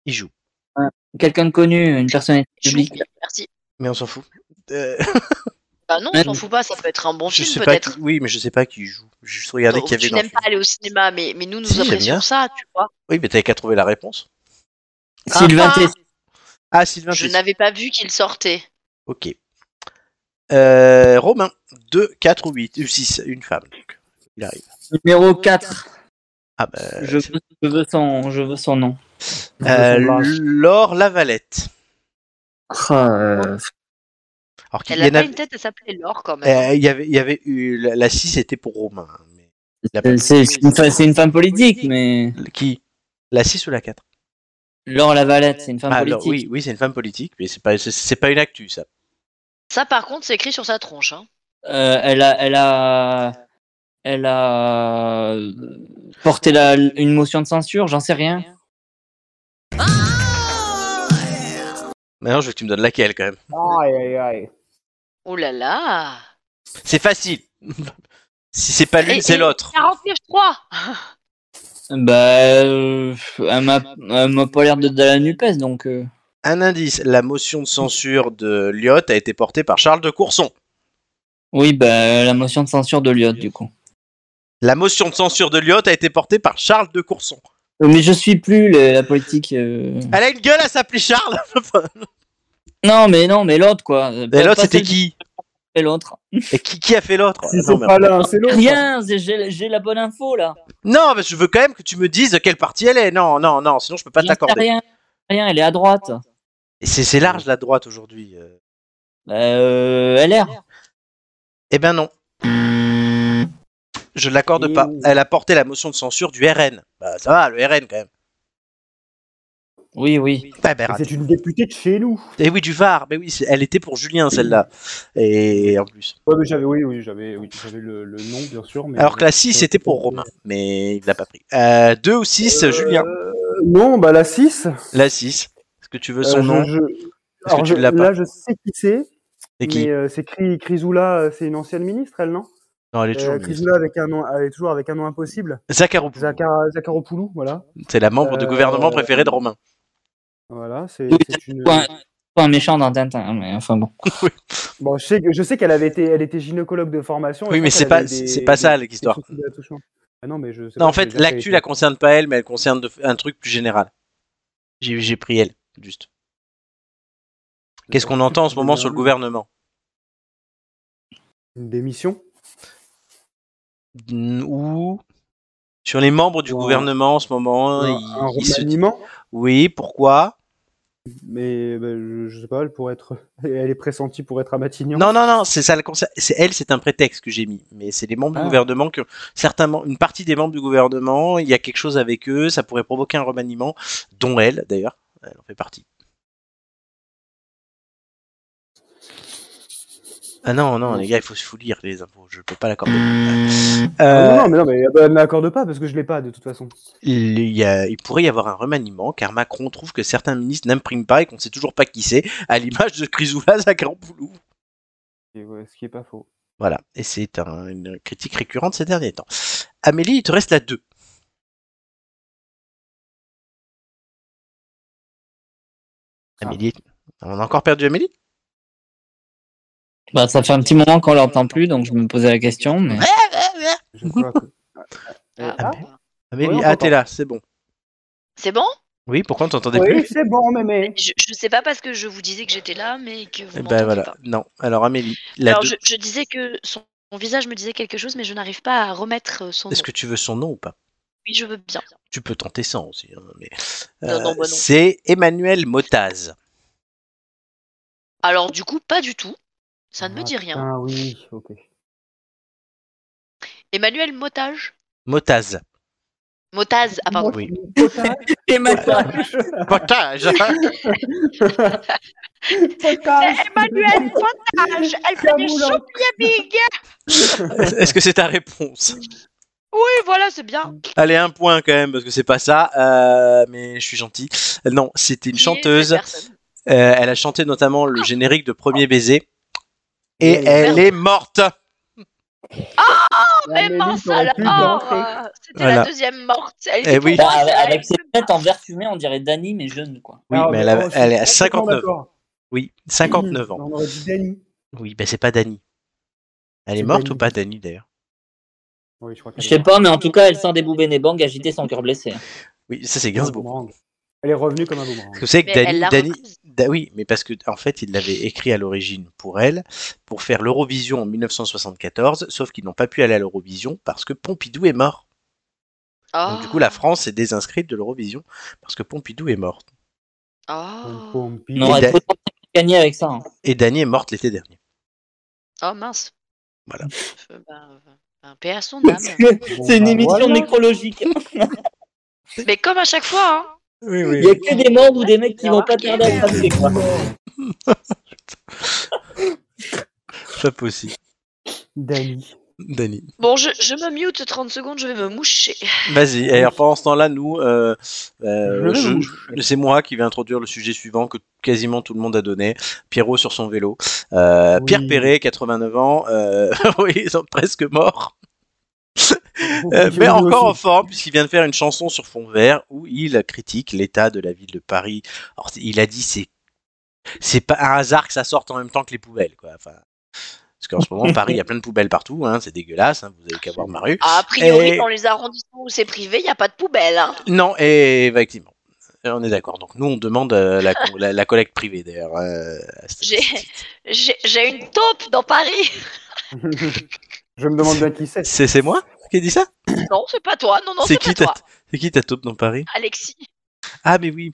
S1: Ils jouent.
S4: quelqu'un de connu, une personnalité publique.
S3: Merci.
S1: Mais on s'en fout. Euh,
S3: Bah non, on
S4: Même-
S3: s'en fout pas, ça peut être un bon
S1: je
S3: film
S1: sais pas
S3: peut-être.
S1: qui... Oui, mais je sais pas qui joue. J'ai juste regardé
S3: Donc,
S1: qu'il y avait
S3: tu
S1: dans le
S3: n'aimes
S1: film.
S3: pas aller au cinéma, mais, mais nous, nous
S1: Si, j'aime bien.
S3: apprécions ça, tu vois.
S1: Oui, mais t'avais qu'à trouver la réponse.
S4: Sylvain
S3: Ah,
S4: Tesson.
S1: Ah, Sylvain
S3: Je
S1: Tesson.
S3: n'avais pas vu qu'il sortait.
S1: Ok. Euh, Romain, 2, 4 ou 8 ou 6, une femme. donc. Il arrive.
S4: Numéro 4.
S1: Ah bah,
S4: je,
S1: c'est-
S4: veux, je veux son, je veux son nom.
S1: euh,
S2: Je sens
S1: Laure Lavalette.
S4: Ah, euh,
S1: Alors qu'il
S3: Elle
S1: y en
S3: a pas
S1: avait-
S3: une tête, elle s'appelait Laure quand même.
S1: euh, il y avait, il y avait eu la, la 6 était pour Romain. hein, mais la-
S4: Euh, C'est c'est une, femme- c'est une femme politique, mais.
S1: qui La 6 ou la 4
S4: Laure Lavalette, c'est une femme
S1: Ah, Laure-
S4: politique.
S1: oui, oui, c'est une femme politique, mais c'est pas, c'est- c'est pas une actu ça. Eh.
S3: Ça, par contre, c'est écrit sur sa tronche. Hein.
S4: Euh, elle a, elle a, elle a euh, porté la, une motion de censure, j'en sais rien.
S1: Maintenant, je veux que tu me donnes laquelle quand même.
S2: Aïe, aïe, aïe.
S3: Oh là là
S1: C'est facile. Si c'est pas
S3: Et-
S1: l'une, c'est
S3: et
S1: l'autre.
S3: 49 3
S4: Bah, euh, elle m'a elle m'a pas l'air de de la NUPES, donc... euh,
S1: Un indice, la motion de censure de Lyotte a été portée par Charles de Courson.
S4: Oui, bah, la motion de censure de Lyotte, du coup.
S1: La motion de censure de Lyotte a été portée par Charles de Courson.
S4: Euh, Mais je suis plus le- la politique... euh.
S1: Elle a une gueule à s'appeler Charles
S4: Non, mais non, mais l'autre, quoi. Euh,
S1: Mais
S4: pas-
S1: l'autre,
S4: pas
S1: c'était
S4: celle
S1: qui
S4: et l'autre.
S1: Et qui, qui a fait l'autre
S2: Si
S1: Non,
S2: c'est
S1: mais-
S2: pas l'un, c'est l'autre.
S4: Rien, j'ai- j'ai j'ai la bonne info, là.
S1: Non, mais je veux quand même que tu me dises de quelle partie elle est. Non, non, non, sinon je peux pas
S4: J'en sais
S1: t'accorder.
S4: Rien, rien, elle est à droite.
S1: Et C'est c'est large la droite aujourd'hui. euh.
S4: Euh, LR.
S1: Eh ben non, Hmm. je ne l'accorde
S2: Et
S1: pas.
S2: oui.
S1: Elle a porté la motion de censure du RN. Bah ça va, le RN quand même.
S4: Oui, oui.
S1: Bah, ben,
S2: C'est une députée de chez nous.
S1: Et oui, du Var. Mais Ben oui, c'est- elle était pour Julien celle-là. Et en plus.
S2: Ouais, mais j'avais, oui, oui, j'avais, oui, j'avais le, le nom, bien sûr. Mais Euh,
S1: Alors que la 6 c'était pour Romain, mais il l'a pas pris. Euh, 2 ou 6,
S2: Euh,
S1: Julien.
S2: Non, bah la 6.
S1: La 6. Est-ce que tu veux son
S2: euh, je-
S1: nom
S2: je-
S1: Parce
S2: Alors,
S1: que tu
S2: je-
S1: l'as pas.
S2: Là, je sais qui c'est.
S1: C'est qui
S2: mais, euh, c'est Cri- Crisoula, euh, c'est une ancienne ministre, elle, non
S1: Non, elle est toujours
S2: euh,
S1: ministre.
S2: Crisoula avec un nom, elle est toujours avec un nom impossible.
S1: Zakharopoulou.
S2: Zakar- Zakharopoulou, voilà.
S1: C'est la membre de
S2: Euh,
S1: gouvernement préférée de Romain.
S2: Voilà, c'est
S4: Oui,
S2: c'est une.
S4: Pas un, pas un méchant dans Tintin, mais enfin bon.
S2: Bon, je sais, que- je sais qu'elle avait été, elle était gynécologue de formation. et
S1: Oui,
S2: je
S1: mais
S2: crois
S1: c'est
S2: qu'elle
S1: pas,
S2: avait des-
S1: c'est pas ça
S2: des- des
S1: l'histoire.
S2: soucis de la touche. Ah non, mais je. sais
S1: Non,
S2: pas,
S1: en fait,
S2: j'ai jamais
S1: l'actu
S2: été-
S1: la concerne pas elle, mais elle concerne de- un truc plus général. J'ai j'ai pris elle, juste. Qu'est-ce qu'on entend en ce moment
S2: Mmh.
S1: sur le gouvernement
S2: Une démission.
S1: Mm, Ou sur les membres du
S2: Ouais.
S1: gouvernement en ce moment
S2: un
S1: ils-
S2: un
S1: ils se-
S2: remaniement.
S1: Oui, pourquoi
S2: Mais bah, je, je sais pas, elle pourrait être. Elle est pressentie pour être à Matignon.
S1: Non, non, non, c'est ça le conseil. C'est elle, c'est un prétexte que j'ai mis. Mais c'est les membres
S4: Ah.
S1: du gouvernement que certains, mem- une partie des membres du gouvernement, il y a quelque chose avec eux, ça pourrait provoquer un remaniement, dont elle d'ailleurs, elle en fait partie. Ah non, non, les gars, il faut se foulir les impôts, je peux pas l'accorder.
S4: Hmm.
S2: Ah,
S1: Euh,
S2: non, non, mais non, mais bah, elle ne l'accorde pas parce que je l'ai pas de toute façon.
S1: il, y a- il pourrait y avoir un remaniement car Macron trouve que certains ministres n'impriment pas et qu'on sait toujours pas qui c'est, à l'image de Chrysoula Zakharopoulou.
S2: Et ouais, ce qui est pas faux.
S1: Voilà, et c'est un- une critique récurrente ces derniers temps. Amélie, il te reste la 2. Amélie, on a encore perdu Amélie
S4: Bah, ça fait un petit moment qu'on l'entend plus, donc je me posais la question. Mais...
S2: Je crois que-
S1: Euh,
S3: Ah,
S2: Ah,
S3: bon.
S1: Amélie,
S2: Oui, on
S1: ah
S2: t'entend.
S1: t'es là, c'est bon.
S3: C'est bon
S1: Oui, pourquoi on t'entendait
S2: oui,
S1: plus
S2: c'est bon, mémé.
S3: je, je sais pas parce que je vous disais que j'étais là, mais que vous
S1: Eh
S3: m'entendez
S1: Ben voilà,
S3: pas.
S1: non. Alors Amélie, la
S3: Alors,
S1: deux.
S3: je, je disais que son, son visage me disait quelque chose, mais je n'arrive pas à remettre euh, son nom.
S1: est-ce que tu veux son nom ou pas
S3: Oui, je veux bien.
S1: Tu peux tenter sans aussi. hein, mais... euh,
S3: Non, non, bah non.
S1: C'est Emmanuel Motaz.
S3: Alors, du coup, pas du tout. Ça ne me
S2: Ah,
S3: dit rien.
S2: Ah oui, ok.
S3: Emmanuel Motage
S1: Motaz.
S3: Motaz, ah pardon.
S1: Oui.
S2: Potage,
S4: Et maintenant,
S2: potage,
S1: Motaz
S2: potage.
S3: Emmanuel Motage Elle fait des
S2: Camoulin.
S3: choupiabig
S1: Est-ce que c'est ta réponse
S3: Oui, voilà, c'est bien.
S1: Allez, un point quand même, parce que c'est pas ça, euh, mais je suis gentil. Euh, Non, c'était une
S3: Qui est cette
S1: chanteuse.
S3: personne
S1: Euh, elle a chanté notamment le générique de Premier Baiser. Et
S2: Oui.
S1: elle est morte.
S2: La
S3: Oh, Mais mince,
S2: Amélie, t'aurais pu
S3: alors
S2: l'entrer.
S3: euh, C'était
S1: Voilà.
S3: la deuxième morte. Elle
S1: Eh
S3: était pour
S1: oui.
S3: moi,
S4: bah,
S3: c'est-
S4: avec ses
S3: elle-
S4: lunettes en vert fumé, on dirait Dany, mais jeune, quoi.
S1: Oui,
S2: Ah,
S1: mais elle, a-
S2: oh, je suis
S1: elle est à
S2: complètement
S1: 59.
S2: d'accord.
S1: Oui, 59 ans.
S2: On aurait dit Dany.
S1: Oui, ben c'est pas Dani. Elle est
S2: C'est
S1: morte
S2: Dany.
S1: ou pas Dani d'ailleurs
S2: Oui, je crois qu'elle
S4: Je sais
S2: est-
S4: pas, mais en tout cas, elle sort des boubés nébang agiter son cœur blessé. hein.
S1: Oui, ça c'est
S2: comme un
S1: Gainsbourg.
S2: boomerang. Elle est revenue comme un boomerang.
S1: Parce que c'est que
S3: mais elle
S1: Dani,
S3: l'a
S1: Dani,
S3: reprise.
S1: Da- oui, mais parce que en fait, ils l'avaient écrit à l'origine pour elle, pour faire l'Eurovision en 1974, sauf qu'ils n'ont pas pu aller à l'Eurovision parce que Pompidou est mort. Donc, du coup, la
S3: Oh,
S1: France est désinscrite de l'Eurovision parce que Pompidou est morte.
S3: Oh, oh,
S2: Pompidou.
S4: On
S1: Et
S4: aurait
S1: Dan-
S4: potentiellement gagné avec ça. hein.
S1: Et Dani est morte l'été dernier.
S3: Oh, mince.
S1: Voilà.
S3: Euh, ben, euh, ben, paix à son âme.
S4: C'est une
S2: bah,
S4: émission
S2: voilà.
S4: nécrologique.
S3: Mais comme à chaque fois, hein.
S1: Oui,
S4: Il y a que des membres ou des mecs qui n'ont pas tardé à passer, quoi.
S1: Pas possible.
S2: Dany.
S1: Dany.
S3: Bon, je, je me mute 30 secondes, je vais me moucher.
S1: Vas-y. Et alors, pendant ce temps-là, nous, euh, euh,
S2: Je vais
S1: je-
S2: me moucher.
S1: c'est moi qui vais introduire le sujet suivant que quasiment tout le monde a donné. Pierrot sur son vélo. Euh,
S2: Oui.
S1: Pierre Perret, 89 ans. Euh, oui, ils sont presque morts. Euh, mais encore en forme, puisqu'il vient de faire une chanson sur fond vert où il critique l'état de la ville de Paris. Alors, il a dit c'est c'est pas un hasard que ça sorte en même temps que les poubelles, quoi. Enfin, parce qu'en ce moment, Paris, il y a plein de poubelles partout, hein, c'est dégueulasse, hein, vous avez qu'à voir ma rue.
S3: Ah, A priori,
S1: Et-
S3: dans les arrondissements où c'est privé, il n'y a pas de poubelle. hein.
S1: Non, et effectivement. Euh, On est d'accord. Donc nous, on demande euh, la, co- la- la collecte privée d'ailleurs. euh, à ce-
S3: J'ai- J'ai j'ai une taupe dans Paris.
S2: Je me demande bien qui c'est.
S1: C'est c'est moi qui ai dit ça
S3: Non, c'est pas toi. Non, non,
S1: C'est qui
S3: c'est pas toi.
S1: C'est qui ta taupe dans Paris
S3: Alexis.
S1: Ah mais oui.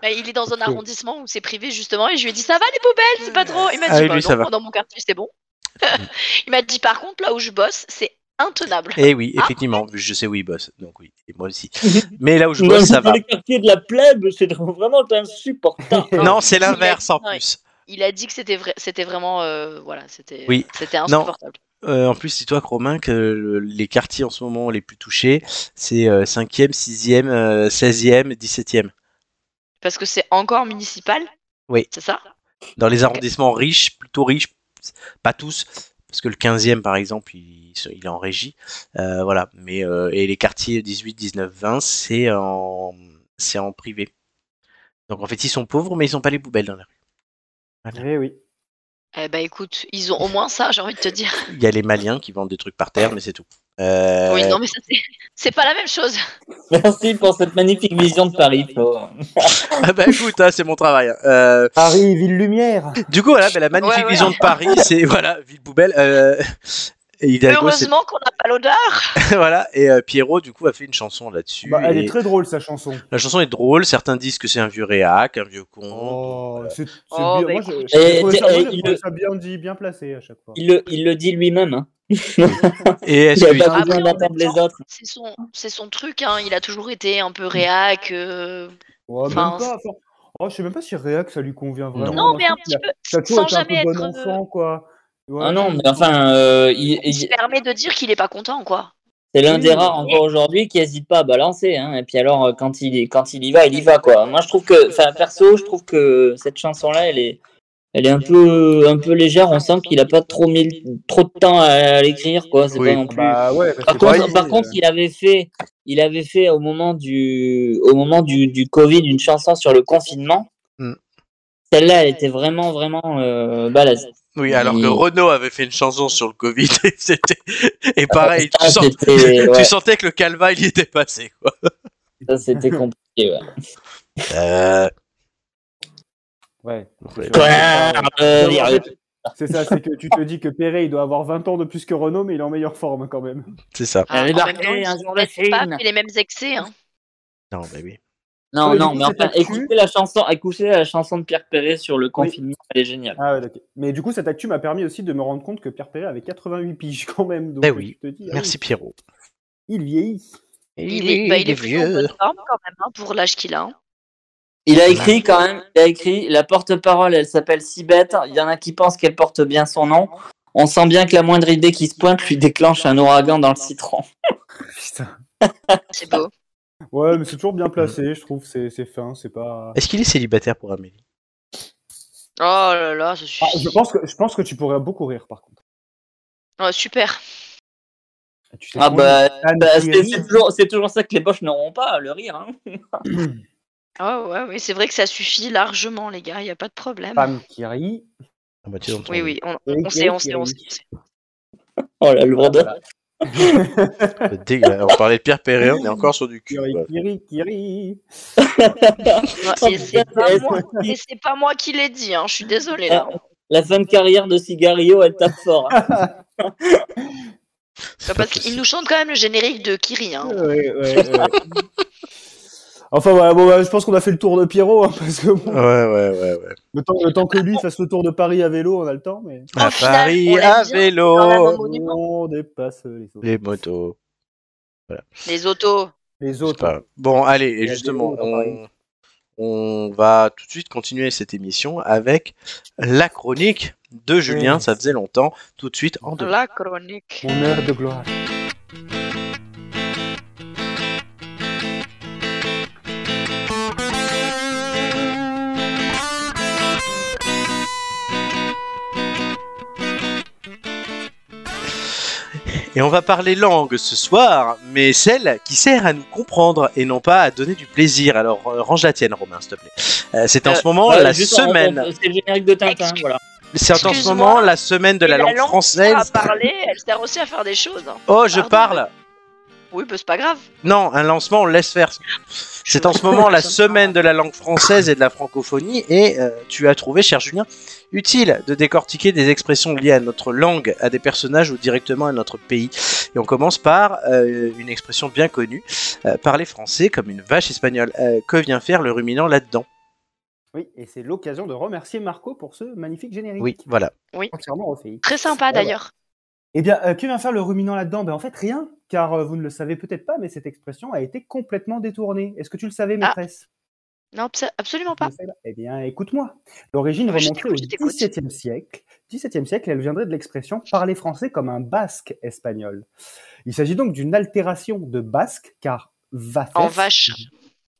S3: Mais il est dans un
S2: Ok.
S3: arrondissement où c'est privé justement et je lui ai dit ça va les poubelles, c'est pas trop. Il m'a dit
S1: Ah oui,
S3: bah
S1: lui,
S3: non,
S1: ça va. Mm.
S3: moi, dans mon quartier c'est bon. il m'a dit par contre là où je bosse c'est intenable.
S1: Eh oui,
S3: Ah.
S1: effectivement. Je sais où il bosse. Donc oui, et moi aussi. Mais là où je bosse, ça va.
S4: les quartiers de la plèbe, c'est vraiment insupportable.
S1: Non, c'est l'inverse en
S3: Ouais.
S1: plus.
S3: Il a dit que c'était vrai, c'était vraiment euh, voilà, c'était
S1: Oui.
S3: c'était
S1: Non.
S3: insupportable.
S1: Euh, en plus, dis-toi, que, Romain, que le- les quartiers en ce moment les plus touchés, c'est euh, 5e, 6e, euh, 16e, 17e.
S3: Parce que c'est encore municipal.
S1: Oui.
S3: C'est ça
S1: Dans les arrondissements riches, plutôt riches, pas tous, parce que le 15e, par exemple, il, se- il est en régie. Euh, voilà. Mais, euh, et les quartiers 18, 19, 20, c'est en, c'est en privé. Donc en fait, ils sont pauvres, mais ils n'ont pas les poubelles dans la rue.
S2: Eh oui.
S3: Eh ben écoute, ils ont au moins ça, j'ai envie de te dire.
S1: Il y a les Maliens qui vendent des trucs par terre, mais c'est tout. Euh,
S3: Oui, non mais ça c'est- c'est pas la même chose.
S4: Merci pour cette magnifique vision de Paris, Flo.
S1: ah bah écoute, hein, c'est mon travail. hein. Euh,
S2: Paris, ville lumière.
S1: Du coup, voilà, ben, la magnifique
S3: Ouais, ouais.
S1: vision de Paris, c'est voilà, ville poubelle. Euh, et Hidalgo, c'est-
S3: Heureusement qu'on n'a pas l'odeur.
S1: voilà, et euh, Pierrot, du coup, a fait une chanson là-dessus.
S2: Bah, elle
S1: et
S2: est très drôle sa chanson.
S1: La chanson est drôle. Certains disent que c'est un vieux réac, un vieux con.
S2: Oh, c'est c'est
S3: Oh,
S2: bien.
S3: bah,
S2: Moi, je,
S3: écoute.
S2: je
S4: Et-
S2: trouvais ça,
S4: et-
S2: moi, je
S4: il-
S2: trouvais ça bien dit, bien placé à chaque fois.
S4: Il le, il le dit lui-même. Hein.
S1: Et est-ce
S4: Il
S1: que-
S4: n'y a pas
S3: Ah,
S4: besoin
S3: mais en
S4: d'attendre les
S3: même temps-
S4: autres.
S3: C'est son c'est son truc hein, il a toujours été un peu réac euh,
S2: Ouais, même
S3: Enfin,
S2: pas. enfin, oh, je sais même pas si Réac ça lui convient vraiment.
S3: Non,
S2: D'un
S3: mais un
S2: coup, il
S3: petit
S2: a-
S3: peu
S2: Ça a toujours
S3: sans
S2: été un peu
S3: jamais
S2: bon
S3: être, euh,
S2: enfant, quoi. Ouais.
S4: Ah non, mais enfin, euh, il-
S3: il se
S4: il-
S3: permet de dire qu'il est pas content quoi.
S4: c'est l'un des
S2: Oui.
S4: rares encore aujourd'hui qui n'hésite pas à balancer. Hein. Et puis alors, euh, quand il, est- quand il y va, il y va quoi. Moi, je trouve que, enfin, perso, je trouve que cette chanson-là, elle est, elle est un peu, un peu légère. On sent qu'il n'a pas trop mis trop de temps à, à l'écrire quoi. C'est
S1: Oui.
S4: pas non plus.
S2: Bah ouais, parce
S4: Par
S2: que
S4: contre,
S2: Paris,
S4: par
S1: euh.
S4: contre, il avait fait, il avait fait au moment du, au moment du, du Covid une chanson sur le confinement.
S1: Hmm.
S4: Celle-là, elle était vraiment, vraiment euh, balèze.
S1: Oui, alors que
S4: Oui.
S1: Renault avait fait une chanson sur le Covid. Et, c'était- et pareil,
S4: Ah,
S1: tu, sens-
S4: c'était-
S1: tu
S4: ouais,
S1: sentais que le calva, il y était passé. Quoi.
S4: ça, c'était compliqué. ouais.
S1: Euh,
S2: Ouais.
S1: Ouais.
S4: Euh,
S2: Non, en
S4: dire-
S2: fait, C'est ça, c'est que tu te dis que Perret, il doit avoir 20 ans de plus que Renault, mais il est en meilleure forme quand même.
S1: c'est ça.
S3: Ah, en
S4: Elle est
S3: même
S4: marquée,
S3: temps, ils
S4: un
S3: se
S4: jour de
S3: mettent pas
S4: Chine.
S3: fait les mêmes excès. hein.
S1: Non, mais oui.
S4: Non,
S2: Ouais,
S4: non,
S2: du
S4: mais
S2: coup,
S4: enfin,
S2: cette actu-
S4: écoutez la chanson, écoutez la chanson de Pierre Perret sur le confinement, elle est géniale.
S2: Ah ouais, d'accord. Mais du coup, cette actu m'a permis aussi de me rendre compte que Pierre Perret avait 88 piges quand même. Donc
S1: Eh oui.
S2: je te dis, ah
S1: Merci Pierrot.
S2: oui, Il vieillit.
S3: Il est, bah, il est plutôt en bonne forme quand même hein, pour l'âge qu'il a. hein.
S4: Il a écrit quand même, il a écrit, la porte-parole, elle s'appelle Sibette, il y en a qui pensent qu'elle porte bien son nom. On sent bien que la moindre idée qui se pointe lui déclenche un ouragan dans le citron.
S2: Putain.
S3: C'est beau.
S2: Ouais, mais c'est toujours bien placé, je trouve. C'est c'est fin, c'est pas.
S1: Est-ce qu'il est célibataire pour Amélie
S3: Oh là là, ça
S2: Ah,
S3: suffit.
S2: je, pense que, je pense que tu pourrais beaucoup rire par contre.
S3: Ouais, Oh, super.
S2: Tu sais
S4: Ah
S2: qu'on
S4: bah,
S2: est fan
S4: bah,
S2: qui
S4: c'est
S2: rit.
S4: c'est toujours, c'est toujours ça que les boches n'auront pas, le rire. hein.
S3: Ah ouais, oui, c'est vrai que ça suffit largement, les gars, il n'y a pas de problème.
S2: Femme qui rit.
S1: Ah bah, tu l'entends.
S3: oui, oui, on, on-
S2: Eric
S3: on sait, on
S2: Eric,
S3: sait, on sait.
S4: Oh la lourde.
S1: Ah, C'est dégueulasse. On parlait de Pierre Perret, on est encore sur du cul.
S2: Qui rit,
S3: Bah,
S1: quoi.
S2: qui rit, qui rit.
S3: Ouais, et
S1: bah,
S3: c'est pas moi- et c'est pas, moi qui l'ai dit, hein, je suis désolée
S2: Ah,
S3: là.
S4: La fin de carrière de Cigario, elle tape fort. hein.
S1: C'est pas
S3: Parce
S1: possible.
S3: qu'il nous chante quand même le générique de Kiri.
S4: Ah.
S3: hein.
S2: Ouais, ouais, ouais. Enfin voilà, bon, bah, je pense qu'on a fait le tour de Pierrot, hein, parce que bon,
S1: Ouais, ouais, ouais, ouais.
S2: le, temps, le temps que lui fasse le tour de Paris à vélo, on a le temps, mais
S1: À
S3: Au final, on
S1: Paris,
S3: l'a
S1: à
S3: bien dans la
S1: vélo,
S3: maman. monument.
S2: on dépasse les autres.
S1: les motos.
S3: Les autos.
S2: Les
S1: c'est
S2: autres.
S1: pas- Bon, allez,
S2: y
S1: et
S2: a des
S1: justement,
S2: roues dans
S1: on,
S2: Paris.
S1: on va tout de suite continuer cette émission avec la chronique de Julien,
S2: Oui.
S1: ça faisait longtemps, tout de suite en deux.
S3: La chronique.
S2: Mon heure de gloire.
S1: Et on va parler langue ce soir, mais celle qui sert à nous comprendre et non pas à donner du plaisir. Alors euh, range la tienne, Romain, s'il te plaît. Euh, c'est en
S4: Euh,
S1: ce moment
S4: Voilà,
S1: la
S4: juste on-
S1: semaine.
S4: on- C'est le générique de Tintin,
S3: Excuse-
S4: voilà.
S1: C'est en ce
S3: Excuse-moi.
S1: moment la semaine de la,
S3: Et Ah,
S1: langue
S3: sert
S1: française.
S3: à parler, elle sert aussi à faire des choses. hein.
S1: Oh, je
S3: Pardon,
S1: parle.
S3: Oui, bah, c'est pas grave.
S1: Non, un lancement, on le laisse faire. C'est en ce moment la semaine de la langue française et de la francophonie, et euh, tu as trouvé, cher Julien, utile de décortiquer des expressions liées à notre langue, à des personnages ou directement à notre pays. Et on commence par euh, une expression bien connue, euh, par les Français, comme une vache espagnole. Euh, que vient faire le ruminant là-dedans
S2: Oui, et c'est l'occasion de remercier Marco pour ce magnifique générique.
S1: Oui, voilà.
S2: Entièrement refait.
S3: Très sympa
S2: Ouais,
S3: d'ailleurs.
S2: Eh bien, euh, que vient faire le ruminant là-dedans ben, En fait, rien, car euh, vous ne le savez peut-être pas, mais cette expression a été complètement détournée. Est-ce que tu le savais,
S3: Ah,
S2: maîtresse
S3: Non, abso- absolument
S2: Tu
S3: pas. Ah,
S2: le savais Eh bien, écoute-moi. L'origine
S3: Je
S2: remonterait au
S3: t'écoute, je t'écoute.
S2: XVIIe siècle. XVIIe siècle, elle viendrait de l'expression parler français comme un basque espagnol. Il s'agit donc d'une altération de basque, car vaces,
S3: En vache.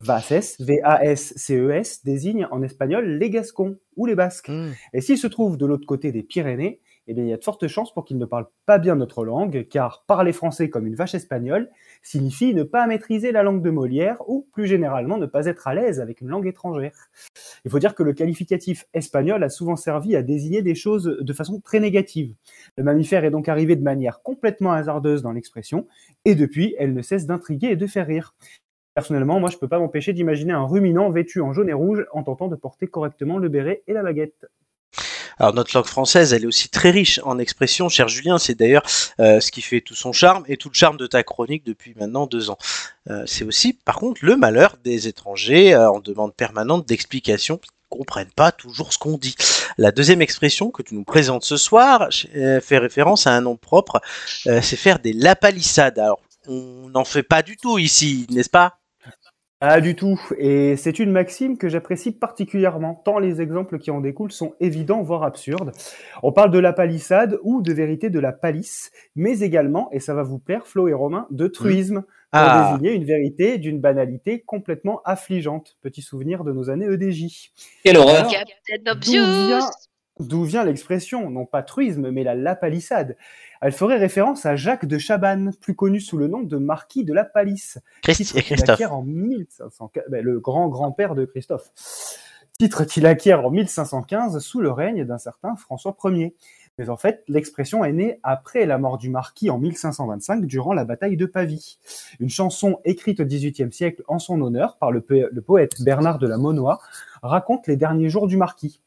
S2: vaces, V-A-S-C-E-S, E désigne en espagnol les gascons ou les basques. Et s'ils se trouvent de l'autre côté des Pyrénées, eh bien, il y a de fortes chances pour qu'ils ne parlent pas bien notre langue, car parler français comme une vache espagnole signifie ne pas maîtriser la langue de Molière ou plus généralement ne pas être à l'aise avec une langue étrangère. Il faut dire que le qualificatif espagnol a souvent servi à désigner des choses de façon très négative. Le mammifère est donc arrivé de manière complètement hasardeuse dans l'expression, et depuis, elle ne cesse d'intriguer et de faire rire. Personnellement, moi, je peux pas m'empêcher d'imaginer un ruminant vêtu en jaune et rouge en tentant de porter correctement le béret et la baguette.
S1: Alors notre langue française, elle est aussi très riche en expressions, cher Julien. C'est d'ailleurs euh, ce qui fait tout son charme et tout le charme de ta chronique depuis maintenant deux ans. Euh, c'est aussi, par contre, le malheur des étrangers euh, en demande permanente d'explications parce qu'ils ne comprennent pas toujours ce qu'on dit. La deuxième expression que tu nous présentes ce soir euh, fait référence à un nom propre, euh, c'est faire des lapalissades. Alors, on n'en fait pas du tout ici, n'est-ce pas
S2: Ah, du tout. Et c'est une maxime que j'apprécie particulièrement, tant les exemples qui en découlent sont évidents, voire absurdes. On parle de la palissade ou de vérité de la palisse, mais également, et ça va vous plaire, Flo et Romain, de truisme, pour
S1: Ah,
S2: désigner une vérité d'une banalité complètement affligeante. Petit souvenir de nos années E EDJ.
S4: Quelle horreur.
S2: Alors,
S3: Captain
S2: d'où vient-
S3: Obvious.
S2: D'où vient l'expression, non pas truisme, mais la lapalissade Elle ferait référence à Jacques de Chabannes, plus connu sous le nom de marquis de la Palisse
S1: Christ-
S2: titre qu'il
S1: Christophe.
S2: acquiert en 1500, ben, le grand grand-père de Christophe. Titre qu'il acquiert en 1515 sous le règne d'un certain François Ier. Mais en fait, l'expression est née après la mort du marquis en 1525 durant la bataille de Pavie. Une chanson écrite au XVIIIe siècle en son honneur par le, po- le poète Bernard de la Monnoye raconte les derniers jours du marquis.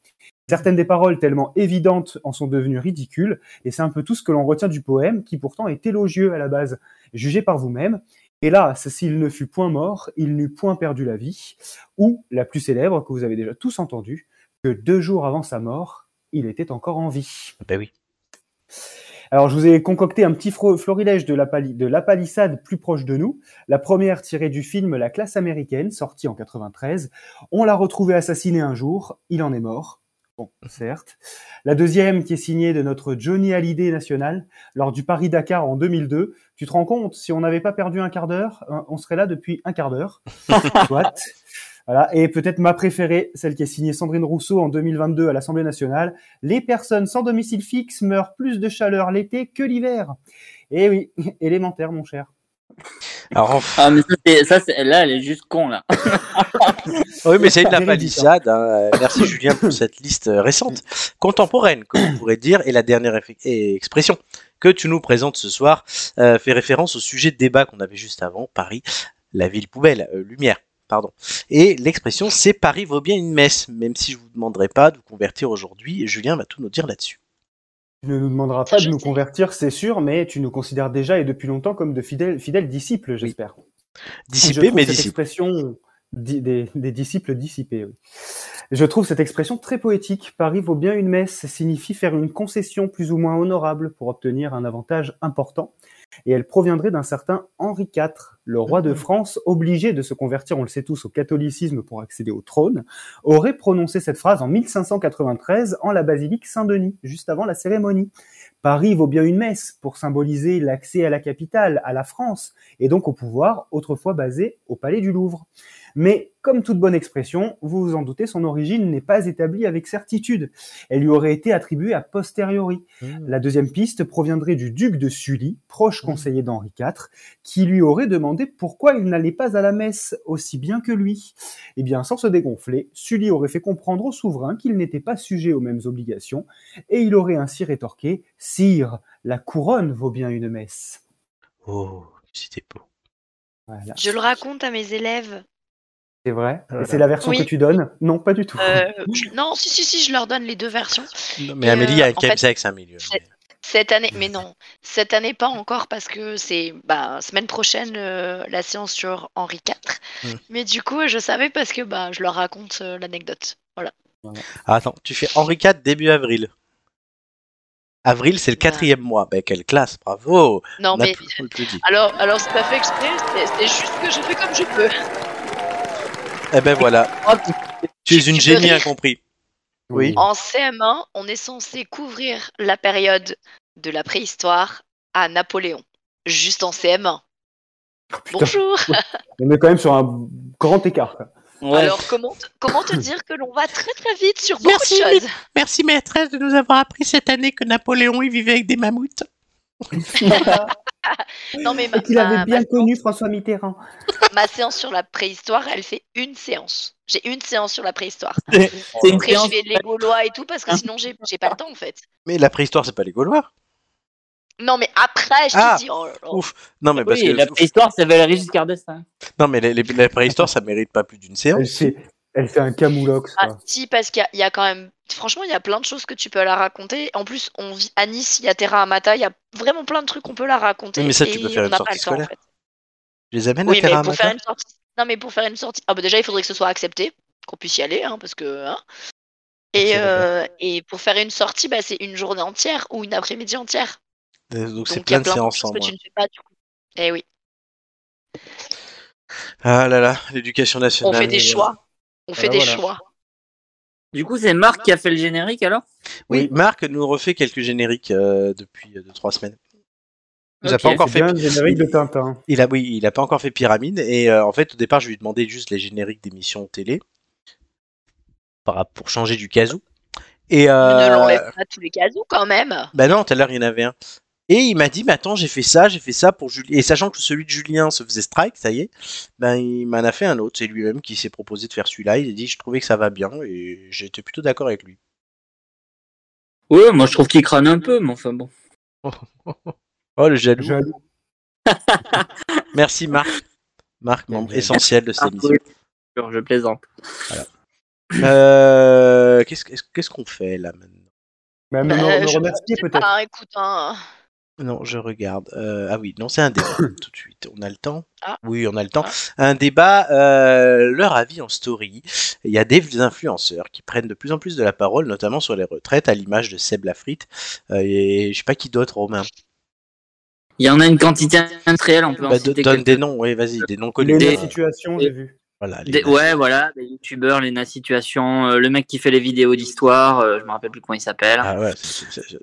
S2: Certaines des paroles tellement évidentes en sont devenues ridicules, et c'est un peu tout ce que l'on retient du poème qui pourtant est élogieux à la base. Jugez par vous-même, Hélas, s'il ne fut point mort, il n'eut point perdu la vie, ou la plus célèbre que vous avez déjà tous entendue, que deux jours avant sa mort, il était encore en vie.
S1: Ben oui.
S2: Alors, je vous ai concocté un petit fro- florilège de la, pali- de la palissade plus proche de nous. La première tirée du film La classe américaine, sortie en 93. On l'a retrouvé assassiné un jour. Il en est mort. Bon, certes. La deuxième, qui est signée de notre Johnny Hallyday national, lors du Paris-Dakar en 2002. Tu te rends compte, si on n'avait pas perdu un quart d'heure, hein, on serait là depuis un quart d'heure. Soit. Voilà. Et peut-être ma préférée, celle qui est signée Sandrine Rousseau en 2022 à l'Assemblée nationale. Les personnes sans domicile fixe meurent plus de chaleur l'été que l'hiver. Eh oui, élémentaire, mon cher.
S1: Alors, enfin,
S4: Ah, mais ça, c'est- ça, c'est- là, elle est juste con, là.
S1: Oui, mais c'est de la
S2: Véridique,
S1: palissade. hein. Euh, Merci Julien pour cette liste euh, récente, contemporaine, comme on pourrait dire, et la dernière effe- et expression que tu nous présentes ce soir euh, fait référence au sujet de débat qu'on avait juste avant, Paris, la ville poubelle, euh, lumière, pardon. Et l'expression c'est Paris vaut bien une messe, même si je vous demanderai pas de vous convertir aujourd'hui, Julien va tout nous dire là-dessus.
S2: Tu ne nous demanderas pas
S3: Ça, je
S2: de nous
S3: sais.
S2: convertir, c'est sûr, mais tu nous considères déjà et depuis longtemps comme de fidèles, fidèles disciples, j'espère. Je
S1: Dissiper
S2: trouve
S1: mes
S2: cette
S1: disciples.
S2: expression di- des, des disciples dissipés. oui. Je trouve cette expression très poétique. Paris vaut bien une messe signifie faire une concession plus ou moins honorable pour obtenir un avantage important. Et elle proviendrait d'un certain Henri IV, le roi de France, obligé de se convertir, on le sait tous, au catholicisme pour accéder au trône, aurait prononcé cette phrase en 1593 en la basilique Saint-Denis, juste avant la cérémonie. Paris vaut bien une messe pour symboliser l'accès à la capitale, à la France, et donc au pouvoir autrefois basé au palais du Louvre. Mais comme toute bonne expression, vous vous en doutez, son origine n'est pas établie avec certitude. Elle lui aurait été attribuée a posteriori. La deuxième piste proviendrait du duc de Sully, proche conseiller d'Henri IV, qui lui aurait demandé pourquoi il n'allait pas à la messe aussi bien que lui. Eh bien, sans se dégonfler, Sully aurait fait comprendre au souverain qu'il n'était pas sujet aux mêmes obligations, et il aurait ainsi rétorqué Sire, la couronne vaut bien une messe.
S1: Oh, c'était beau.
S2: Voilà.
S3: Je le raconte à mes élèves.
S2: C'est vrai
S1: Voilà.
S2: Et C'est la version
S3: Oui.
S2: que tu donnes Non, pas du tout.
S3: Euh, je- non, si, si, si, je leur donne les deux versions.
S1: mais
S3: Euh,
S1: Amélie, il y a un
S3: en fait,
S1: chemsex un milieu.
S3: c'est- Cette année, mais non, cette année pas encore parce que c'est bah, semaine prochaine euh, la séance sur Henri IV.
S1: Mm.
S3: Mais du coup, je savais parce que bah, je leur raconte euh, l'anecdote. Voilà.
S1: Ah, attends, tu fais Henri IV début avril. Avril, c'est le
S3: Voilà.
S1: quatrième mois. Ben, quelle classe, bravo
S3: Ah. Non,
S1: On n'a
S3: mais
S1: plus- on ne plus dit.
S3: alors, alors c'est pas fait exprès, c'est- c'est juste que je fais comme je peux.
S1: Eh ben voilà,
S4: Hop,
S1: tu es
S3: Tu-
S1: une
S3: tu peux
S1: génie
S3: rire.
S1: incompris.
S2: oui.
S3: En CM1, on est censé couvrir la période de la préhistoire à Napoléon. Juste en CM1.
S2: Putain,
S3: Bonjour
S2: on est quand même sur un grand écart. quoi.
S4: ouais.
S3: Alors comment, te- comment te dire que l'on va très très vite sur beaucoup
S1: Merci,
S3: de choses
S1: Merci maîtresse de nous avoir appris cette année que Napoléon il vivait avec des mammouths.
S3: Non mais ma,
S2: Et qu'il
S3: ma-
S2: avait bien
S3: ma-
S2: connu François Mitterrand.
S3: ma séance sur la préhistoire, elle fait une séance. J'ai une séance sur la préhistoire.
S4: C'est une
S3: Après je
S4: séance.
S3: fais les Gaulois et tout parce
S1: Hein
S3: que sinon j'ai j'ai pas le temps en fait.
S1: Mais la préhistoire, c'est pas les Gaulois.
S3: Non mais après je
S1: Ah.
S3: te dis oh là là.
S1: Ouf. Non mais Eh, parce
S4: Oui,
S1: que
S4: la préhistoire, ça Valérie Giscard d'Estaing.
S1: non mais les- les- la préhistoire, ça mérite pas plus d'une séance.
S2: Elle fait, elle fait un camoulox.
S3: Ah,
S2: quoi.
S3: si, parce qu'il y a- il y, a quand même. Franchement, il y a plein de choses que tu peux la raconter. En plus, on vit à Nice, il y a Terra Amata, il y a vraiment plein de trucs qu'on peut la raconter.
S1: Oui, mais ça, tu
S3: et
S1: peux faire
S3: on
S1: une
S3: n'a pas
S1: sortie
S3: le temps, en
S1: scolaire.
S3: fait.
S1: Je les amène
S3: Oui,
S1: à
S3: mais
S1: Terra
S3: pour
S1: Amata.
S3: faire une sortie. Non, mais pour faire une sortie. Ah, bah déjà, il faudrait que ce soit accepté, qu'on puisse y aller, hein, parce que. hein.
S1: C'est
S3: Et,
S1: vrai.
S3: euh, et pour faire une sortie, bah, c'est une journée entière ou une après-midi entière.
S1: Euh, Donc c'est
S3: Donc il y
S1: plein
S3: a
S1: de
S3: plein de
S1: séances
S3: choses
S1: en
S3: que
S1: moins.
S3: tu ne fais pas du coup. Eh oui,
S1: Ah là là, l'éducation nationale.
S3: on fait des
S1: euh,
S3: choix. On fait
S2: Voilà,
S3: des
S2: voilà.
S3: choix.
S4: Du coup, c'est Marc qui a fait le générique alors
S1: Oui, Marc nous refait quelques génériques euh, depuis 2 deux trois semaines. Il nous a
S4: Ok.
S1: pas encore
S2: C'est
S1: fait.
S2: bien le générique de Tintin.
S1: Il a oui, il a pas encore fait Pyramide et euh, en fait au départ je lui demandais juste les génériques d'émissions télé par rap- pour changer du casou. Et
S3: Ne
S1: euh,
S3: l'enlève pas tous les cadeaux quand même.
S1: bah non, tout à l'heure il y en avait un. Et il m'a dit, mais attends, j'ai fait ça, j'ai fait ça pour Julien. Et sachant que celui de Julien se faisait strike, ça y est, ben il m'en a fait un autre. C'est lui-même qui s'est proposé de faire celui-là. Il a dit, je trouvais que ça va bien et j'étais plutôt d'accord avec lui.
S4: Ouais, moi je trouve qu'il crâne un peu, mais enfin bon.
S1: Oh le jaloux.
S2: Je-
S1: Merci Marc. Marc, membre essentiel
S4: Ah,
S1: de cette émission.
S4: Je plaisante.
S1: Euh, qu'est-ce qu'est-ce- qu'est-ce qu'on fait là maintenant
S2: Même
S3: Bah,
S2: me- me
S3: je-
S2: remercier
S3: je sais
S2: peut-être.
S3: pas, écoute, hein.
S1: Non, je regarde. Euh, ah oui, non, c'est un débat tout de suite. On a le temps.
S3: Ah.
S1: Oui, on a le temps.
S3: Ah.
S1: Un débat, euh, leur avis en story. Il y a des influenceurs qui prennent de plus en plus de la parole, notamment sur les retraites, à l'image de Seb Lafrite. Euh, et je sais pas qui d'autre, Romain.
S4: Il y en a une quantité industrielle, on peut en
S1: Bah, do-
S4: citer
S1: donne
S4: quelques-
S1: des noms, oui, vas-y, des noms connus.
S2: Les
S4: Des-
S2: deux
S1: Euh,
S2: situations, j'ai vu.
S1: voilà, les
S4: Des-
S1: noms.
S4: ouais, voilà, les youtubeurs, Lena Situation, euh, le mec qui fait les vidéos d'histoire, euh, je me rappelle plus comment il s'appelle.
S1: Ah ouais, c'est- c'est- c'est-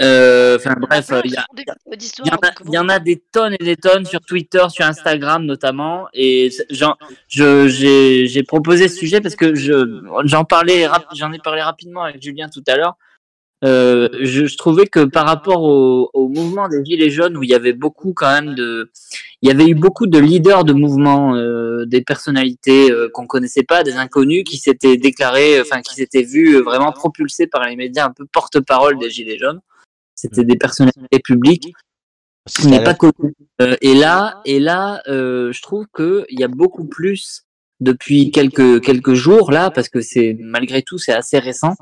S4: Euh, Enfin bref,
S3: Plein
S4: euh,
S3: de
S4: il y, a-
S3: font des vidéos d'histoire,
S4: il y en a-
S3: donc
S4: il y en
S3: bon.
S4: a des tonnes et des tonnes sur Twitter, sur Instagram notamment. Et c'est- j'en- je- j'ai j'ai proposé ce sujet parce que je- j'en parlais, rap- j'en ai parlé rapidement avec Julien tout à l'heure. Euh, je, je trouvais que par rapport au, au mouvement des Gilets jaunes, où il y avait beaucoup quand même de, il y avait eu beaucoup de leaders de mouvements, euh, des personnalités euh, qu'on connaissait pas, des inconnus qui s'étaient déclarés, enfin qui s'étaient vus euh, vraiment propulsés par les médias un peu porte-parole des Gilets jaunes. C'était des personnalités publiques,
S1: c'est-
S4: mais pas connues. Euh, et là, et là, euh, je trouve que il y a beaucoup plus depuis quelques quelques jours là, parce que c'est malgré tout c'est assez récent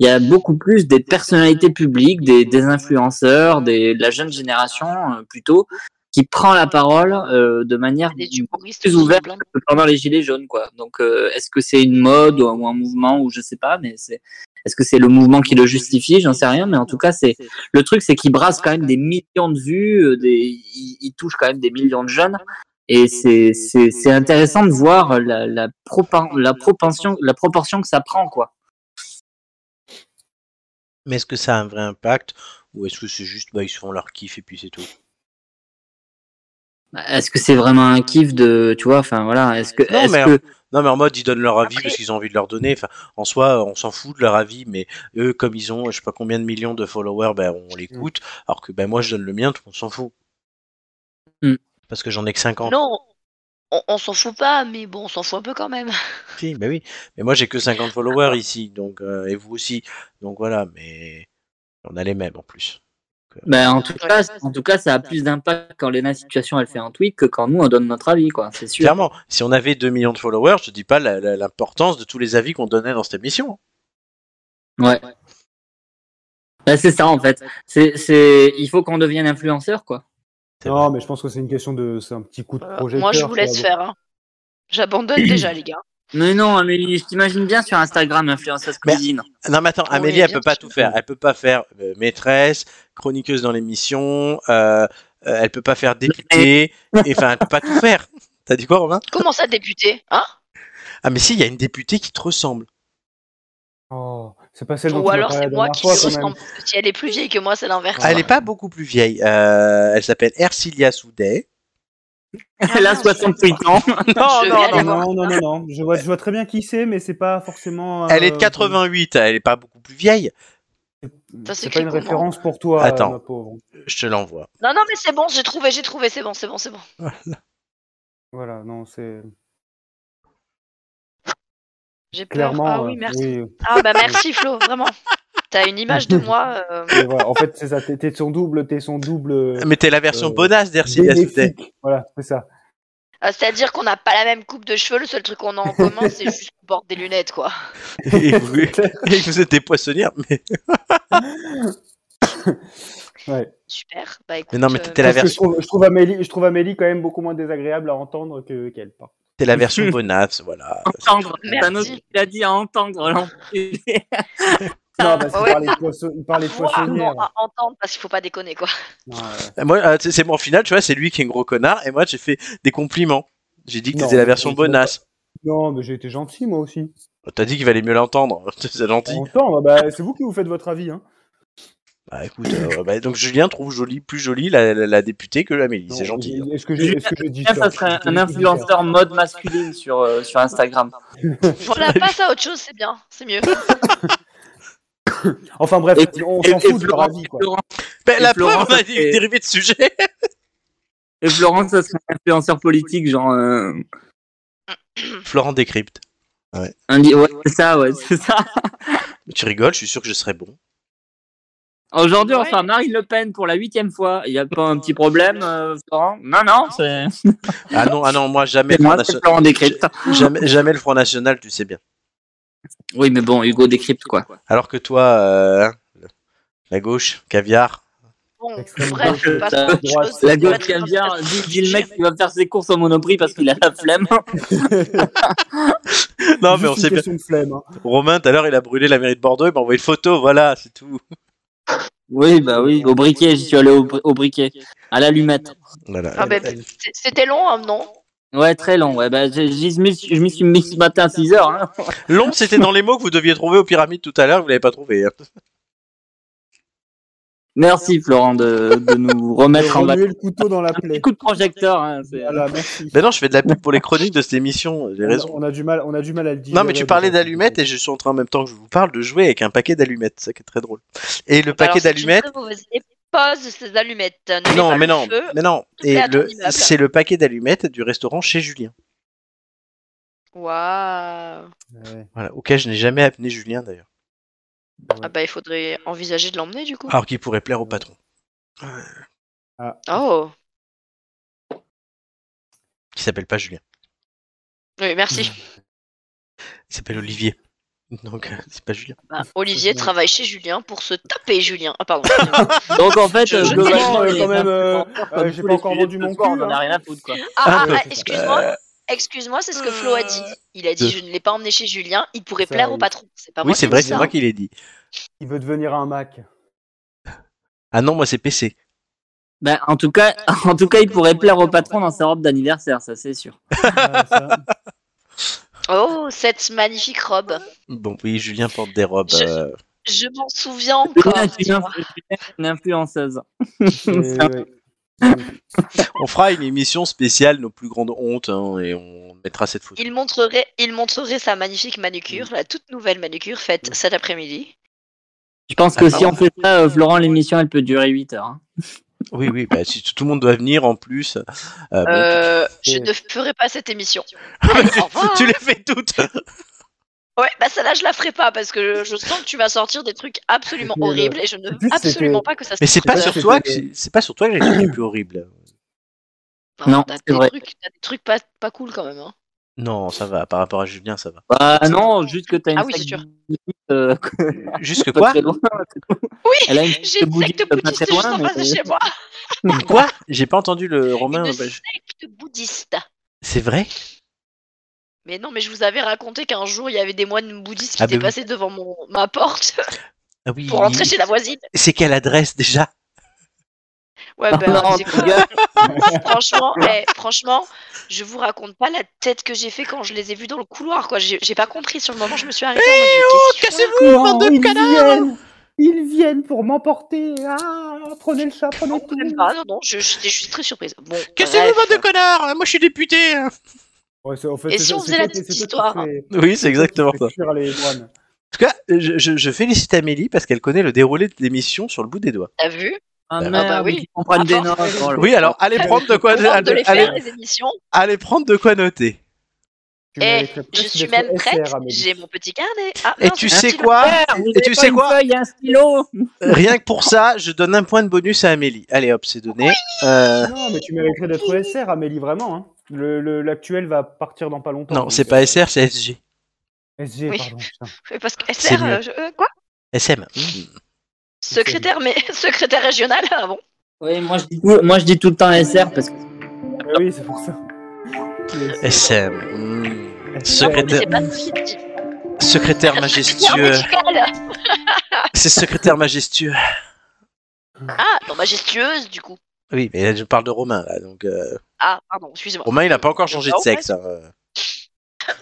S4: il y a beaucoup plus des personnalités publiques, des, des influenceurs, des, de la jeune génération euh, plutôt, qui prend la parole euh, de manière
S3: Des humoristes
S4: plus
S3: aussi,
S4: ouverte
S3: plein de-
S4: que pendant les gilets jaunes, quoi. Donc, euh, est-ce que c'est une mode ou, ou un mouvement ou je sais pas, mais c'est Est-ce que c'est le mouvement qui le justifie J'en sais rien, mais en tout cas, c'est le truc, c'est qu'il brasse quand même des millions de vues, euh, des... il, il touche quand même des millions de jeunes. Et c'est- c'est c'est intéressant de voir la, la, propen- la, propension, la proportion que ça prend, quoi.
S1: Mais est-ce que ça a un vrai impact ou est-ce que c'est juste bah, ils se font leur kiff et puis c'est tout
S4: Bah, Est-ce que c'est vraiment un kiff de, tu vois, enfin voilà, est-ce que,
S1: Non,
S4: est-ce
S1: mais-
S4: que
S1: Non, mais en mode ils donnent leur avis
S3: Après-
S1: parce qu'ils ont envie de leur donner. Enfin, en soi, on s'en fout de leur avis, mais eux, comme ils ont, je sais pas combien de millions de followers, ben, on
S3: Mm.
S1: l'écoute. Alors que ben moi, je donne le mien, tout le monde s'en fout.
S4: Hmm.
S1: Parce que j'en ai que 50.
S3: Non, on, on s'en fout pas, mais bon, on s'en fout un peu quand même.
S1: Si, ben oui. Mais moi, j'ai que 50 followers ici, donc euh, et vous aussi. Donc voilà, mais on a les mêmes en plus.
S4: Ben, en tout cas, en tout cas, ça a plus d'impact quand Lena Situation elle fait un tweet que quand nous on donne notre avis, quoi. C'est sûr.
S1: Clairement, si on avait 2 millions de followers, je te dis pas la- la- l'importance de tous les avis qu'on donnait dans cette émission.
S4: Ouais. Ben, c'est ça en fait. C'est, c'est, il faut qu'on devienne influenceur, quoi.
S1: C'est
S2: Non, mais je pense que c'est une question de. C'est un petit coup de
S3: Voilà.
S2: projet.
S3: Euh, Moi, je vous laisse faire. hein. J'abandonne déjà, les gars.
S4: Mais non, Amélie, je t'imagine bien sur Instagram influenceuse
S1: Mais-
S4: cuisine.
S1: Non, mais attends,
S3: Oui,
S1: Amélie, elle
S3: bien
S1: peut pas
S3: sûr.
S1: tout faire. Elle peut pas faire euh, maîtresse, chroniqueuse dans l'émission, euh, euh, elle peut pas faire députée, et enfin, elle peut pas tout faire. T'as dit quoi, Romain
S3: Comment ça, député Hein
S1: Ah, mais si, il y a une députée qui te ressemble.
S2: Oh, c'est pas celle dont
S3: Ou
S2: on a
S3: alors
S2: parlé
S3: c'est
S2: la
S3: moi
S2: dernière
S3: qui
S2: fois,
S3: lui
S2: quand même.
S3: ressemble. parce que Si elle est plus vieille que moi, c'est l'inverse.
S1: Elle est pas beaucoup plus vieille. Euh, elle s'appelle Ercilia Soudet.
S4: Elle a 68 ans.
S1: Non,
S3: Je vais
S1: non, non.
S3: aller voir.
S2: Non, non, non, non. Je vois, je vois très bien qui c'est, mais c'est pas forcément.
S1: Elle est de
S2: euh,
S1: 88, elle est pas beaucoup plus vieille.
S2: C'est
S3: Ça
S2: pas
S3: s'écrit
S2: une
S3: comment
S2: référence pour toi,
S1: Attends.
S2: euh, ma pauvre.
S1: Je te l'envoie.
S3: Non, non, mais c'est bon, j'ai trouvé, j'ai trouvé, c'est bon, c'est bon, c'est bon.
S2: Voilà, non, c'est
S3: J'ai peur.
S2: clairement.
S3: Ah
S2: euh,
S3: oui, merci.
S2: oui,
S3: Ah bah merci Flo, vraiment. T'as une image de moi. euh,
S2: et voilà. En fait, c'est ça. T'es t'es son double, t'es son double. euh,
S1: Mais t'es la version
S2: Euh,
S1: bonasse d'Ercilia Soudet.
S2: bénéfique. Voilà, c'est ça.
S3: euh, C'est-à-dire qu'on n'a pas la même coupe de cheveux, le seul truc qu'on a en commun, c'est juste qu'on porte des lunettes, quoi.
S1: Et vous, et vous êtes des poissonnières. Mais,
S2: Ouais.
S3: Super. Bah écoute.
S1: mais non, mais
S3: euh,
S1: t'es la,
S2: Parce que je,
S1: version,
S2: trouve, je trouve Amélie, je trouve Amélie quand même beaucoup moins désagréable à entendre que qu'elle. par contre.
S1: t'es la version bonasse, voilà.
S4: entendre.
S3: Merci.
S4: Thanos, il a dit à entendre. l'enculé. Ah,
S2: Non, parce qu'il
S3: Ouais.
S2: parlait de poisson- il parlait de
S3: voir,
S2: poissonnière.
S1: hein.
S3: non, à entendre parce qu'il faut pas déconner quoi.
S2: Ouais, ouais.
S1: Et Moi, euh, c'est- c'est moi au final, tu vois, c'est lui qui est un gros connard et moi j'ai fait des compliments. J'ai dit que
S2: Non,
S1: t'étais la version
S2: je dirais
S1: bonasse. Oh,
S2: Non, mais j'ai été gentil moi aussi.
S1: T'as dit qu'il valait mieux l'entendre. C'est gentil.
S2: Entend, bah, c'est vous qui vous faites votre avis. Hein.
S1: Bah écoute, euh, bah, donc Julien trouve jolie, plus jolie la, la- la députée que Amélie. C'est
S2: Non,
S1: gentil. hein.
S2: Est-ce que j'ai est-ce que j'ai dit
S4: Bien, ça serait un influenceur mode masculine sur, euh, sur Instagram.
S3: Voilà, passe à autre chose, c'est bien, c'est mieux.
S2: Enfin bref,
S4: Et-
S2: on
S4: Et,
S2: s'en fout de leur
S4: Florent,
S2: avis. Quoi.
S4: Florent,
S1: Bah,
S4: Et
S1: la
S4: Florent,
S1: preuve, on a
S4: ça
S1: dit-
S4: fait-
S1: dérivé de sujet.
S4: et Florent, ça serait un influenceur politique, genre euh,
S1: Florent décrypte.
S4: un li- ouais, c'est ça, ouais, c'est ça.
S1: Tu rigoles, je suis sûr que je serais bon.
S4: Aujourd'hui, on
S3: Ouais.
S4: sera Marine Le Pen pour la huitième fois. Il n'y a pas un petit problème, euh, Florent Non, non, c'est
S1: Ah non, ah non, moi jamais.
S4: c'est
S1: le Front
S4: moi, c'est
S1: National-
S4: Florent décrypte.
S1: jamais, jamais le Front National, tu sais bien.
S4: Oui, mais bon, Hugo décrypte quoi.
S1: Alors que toi, euh, la gauche, caviar.
S3: Bon,
S2: Extrême
S3: bref,
S4: gauche,
S3: passe
S4: la
S3: à autre
S2: droite,
S3: chose.
S4: euh, La
S3: c'est pas
S4: gauche
S3: très
S4: vient bien,
S3: intéressant.
S4: dis, dis le mec qui va faire ses courses au Monoprix parce qu'il a la flemme.
S1: Non, mais on
S2: Juste une
S1: sait bien.
S2: question de flemme. hein.
S1: Romain, tout à l'heure, il a brûlé la mairie de Bordeaux, il m'a envoyé une photo, voilà, c'est tout.
S4: Oui, bah oui, au briquet, j'y suis allé au, bri- au briquet, à l'allumette.
S1: Voilà.
S3: Ah, ben, c'est- C'était long, hein, non
S4: Ouais, très long, ouais, bah j'ai- j'y suis mis- je m'y suis mis ce matin à 6 heures. hein.
S1: Long, c'était dans les mots que vous deviez trouver aux pyramides tout à l'heure, vous l'avez pas trouvé. hein.
S4: Merci Florent de, de nous remettre en valeur.
S2: Remuer le couteau dans la
S4: Un petit
S2: plaie.
S4: coup de projecteur, hein, c'est-
S2: Voilà, merci.
S1: Mais non, je fais de la pub pour les chroniques de cette émission, j'ai
S2: On-
S1: raison.
S2: On a du mal, on a du mal à le dire.
S1: Non, mais tu parlais d'allumettes et je suis en train, en même temps que je vous parle, de jouer avec un paquet d'allumettes, ça qui est très drôle. Et le
S3: Alors,
S1: paquet
S3: c'est une
S1: d'allumettes.
S3: très mauvaise idée. Pose ces allumettes. Ne mets
S1: Non,
S3: pas
S1: mais
S3: le
S1: non,
S3: feu.
S1: mais non. Et
S3: à ton
S1: le-
S3: immeuble.
S1: c'est le paquet d'allumettes du restaurant chez Julien.
S3: Waouh.
S2: Ouais,
S1: Voilà, auquel je n'ai jamais amené Julien d'ailleurs.
S3: Ah bah il faudrait envisager de l'emmener du coup.
S1: Alors qu'il pourrait plaire au patron. Ah.
S3: Oh.
S1: Qui s'appelle pas Julien.
S3: Oui, merci.
S1: Il s'appelle Olivier. Donc, euh, c'est pas Julien.
S3: Bah, Olivier travaille chez Julien pour se taper Julien. Ah pardon.
S4: Donc en fait,
S3: Je-
S4: euh,
S3: je-
S4: globalement,
S2: euh,
S4: les
S2: quand même, euh,
S4: influenceurs, comme
S2: euh, j'ai
S4: tous
S2: pas
S4: les
S2: encore
S4: sujets
S2: vendu
S4: de
S2: mon
S4: sport,
S2: cul,
S4: On en a
S2: hein.
S4: rien à foutre quoi.
S3: Ah,
S1: Un peu.
S3: ah, excuse-moi. excuse-moi, c'est ce que Flo a dit. Il a dit, je ne l'ai pas emmené chez Julien, il pourrait
S2: Ça
S3: plaire au
S2: arrive.
S3: patron. C'est pas
S1: Oui,
S3: moi
S1: c'est
S3: qui
S1: vrai,
S3: dis
S1: c'est
S3: ça.
S1: moi qui l'ai dit.
S2: Il veut devenir un Mac.
S1: Ah non, moi c'est PC.
S4: Ben, en, tout cas, en tout cas, il pourrait plaire au patron dans sa robe d'anniversaire, ça c'est sûr.
S2: Ah, ça-
S3: Oh, cette magnifique robe.
S1: Bon, oui, Julien porte des robes.
S3: Je-
S1: euh,
S3: Je m'en souviens
S1: Ah,
S3: encore.
S4: Julien est une
S3: dis-moi.
S4: inf- Julien est une influenceuse.
S2: c'est- ouais.
S1: On fera une émission spéciale, nos plus grandes hontes, hein, et on mettra cette photo.
S3: Il montrerait, il montrerait sa magnifique manucure, la toute nouvelle manucure faite cet après-midi.
S4: Je pense que si on fait ça, euh, Florent, l'émission, elle peut durer 8 heures. hein.
S1: Oui, oui, bah, si tout le monde doit venir en plus. euh, bon,
S3: Euh,
S2: tu-
S3: je ne ferai pas cette émission. Allez, au revoir.
S1: Ah, tu les fais toutes.
S3: Ouais, bah celle-là, je la ferai pas parce que je sens que tu vas sortir des trucs absolument
S1: Euh,
S2: C'était le-
S3: horribles et je ne
S2: Le
S3: veux
S2: but, c'était-
S3: absolument pas que ça se
S1: Mais c'est pas
S2: Ouais,
S1: sur
S2: c'était-
S1: toi que c'est pas sur toi que j'ai trouvé plus horrible.
S3: Enfin,
S4: Non,
S3: t'as
S4: c'est
S3: des
S4: vrai.
S3: trucs, t'as des trucs pas, pas cool quand même. hein.
S1: Non, ça va. Par rapport à Julien, ça va.
S4: Bah non, juste que t'as une
S3: Ah oui,
S4: sac
S3: c'est sûr.
S4: de bouddhiste, euh,
S1: Juste que
S4: pas
S1: quoi
S4: très loin, c'est tout.
S3: Oui,
S4: Elle a une
S3: j'ai une secte
S4: bouddhiste pas très
S3: bouddhiste juste
S4: loin,
S3: en face de
S4: mais-
S3: chez moi.
S1: Une Quoi J'ai pas entendu le Romain.
S3: Une
S1: bah, je-
S3: secte bouddhiste.
S1: C'est vrai
S3: Mais non, mais je vous avais raconté qu'un jour il y avait des moines bouddhistes qui
S1: Ah,
S3: étaient
S1: bah oui.
S3: passés devant mon, ma porte
S1: Ah oui.
S3: pour rentrer chez la voisine.
S1: C'est quelle adresse déjà
S3: Ouais, ben,
S4: Non,
S3: c'est
S4: les
S3: quoi
S4: gars,
S3: franchement, eh, franchement, je vous raconte pas la tête que j'ai fait quand je les ai vus dans le couloir. quoi. J'ai j'ai pas compris sur le moment, je me suis arrêtée. en mode, qu'est-ce qu'ils font là
S2: Non, ils viennent Ils viennent pour m'emporter Ah, prenez le chat, prenez tout
S3: Même pas, non, non, je- j'étais juste très surprise. Bon,
S1: Cassez-vous,
S3: bref.
S1: bande de connards Moi, je suis député
S2: Ouais, c'est- en fait, c'est
S3: Et si
S2: ça-
S3: on
S2: c'est
S3: faisait
S2: toi
S3: la
S2: qui-
S3: petite
S2: c'est toi qui
S3: histoire
S2: fais-
S1: Oui, c'est
S2: c'est toi qui
S1: exactement
S2: fais
S1: ça. En
S2: fuir les moines.
S1: tout cas, je, je- je félicite Amélie parce qu'elle connaît le déroulé de l'émission sur le bout des doigts.
S3: T'as vu
S4: Ah
S1: bah,
S4: merde,
S3: bah oui.
S4: ils vont prendre des
S3: Ah,
S4: notes. oh là là.
S1: Oui, alors allez prendre de quoi
S3: On tente de les
S1: allez-
S3: faire, les émissions.
S1: allez prendre de quoi noter.
S2: Tu
S3: Eh,
S2: mériterais
S3: je
S2: presque
S3: suis
S2: d'être
S3: même
S2: SR,
S3: prête.
S2: Amélie.
S3: J'ai mon petit carnet. Ah,
S1: Et
S3: mince,
S1: tu
S3: j'ai un
S1: sais
S3: stylo.
S1: quoi
S4: Frère, vous
S1: Et
S4: avez
S1: tu
S4: pas
S1: sais
S4: une
S1: quoi
S4: feuille, un stylo
S1: Rien que pour ça, je donne un point de bonus à Amélie. Allez, hop, c'est donné. Euh,
S2: Non, mais tu mériterais d'être SR, Amélie, vraiment. hein. Le- le- L'actuel va partir dans pas longtemps.
S1: non,
S2: donc,
S1: c'est pas
S2: euh,
S1: SR, c'est SG.
S2: SG,
S3: Oui.
S2: pardon. putain.
S3: Oui, Parce que
S1: C'est
S3: SR, euh, je- euh, quoi
S1: SM.
S3: Hmm. Secrétaire, mais secrétaire régional, ah bon
S4: Oui, moi je, dis tout, moi je dis tout le temps SR parce que
S2: Eh oui, c'est pour ça.
S1: SM.
S2: SR.
S1: hmm.
S3: C'est
S1: Secrétaire,
S3: pas descriptif.
S1: secrétaire majestueux.
S3: Médical.
S1: C'est secrétaire majestueux.
S3: Ah, non, majestueuse du coup.
S1: Oui, mais là, je parle de Romain, là. Donc, euh,
S3: Ah, pardon, excusez-moi.
S1: Romain, il n'a pas encore changé de
S3: Ah, ouais.
S1: sexe. hein. Euh,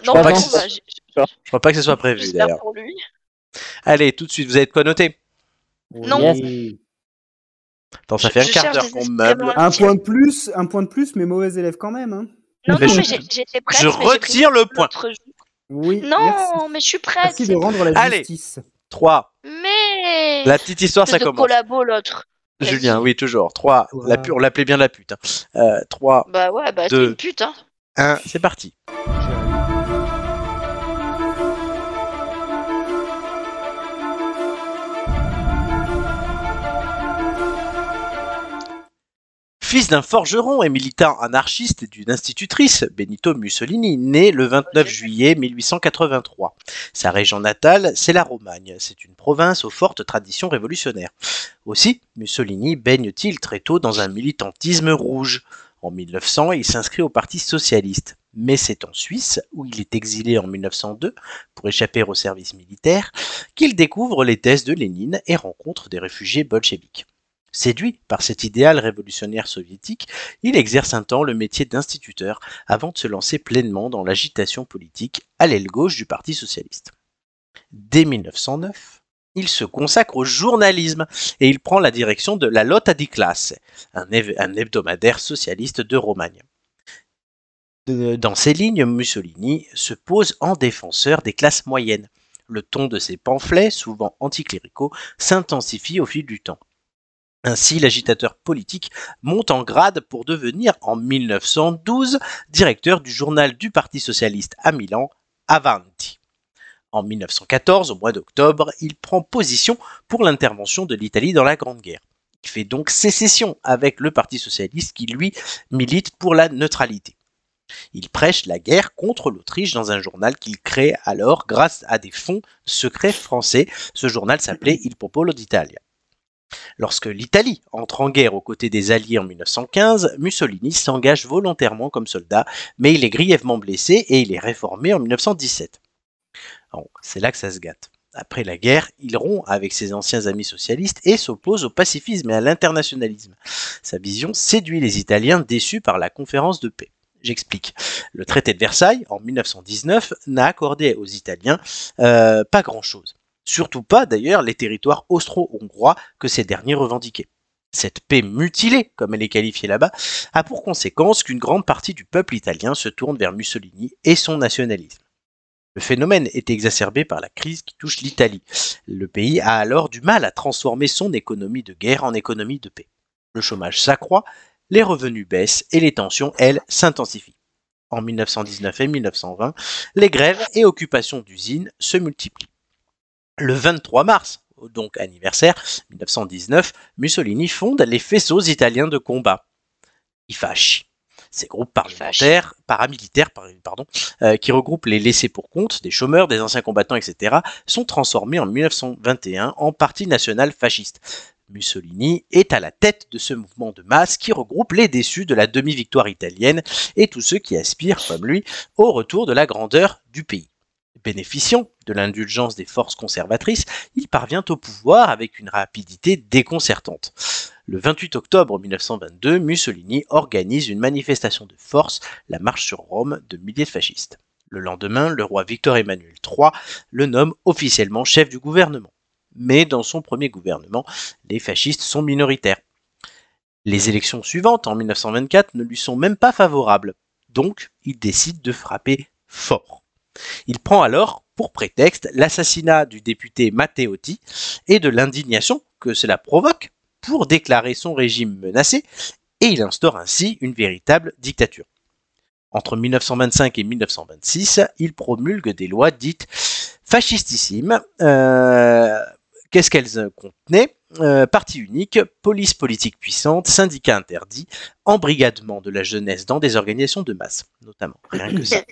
S3: Non,
S1: crois
S4: pas
S3: non,
S4: que
S3: bah, j'ai-
S1: Je crois pas que ce soit prévu,
S3: j'espère
S1: d'ailleurs.
S3: pour lui.
S1: Allez, tout de suite, vous avez de quoi noter
S3: Non.
S2: Oui.
S1: Attends, ça
S3: Je-
S1: fait un
S3: je
S1: quart
S3: cherche
S1: d'heure qu'on meuble.
S3: désespérément
S2: Un point de plus, un point de plus, mais mauvais élève quand même. hein.
S3: Non,
S1: Mais
S3: non,
S1: je-
S3: mais j'ai- j'étais prête.
S1: je
S3: mais j'ai pris
S1: retire le point.
S3: l'autre jour.
S2: Oui. merci.
S3: Non, mais je suis prête.
S2: Merci de rendre la
S1: Allez.
S2: justice.
S1: 3.
S3: Mais.
S1: La petite histoire, ça
S3: de
S1: commence.
S3: collabo l'autre. Vas-y.
S1: Julien, oui, toujours. 3.
S2: Trois.
S1: on l'appelait bien la pute. hein. Euh, 3,
S3: Bah ouais, bah t'es
S1: Deux.
S3: une pute, hein.
S1: 1, c'est parti. Fils d'un forgeron et militant anarchiste et d'une institutrice, Benito Mussolini, né le 29 juillet 1883. Sa région natale, c'est la Romagne. C'est une province aux fortes traditions révolutionnaires. Aussi, Mussolini baigne-t-il très tôt dans un militantisme rouge. En 1900, il s'inscrit au Parti socialiste. Mais c'est en Suisse, où il est exilé en 1902 pour échapper au service militaire, qu'il découvre les thèses de Lénine et rencontre des réfugiés bolcheviques. Séduit par cet idéal révolutionnaire soviétique, il exerce un temps le métier d'instituteur avant de se lancer pleinement dans l'agitation politique à l'aile gauche du Parti socialiste. Dès 1909, il se consacre au journalisme et il prend la direction de la Lotta di Classe, un, hév- un hebdomadaire socialiste de Romagne. De- Dans ces lignes, Mussolini se pose en défenseur des classes moyennes. Le ton de ses pamphlets, souvent anticléricaux, s'intensifie au fil du temps. Ainsi, l'agitateur politique monte en grade pour devenir, en 1912, directeur du journal du Parti socialiste à Milan, Avanti. En 1914, au mois d'octobre, il prend position pour l'intervention de l'Italie dans la Grande Guerre. Il fait donc sécession avec le Parti socialiste qui, lui, milite pour la neutralité. Il prêche la guerre contre l'Autriche dans un journal qu'il crée alors grâce à des fonds secrets français. Ce journal s'appelait Il Popolo d'Italia. Lorsque l'Italie entre en guerre aux côtés des Alliés en 1915, Mussolini s'engage volontairement comme soldat, mais il est grièvement blessé et il est réformé en 1917. Bon, C'est là que ça se gâte. Après la guerre, il rompt avec ses anciens amis socialistes et s'oppose au pacifisme et à l'internationalisme. Sa vision séduit les Italiens déçus par la conférence de paix. J'explique. Le traité de Versailles, en 1919, n'a accordé aux Italiens euh, pas grand-chose. Surtout pas d'ailleurs les territoires austro-hongrois que ces derniers revendiquaient. Cette paix mutilée, comme elle est qualifiée là-bas, a pour conséquence qu'une grande partie du peuple italien se tourne vers Mussolini et son nationalisme. Le phénomène est exacerbé par la crise qui touche l'Italie. Le pays a alors du mal à transformer son économie de guerre en économie de paix. Le chômage s'accroît, les revenus baissent et les tensions, elles, s'intensifient. En 1919 et 1920, les grèves et occupations d'usines se multiplient. Le 23 mars, donc anniversaire 1919, Mussolini fonde les faisceaux italiens de combat. I fasci. Ces groupes parlementaires, paramilitaires, par- pardon, euh, qui regroupent les laissés pour compte, des chômeurs, des anciens combattants, etc., sont transformés en 1921 en parti national fasciste. Mussolini est à la tête de ce mouvement de masse qui regroupe les déçus de la demi-victoire italienne et tous ceux qui aspirent, comme lui, au retour de la grandeur du pays. Bénéficiant de l'indulgence des forces conservatrices, il parvient au pouvoir avec une rapidité déconcertante. Le 28 octobre 1922, Mussolini organise une manifestation de force, la marche sur Rome de milliers de fascistes. Le lendemain, le roi Victor Emmanuel III le nomme officiellement chef du gouvernement. Mais dans son premier gouvernement, les fascistes sont minoritaires. Les élections suivantes, en 1924, ne lui sont même pas favorables. Donc, il décide de frapper fort. Il prend alors pour prétexte l'assassinat du député Matteotti et de l'indignation que cela provoque pour déclarer son régime menacé et il instaure ainsi une véritable dictature. Entre 1925 et 1926, il promulgue des lois dites fascistissimes. Euh, Qu'est-ce qu'elles euh, contenaient Euh, Parti unique, police politique puissante, syndicats interdits, embrigadement de la jeunesse dans des organisations de masse, notamment. Rien que ça.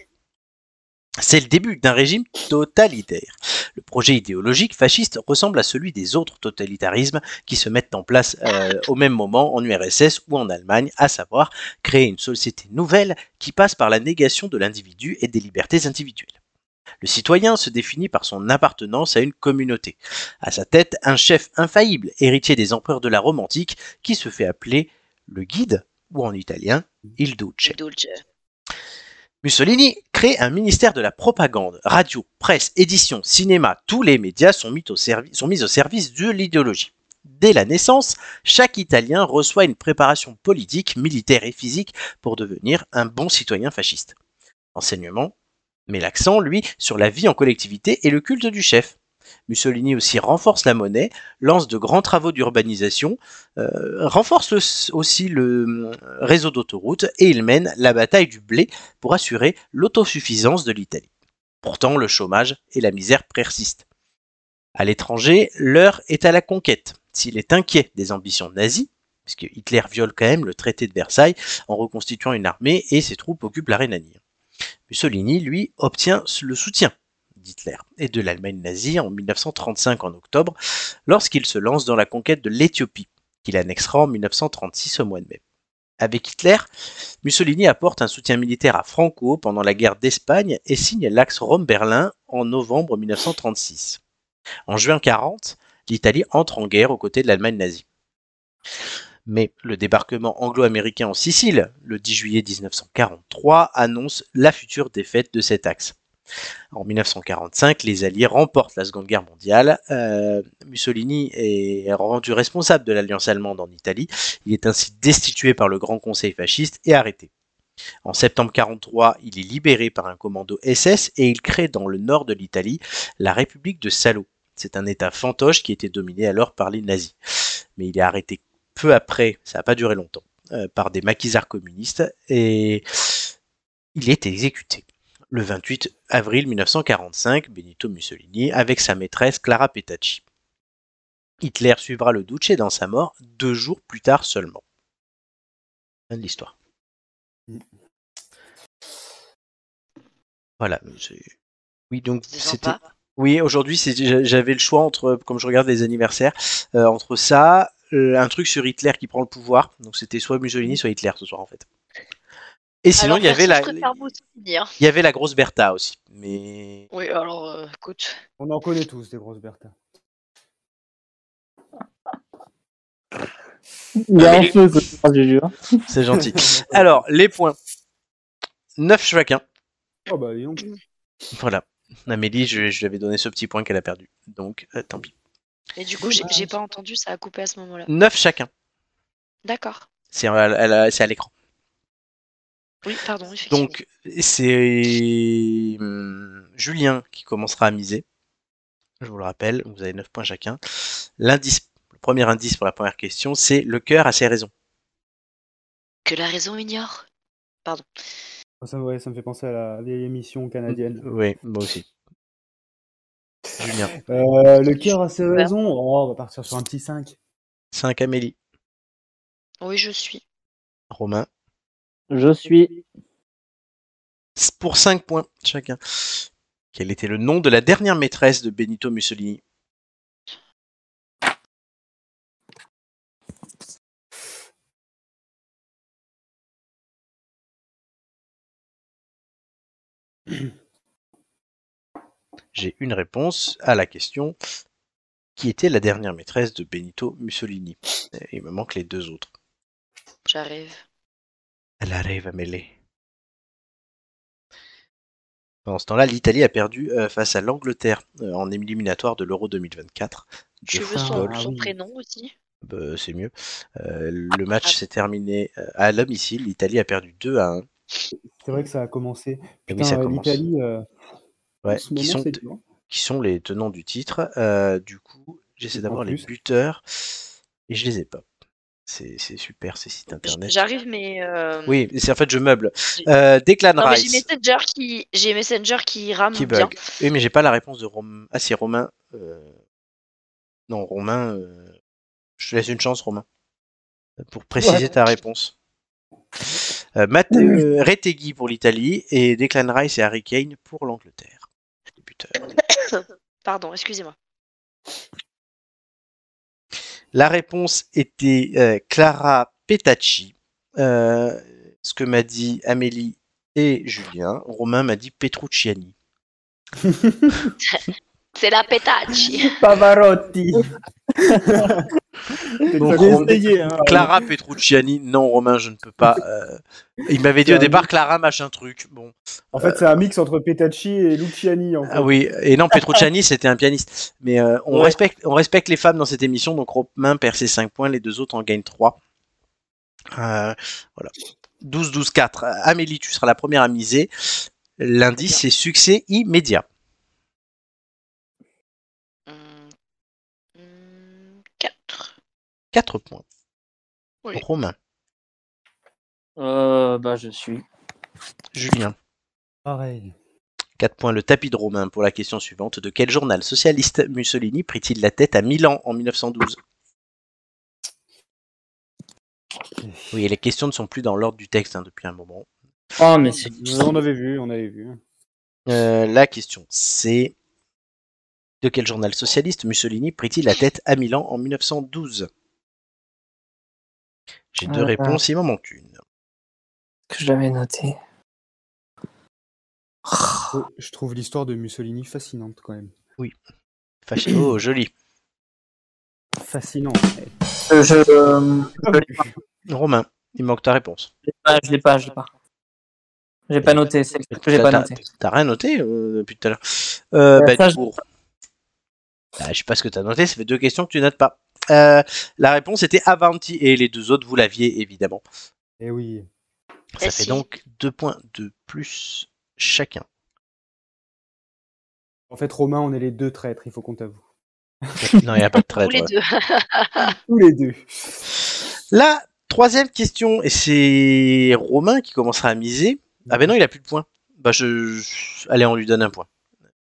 S1: C'est le début d'un régime totalitaire. Le projet idéologique fasciste ressemble à celui des autres totalitarismes qui se mettent en place euh, au même moment en URSS ou en Allemagne, à savoir créer une société nouvelle qui passe par la négation de l'individu et des libertés individuelles. Le citoyen se définit par son appartenance à une communauté. À sa tête, un chef infaillible, héritier des empereurs de la Rome antique, qui se fait appeler le guide, ou en italien, il duce.
S3: Dulce.
S1: Mussolini crée un ministère de la propagande. Radio, presse, édition, cinéma, tous les médias sont mis au, servi- sont mis au service de l'idéologie. Dès la naissance, chaque Italien reçoit une préparation politique, militaire et physique pour devenir un bon citoyen fasciste. Enseignement met l'accent, lui, sur la vie en collectivité et le culte du chef. Mussolini aussi renforce la monnaie, lance de grands travaux d'urbanisation, euh, renforce le- aussi le euh, réseau d'autoroutes et il mène la bataille du blé pour assurer l'autosuffisance de l'Italie. Pourtant, le chômage et la misère persistent. À l'étranger, l'heure est à la conquête. S'il est inquiet des ambitions nazies, puisque Hitler viole quand même le traité de Versailles en reconstituant une armée et ses troupes occupent la Rhénanie. Mussolini, lui, obtient le soutien d'Hitler et de l'Allemagne nazie en 1935 en octobre, lorsqu'il se lance dans la conquête de l'Éthiopie, qu'il annexera en 1936 au mois de mai. Avec Hitler, Mussolini apporte un soutien militaire à Franco pendant la guerre d'Espagne et signe l'axe Rome-Berlin en novembre 1936. En juin 40, l'Italie entre en guerre aux côtés de l'Allemagne nazie. Mais le débarquement anglo-américain en Sicile, le 10 juillet 1943, annonce la future défaite de cet axe. En 1945, les Alliés remportent la Seconde Guerre mondiale. Euh, Mussolini est rendu responsable de l'alliance allemande en Italie. Il est ainsi destitué par le Grand Conseil fasciste et arrêté. En septembre 1943, il est libéré par un commando SS et il crée dans le nord de l'Italie la République de Salo. C'est un État fantoche qui était dominé alors par les nazis. Mais il est arrêté peu après, ça n'a pas duré longtemps, euh, par des maquisards communistes et il est exécuté. Le 28 avril 1945, Benito Mussolini avec sa maîtresse Clara Petacci. Hitler suivra le Duce dans sa mort deux jours plus tard seulement. Fin de l'histoire.
S2: Mm.
S1: Voilà. c'est- Oui, donc
S3: C'était
S1: c'était.
S3: sympa.
S1: Oui, aujourd'hui, c'est- j'a- j'avais le choix entre, comme je regarde les anniversaires, euh, entre ça, euh, un truc sur Hitler qui prend le pouvoir. Donc c'était soit Mussolini, soit Hitler ce soir en fait. Et sinon,
S3: Alors,
S1: il y avait
S3: perso,
S1: la,
S3: je préfère vous souvenir.
S1: il y avait la grosse Bertha aussi. Mais
S3: Oui, alors, euh, écoute.
S2: On en connaît tous des grosses Bertha.
S4: Il y a un feu ce soir, je jure.
S1: c'est gentil. Alors les points, 9 chacun.
S2: Oh bah dis donc.
S1: Voilà. Amélie, je, je lui avais donné ce petit point qu'elle a perdu. Donc euh, tant pis.
S3: Mais du coup, j'ai j'ai pas entendu, ça a coupé à ce moment-là.
S1: 9 chacun.
S3: D'accord.
S1: C'est à, elle a- c'est à l'écran.
S3: Oui, pardon, effectivement.
S1: Donc c'est hum, Julien qui commencera à miser. Je vous le rappelle, vous avez 9 points chacun. L'indice, le premier indice pour la première question, c'est le cœur a ses raisons.
S3: Que la raison ignore.
S2: Ça, ouais, ça me fait penser à la vieille émission canadienne.
S1: Oui, moi aussi. Julien.
S2: Euh, le cœur a ses raisons. Oh, on va partir sur un petit 5.
S1: 5 Amélie.
S3: Oui, je suis.
S1: Romain.
S4: Je suis
S1: Pour 5 points chacun. Quel était le nom de la dernière maîtresse de Benito Mussolini J'ai une réponse à la question qui était la dernière maîtresse de Benito Mussolini. Et Il me manque les deux autres.
S3: J'arrive.
S1: Elle arrive à mêler. Pendant ce temps-là, l'Italie a perdu euh, face à l'Angleterre euh, en éliminatoire de l'Euro 2024. de
S3: Tu veux
S1: football.
S3: son, son
S2: oui.
S3: prénom aussi
S1: Bah, c'est mieux. Euh, le match s'est terminé euh, à l'homicile. L'Italie a perdu 2 à 1.
S2: C'est vrai que ça a commencé.
S1: Et Eh oui,
S2: Putain,
S1: ça
S2: euh,
S1: commence.
S2: l'Italie, euh,
S1: Ouais,
S2: en ce
S1: qui,
S2: moment,
S1: sont,
S2: c'est dur.
S1: qui sont les tenants du titre. Euh, du coup, j'essaie
S2: En
S1: d'avoir les
S2: plus.
S1: buteurs et je les ai pas. C'est c'est super ces sites internet.
S3: J'arrive, mais. euh,
S1: Oui, c'est en fait, je meuble.
S3: J'ai-
S1: Euh, Declan
S3: Non, mais j'ai
S1: Rice.
S3: Messenger qui, j'ai Messenger qui rame
S1: Qui
S3: Mm, bien.
S1: bug. Oui, mais j'ai pas la réponse de Romain. Ah, c'est Romain. euh, Non, Romain. euh, Je te laisse une chance, Romain, euh, pour préciser
S2: Ouais.
S1: ta réponse. Euh, Matteo Retegui pour l'Italie et Declan Rice et Harry Kane pour l'Angleterre. Les buteurs.
S3: Pardon, excusez-moi.
S1: La réponse était euh, Clara Petacci. Euh, ce que m'a dit Amélie et Julien. Romain m'a dit Petrucciani.
S3: C'est la pétache.
S2: Pavarotti.
S1: Donc,
S2: J'ai
S1: on-
S2: essayé, hein.
S1: Clara Petrucciani, non Romain, je ne peux pas. euh, Il m'avait dit au départ Clara machin truc. Bon,
S2: En fait, c'est un mix entre Petacci et Luciani. En fait.
S1: ah oui, et non Petrucciani c'était un pianiste. Mais euh, on
S2: Ouais.
S1: respecte, on respecte les femmes dans cette émission, donc Romain perd ses 5 points, les deux autres en gagnent 3 voilà. 12 12 4. Amélie, tu seras la première à miser. L'indice c'est succès immédiat.
S3: Hum, hum, Quatre.
S1: 4 points.
S3: Oui.
S1: Romain,
S4: Euh, bah, je suis.
S1: Julien.
S2: Pareil.
S1: 4 points le tapis de Romain pour la question suivante. De quel journal socialiste Mussolini prit-il la tête à Milan en 1912 Oui, et les questions ne sont plus dans l'ordre du texte hein, depuis un moment.
S4: Oh, mais c'est.
S2: On avait vu, on avait vu.
S1: Euh, la question, c'est de quel journal socialiste Mussolini prit-il la tête à Milan en 1912 J'ai deux
S4: Ah.
S1: réponses, il m'en manque une.
S4: que je l'avais noté.
S2: Oh, Je trouve l'histoire de Mussolini fascinante quand même.
S1: Fâché- Oh, joli.
S2: Fascinante.
S4: Je, je, euh,
S1: Romain, il manque ta réponse.
S4: je l'ai pas, je l'ai pas, je l'ai pas. J'ai pas noté, c'est le truc que Ah, j'ai
S1: T'as-
S4: pas
S1: t'as-
S4: noté.
S1: T'as rien noté euh, depuis tout à l'heure. Euh,
S4: Bah,
S1: bah,
S4: ça,
S1: du coup, bah, je sais pas ce que t'as noté, ça fait deux questions que tu notes pas. Euh, la réponse était Avanti et les deux autres, vous l'aviez évidemment.
S2: Eh oui.
S1: Ça
S3: Eh
S1: fait
S3: si.
S1: donc deux points de plus chacun.
S2: En fait, Romain, on est les deux traîtres, il faut qu'on t'avoue.
S1: Non, il n'y a pas de
S3: Ou
S1: traître.
S3: les
S1: ouais.
S3: deux.
S2: Tous les deux.
S1: La troisième question, et c'est Romain qui commencera à miser. Ah ben non, il a plus de points. Bah je... je- Allez, on lui donne un point.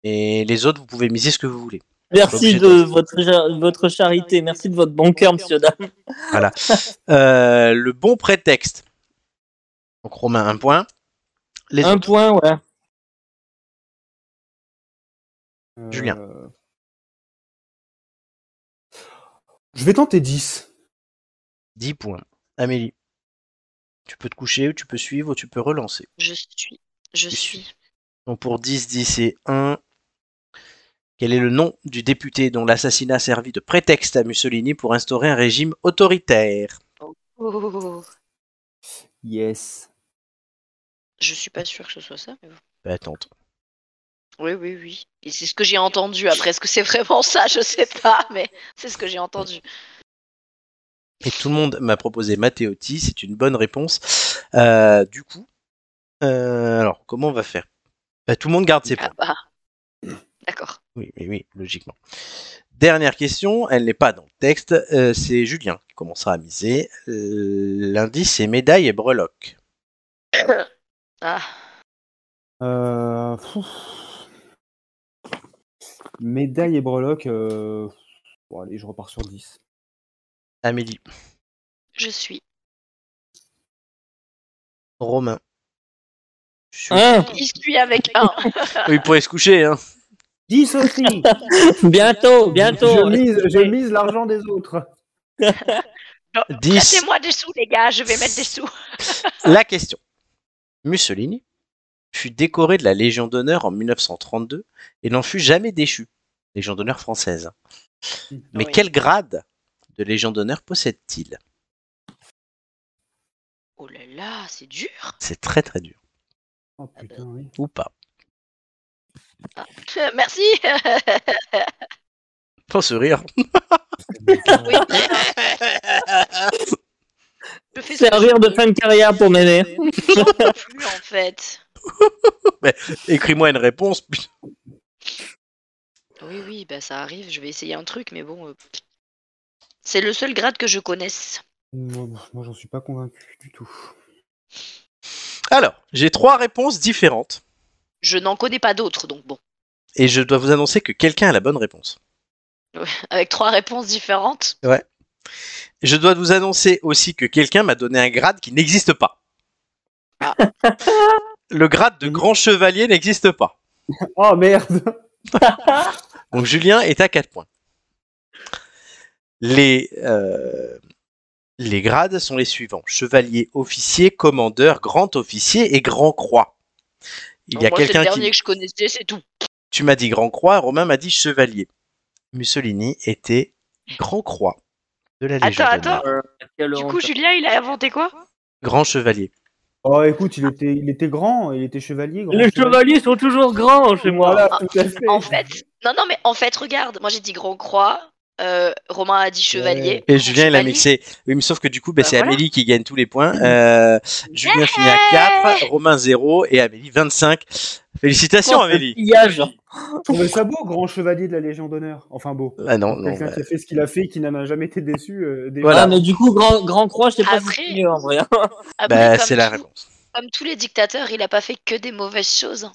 S1: Et les autres, vous pouvez miser ce que vous voulez.
S4: Merci
S1: Obligé
S4: de votre, ja- votre charité, merci de votre bon cœur, monsieur dame.
S1: Euh, le bon prétexte. Donc Romain, un point. Les
S4: Un
S1: autres,
S4: point, ouais.
S2: Euh,
S1: Julien.
S2: Je vais tenter 10.
S1: 10 points. Amélie, tu peux te coucher, ou tu peux suivre, ou tu peux relancer.
S3: Je suis. Je suis.
S1: Donc pour 10, 10 et 1. Quel est le nom du député dont l'assassinat servit de prétexte à Mussolini pour instaurer un régime autoritaire
S3: Oh, oh, oh, oh.
S2: Yes.
S3: Je suis pas sûre que ce soit ça. Mais... bon.
S1: Bah, tente.
S3: Oui, oui, oui. Et c'est ce que j'ai entendu. Après, est-ce que c'est vraiment ça Je sais pas, mais c'est ce que j'ai entendu.
S1: Et tout le monde m'a proposé Matteotti, c'est une bonne réponse. Euh, du coup, euh, alors comment on va faire Bah, Tout le monde garde ses points.
S3: Ah bah. D'accord.
S1: Oui, oui, oui, logiquement. Dernière question, elle n'est pas dans le texte, euh, c'est Julien qui commencera à miser. Euh, L'indice c'est médaille et breloque.
S3: Ah,
S2: Euh, pfff. Médaille et breloque. euh, Bon, allez, je repars sur 10.
S1: Amélie,
S3: je suis.
S1: Romain. Je suis-
S4: Hein
S3: Il suit avec un.
S1: Oui, il pourrait se coucher, hein.
S2: 10 aussi
S4: bientôt, bientôt.
S2: Je mise, je mise l'argent des autres.
S3: Non,
S1: 10.
S3: Mettez-moi des sous, les gars. Je vais mettre des sous.
S1: La question. Mussolini fut décoré de la Légion d'honneur en 1932 et n'en fut jamais déchu. Légion d'honneur française. Mais
S3: Oui.
S1: quel grade de Légion d'honneur possède-t-il
S3: Oh là là, c'est dur.
S1: C'est très très dur.
S2: Oh putain, oui.
S1: Ou pas.
S3: Merci.
S1: Pour se rire.
S3: Oui. je fais ce que
S4: Servir
S3: je
S4: de fin de carrière pour m'aider.
S3: peux plus, en fait.
S1: Écris-moi une réponse.
S3: Oui, oui, bah ça arrive, je vais essayer un truc, mais bon. euh, C'est le seul grade que je connaisse.
S2: Moi, moi, j'en suis pas convaincu du tout.
S1: Alors, j'ai trois réponses différentes.
S3: Je n'en connais pas d'autres, donc bon.
S1: Et je dois vous annoncer que quelqu'un a la bonne réponse.
S3: Avec trois réponses différentes.
S1: Je dois vous annoncer aussi que quelqu'un m'a donné un grade qui n'existe pas.
S3: Ah.
S1: Le grade de grand chevalier n'existe pas.
S2: Oh merde
S1: Donc Julien est à 4 points. Les, euh, les grades sont les suivants. Chevalier, officier, commandeur, grand officier et grand croix. Il y a
S3: Moi, c'est le
S1: quelqu'un
S3: dernier
S1: qui...
S3: que je connaissais, c'est tout.
S1: Tu m'as dit grand croix, Romain m'a dit chevalier. Mussolini était grand croix de la Légion
S3: Attends,
S1: d'honneur.
S3: attends. Du coup, Julien, il a inventé quoi
S1: Grand chevalier.
S2: Oh écoute, il était, il était grand, il était chevalier. Grand
S4: Les chevaliers sont toujours grands chez moi.
S2: Voilà, tout à fait.
S3: En fait, non, non, mais en fait, regarde, moi j'ai dit Grand Croix, euh, Romain a dit Chevalier.
S1: Et Julien, il a
S3: Chevalier.
S1: mixé. Oui, mais sauf que du coup, ben,
S3: Bah,
S1: c'est
S3: voilà.
S1: Amélie qui gagne tous les points. Euh, Julien finit à 4, Romain 0 et Amélie 25. Félicitations, Amélie.
S4: Pillage.
S2: Je trouvais ça beau, grand chevalier de la Légion d'honneur. Enfin beau.
S1: Ah non, non.
S2: Quelqu'un
S1: bah,
S2: qui a fait ce qu'il a fait et qui n'en a jamais été déçu. euh, déjà.
S1: Voilà.
S4: Ah, mais du coup, grand, grand croix, je sais pas si
S3: Après-
S4: c'est mieux en vrai. hein.
S3: Après,
S1: bah,
S3: Ah comme
S1: c'est la
S3: tout-
S1: réponse.
S3: Comme tous les dictateurs, il a pas fait que des mauvaises choses.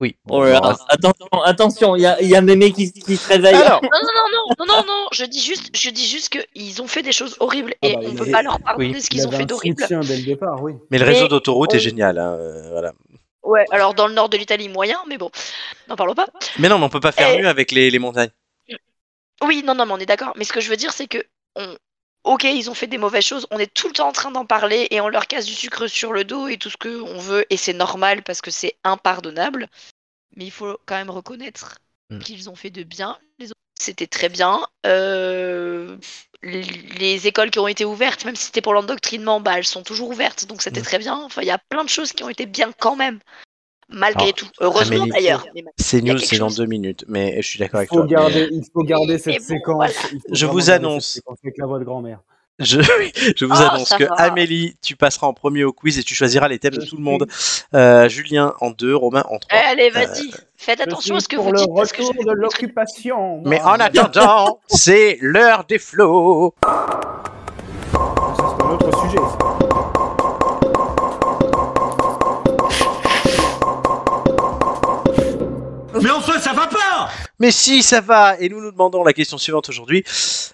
S1: Oui.
S4: Oh là là, attention, attention, il y a, il y a mémé qui, qui se réveille.
S1: Alors,
S3: Non, non, non, non, non, non, non, je dis juste, je dis juste qu'ils ont fait des choses horribles
S2: Ah
S3: et
S2: bah,
S3: on
S2: il
S3: peut
S2: avait-
S3: pas leur pardonner
S1: oui,
S3: ce
S2: Il
S3: qu'ils ont
S2: avait
S3: fait
S2: un
S3: d'horrible.
S2: soutien dès le départ, oui.
S1: mais le réseau
S3: Mais
S1: d'autoroute
S3: on-
S1: est génial. hein, euh, voilà.
S3: Ouais, alors dans le nord de l'Italie moyen, mais bon, n'en parlons pas.
S1: Mais non, mais on peut pas faire
S3: Et-
S1: mieux avec les, les montagnes.
S3: Oui, non, non, mais on est d'accord. Mais ce que je veux dire, c'est que, on... ok, ils ont fait des mauvaises choses, on est tout le temps en train d'en parler et on leur casse du sucre sur le dos et tout ce qu'on veut, et c'est normal parce que c'est impardonnable. Mais il faut quand même reconnaître
S1: Mm.
S3: qu'ils ont fait de bien. Les autres, c'était très bien. Euh, l- Les écoles qui ont été ouvertes, même si c'était pour l'endoctrinement, bah, elles sont toujours ouvertes, donc c'était
S1: Mm.
S3: très bien. Enfin, il y a plein de choses qui ont été bien quand même, malgré
S1: Alors,
S3: tout. Heureusement
S1: Amélie-
S3: d'ailleurs. Mais-
S1: C'est
S3: Il y a
S1: news,
S3: quelque
S1: c'est dans
S3: chose.
S1: deux minutes. Mais je suis d'accord
S2: Il
S1: avec
S2: faut
S1: toi. mais-
S2: garder, il faut garder cette
S3: mais bon,
S2: séquence.
S3: voilà.
S2: Il faut
S1: Je
S2: vraiment
S1: vous
S2: garder
S1: annonce.
S2: cette séquence Avec la voix de grand-mère.
S1: Je, je vous
S3: Ah,
S1: annonce
S3: ça
S1: que
S3: va.
S1: Amélie, tu passeras en premier au quiz et tu choisiras les thèmes de
S2: Je
S1: tout le
S2: suis-
S1: monde. Euh, Julien en deux, Romain en trois.
S3: Allez, vas-y, faites
S2: Je
S3: attention à
S2: suis
S3: ce que
S2: pour
S3: vous
S2: le
S3: dites. parce que
S2: retour
S3: je
S2: de
S3: vais vous mettre une-
S2: l'occupation.
S3: Eh,
S1: Mais
S2: moi.
S1: en attendant, c'est l'heure des flots.
S2: Ça, c'est un autre sujet. ça.
S6: Mais enfin, ça va pas
S1: Mais si, ça va. Et nous nous demandons la question suivante aujourd'hui.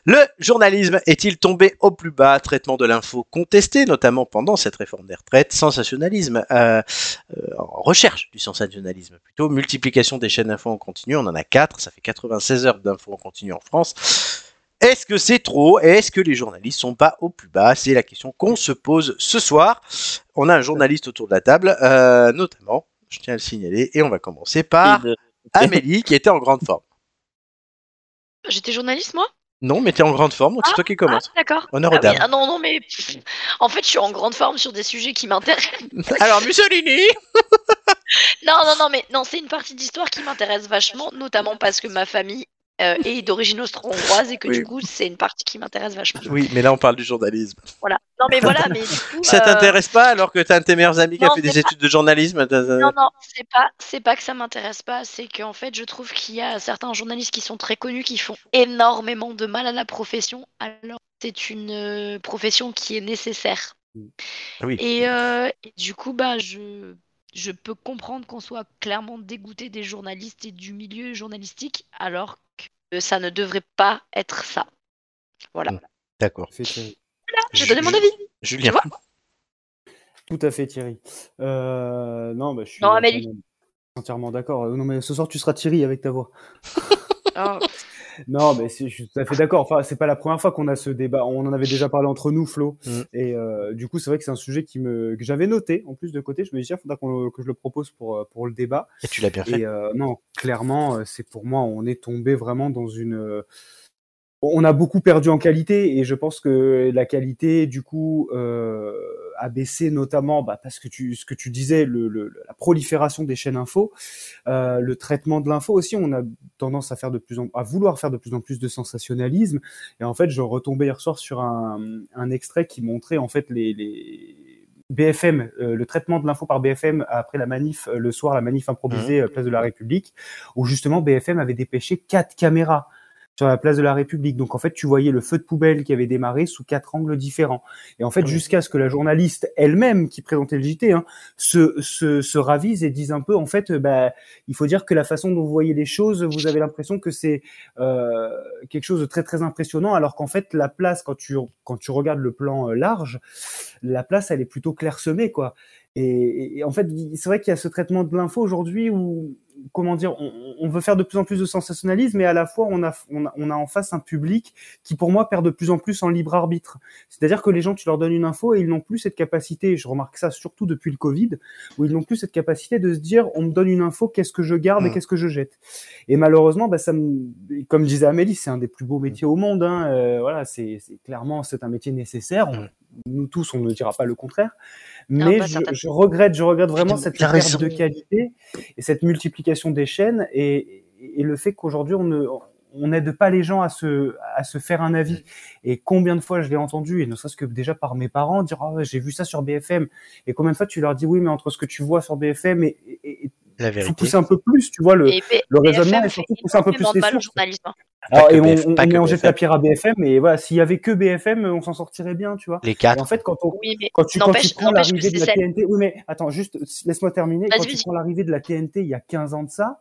S1: Le journalisme est-il tombé au plus bas Traitement de l'info contesté, notamment pendant cette réforme des retraites. Sensationnalisme, euh, euh, en recherche du sensationnalisme plutôt. Multiplication des chaînes d'infos en continu. On en a 4. Ça fait 96 heures d'infos en continu en France. Est-ce que c'est trop Et Est-ce que les journalistes sont pas au plus bas C'est la question qu'on se pose ce soir. On a un journaliste autour de la table, euh, notamment, je tiens à le signaler, et on va commencer par
S4: de-
S1: Amélie, qui était en grande forme.
S3: J'étais journaliste, moi
S1: Non, mais t'es en grande forme, donc c'est toi qui
S3: Ah,
S1: commence.
S3: d'accord.
S1: Honneur
S3: Ah
S1: aux
S3: oui,
S1: dames.
S3: ah non, non, mais pff, en fait, je suis en grande forme sur des sujets qui m'intéressent.
S1: Alors, Mussolini
S3: Non, non, non, mais non, c'est une partie d'histoire qui m'intéresse vachement, notamment parce que ma famille euh, est d'origine austro-hongroise et que
S1: Oui.
S3: du coup, c'est une partie qui m'intéresse vachement.
S1: Oui, mais là, on parle du journalisme.
S3: Voilà. Non, mais voilà, mais du coup.
S1: Ça
S3: euh,
S1: t'intéresse pas alors que t'as un de tes meilleurs amis qui a
S3: non,
S1: fait des
S3: c'est
S1: études de journalisme t'as- t'as-
S3: Non, non, c'est pas, c'est pas que ça m'intéresse pas, c'est qu'en fait, je trouve qu'il y a certains journalistes qui sont très connus qui font énormément de mal à la profession, alors que c'est une euh, profession qui est nécessaire.
S1: Oui.
S3: Et, euh, et du coup, bah, je, je peux comprendre qu'on soit clairement dégoûté des journalistes et du milieu journalistique, alors que ça ne devrait pas être ça. Voilà,
S1: Mm. D'accord.
S2: C'est terrible.
S3: j'ai donné mon
S1: Ju-
S3: avis.
S1: Julien.
S2: Tout à fait, Thierry. Euh, non, bah, je suis
S3: Non, Amélie.
S2: entièrement- entièrement d'accord. Euh, Non, mais ce soir, tu seras Thierry avec ta voix.
S3: Oh,
S2: Non, mais c'est- je suis tout à fait d'accord. Enfin, c'est pas la première fois qu'on a ce débat. On en avait déjà parlé entre nous, Flo.
S1: Mm.
S2: Et euh, du coup, c'est vrai que c'est un sujet qui me... que j'avais noté. En plus, de côté, je me disais, il faudra qu'on le- que je le propose pour, euh, pour le débat.
S1: Et tu l'as bien fait.
S2: Et euh, non, clairement, euh, c'est pour moi, on est tombé vraiment dans une. euh, On a beaucoup perdu en qualité et je pense que la qualité, du coup, euh, a baissé notamment bah, parce que tu, ce que tu disais, le, le- la prolifération des chaînes info, euh, le traitement de l'info aussi. On a tendance à faire de plus en, à vouloir faire de plus en plus de sensationnalisme. Et en fait, je retombais hier soir sur un, un extrait qui montrait en fait les, les BFM, euh, le traitement de l'info par BFM après la manif, euh, le soir, la manif improvisée euh, place de la République, où justement BFM avait dépêché quatre caméras sur la place de la République. Donc en fait, tu voyais le feu de poubelle qui avait démarré sous quatre angles différents. Et en fait, jusqu'à ce que la journaliste elle-même qui présentait le JT hein, se, se, se ravise et dise un peu, en fait, euh, bah, il faut dire que la façon dont vous voyez les choses, vous avez l'impression que c'est euh, quelque chose de très très impressionnant, alors qu'en fait, la place, quand tu, quand tu regardes le plan euh, large, la place, elle est plutôt clairsemée, quoi. Et, et- et en fait, c'est vrai qu'il y a ce traitement de l'info aujourd'hui où, comment dire, on, on veut faire de plus en plus de sensationnalisme, mais à la fois, on a, on, a, on a en face un public qui, pour moi, perd de plus en plus en libre arbitre. C'est-à-dire que les gens, tu leur donnes une info et ils n'ont plus cette capacité, je remarque ça surtout depuis le Covid, où ils n'ont plus cette capacité de se dire, on me donne une info, qu'est-ce que je garde
S1: Mm.
S2: et qu'est-ce que je jette. Et malheureusement, bah, ça me... comme disait Amélie, c'est un des plus
S1: Mm.
S2: beaux métiers au monde. Hein. Euh, voilà, c'est c'est- clairement c'est un métier nécessaire.
S1: Mm.
S2: On- Nous tous, on ne dira pas le contraire. Mais
S3: bah,
S2: je,
S3: certainement.
S2: je regrette, je regrette vraiment
S1: Putain,
S2: cette
S1: t'as
S2: perte
S1: raison.
S2: de qualité et cette multiplication des chaînes et, et le fait qu'aujourd'hui on ne on n'aide pas les gens à se, à se faire un avis. Et combien de fois je l'ai entendu, et ne serait-ce que déjà par mes parents, dire Ah ouais, j'ai vu ça sur BFM. Et combien de fois tu leur dis Oui, mais entre ce que tu vois sur BFM, et, et, et-
S1: La
S2: faut
S1: vérité.
S2: pousser un peu plus, tu vois, le,
S3: et B-
S2: Euh, le
S3: BFM
S2: raisonnement et
S3: fait
S2: surtout pousser un peu plus
S3: énormément de
S2: les
S3: mal au
S2: sources.
S3: journalisme.
S2: Alors,
S1: que
S2: ah, et on,
S1: BF,
S2: on,
S1: pas que
S2: mélangeait
S1: BFM.
S2: la pierre à BFM, et voilà, s'il y avait que BFM, on s'en sortirait bien, tu vois.
S1: Les
S2: Et
S1: quatre.
S2: en fait, quand on
S3: Oui, mais
S2: quand tu, quand tu
S3: n'empêche
S2: prends
S3: n'empêche que
S2: l'arrivée de
S3: c'est
S2: la
S3: celle.
S2: TNT, oui mais attends, juste laisse-moi terminer. Quand
S3: Vas-y,
S2: tu
S3: vas-y.
S2: prends l'arrivée de la TNT il y a 15 ans de ça,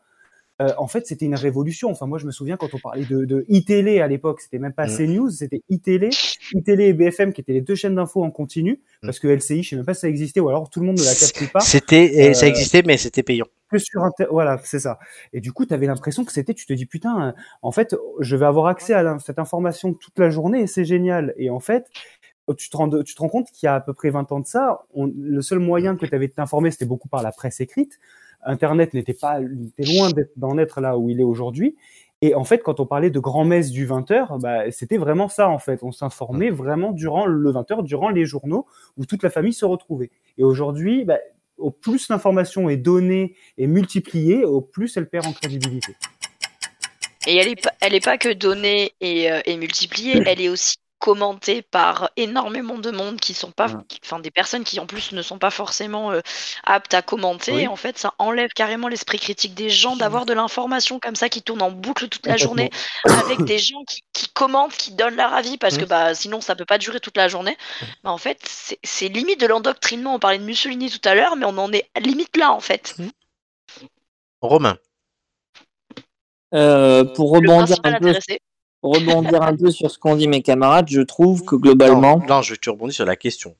S2: euh, en fait c'était une révolution. Enfin moi je me souviens quand on parlait de, de iTélé à l'époque, c'était même pas
S1: Mm.
S2: CNews, c'était iTélé, iTélé et BFM qui étaient les deux chaînes d'infos en continu,
S1: Mm.
S2: parce que LCI je sais même pas si ça existait ou alors tout le monde ne la captait pas.
S1: C'était, et ça
S2: Euh,
S1: existait, mais c'était payant.
S2: que sur inter- voilà c'est ça et du coup tu avais l'impression que c'était tu te dis putain euh, en fait je vais avoir accès à la- cette information toute la journée et c'est génial et en fait oh, tu te rends, tu te rends compte qu'il y a à peu près 20 ans de ça on- le seul moyen que tu avais de t'informer c'était beaucoup par la presse écrite internet n'était pas était loin d'être- d'en être là où il est aujourd'hui et en fait, quand on parlait de grand-messe du 20h, bah, c'était vraiment ça, en fait. On s'informait vraiment durant le 20h, durant les journaux, où toute la famille se retrouvait. Et aujourd'hui, bah, au plus l'information est donnée et multipliée, au plus elle perd en crédibilité.
S3: Et elle est pas, elle est pas que donnée et, euh, et multipliée, elle est aussi commentée par énormément de monde qui sont pas, qui- enfin des personnes qui en plus ne sont pas forcément euh, aptes à commenter.
S1: Oui.
S3: Et en fait, ça enlève carrément l'esprit critique des gens d'avoir de l'information comme ça qui tourne en boucle toute la journée avec des gens qui, qui commentent, qui donnent leur avis parce que
S4: Mm.
S3: bah sinon ça peut pas durer toute la journée. Bah, en fait, c'est- c'est limite de l'endoctrinement. On parlait de Mussolini tout à l'heure, mais on en est limite là en fait.
S1: Romain.
S4: Euh,
S1: ah.
S4: pour
S3: Le
S4: rebondir
S3: principal
S4: un, peu,
S3: intéressé.
S4: pour rebondir un peu sur ce qu'ont dit mes camarades, je trouve que globalement,
S1: Non, non, je vais te rebondir sur la question.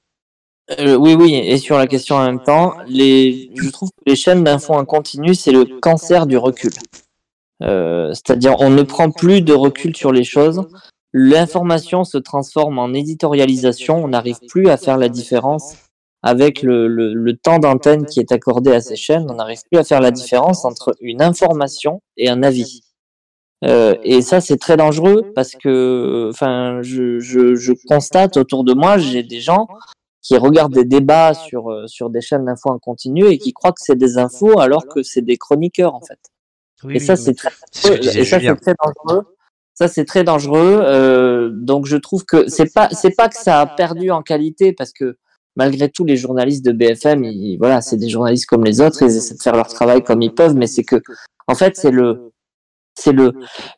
S4: euh, oui, oui, et sur la question en même temps, les, je trouve que les chaînes d'infos en continu, c'est le cancer du recul. Euh, C'est-à-dire, on ne prend plus de recul sur les choses. L'information se transforme en éditorialisation. On n'arrive plus à faire la différence avec le, le- le temps d'antenne qui est accordé à ces chaînes. On n'arrive plus à faire la différence entre une information et un avis. Euh, et ça, c'est très dangereux parce que, enfin, je, je- je constate autour de moi, j'ai des gens qui regardent des débats sur, euh, sur des chaînes d'infos en continu et qui croient que c'est des infos alors que c'est des chroniqueurs, en fait. et ça, c'est très
S1: C'est ce que disait
S4: et ça, c'est
S1: Julien.
S4: très dangereux. Ça, c'est très dangereux. euh, donc, je trouve que c'est pas, c'est pas que ça a perdu en qualité parce que malgré tout, les journalistes de BFM, ils- voilà, c'est des journalistes comme les autres. Ils essaient de faire leur travail comme ils peuvent, mais c'est que, en fait, c'est le, c'est le,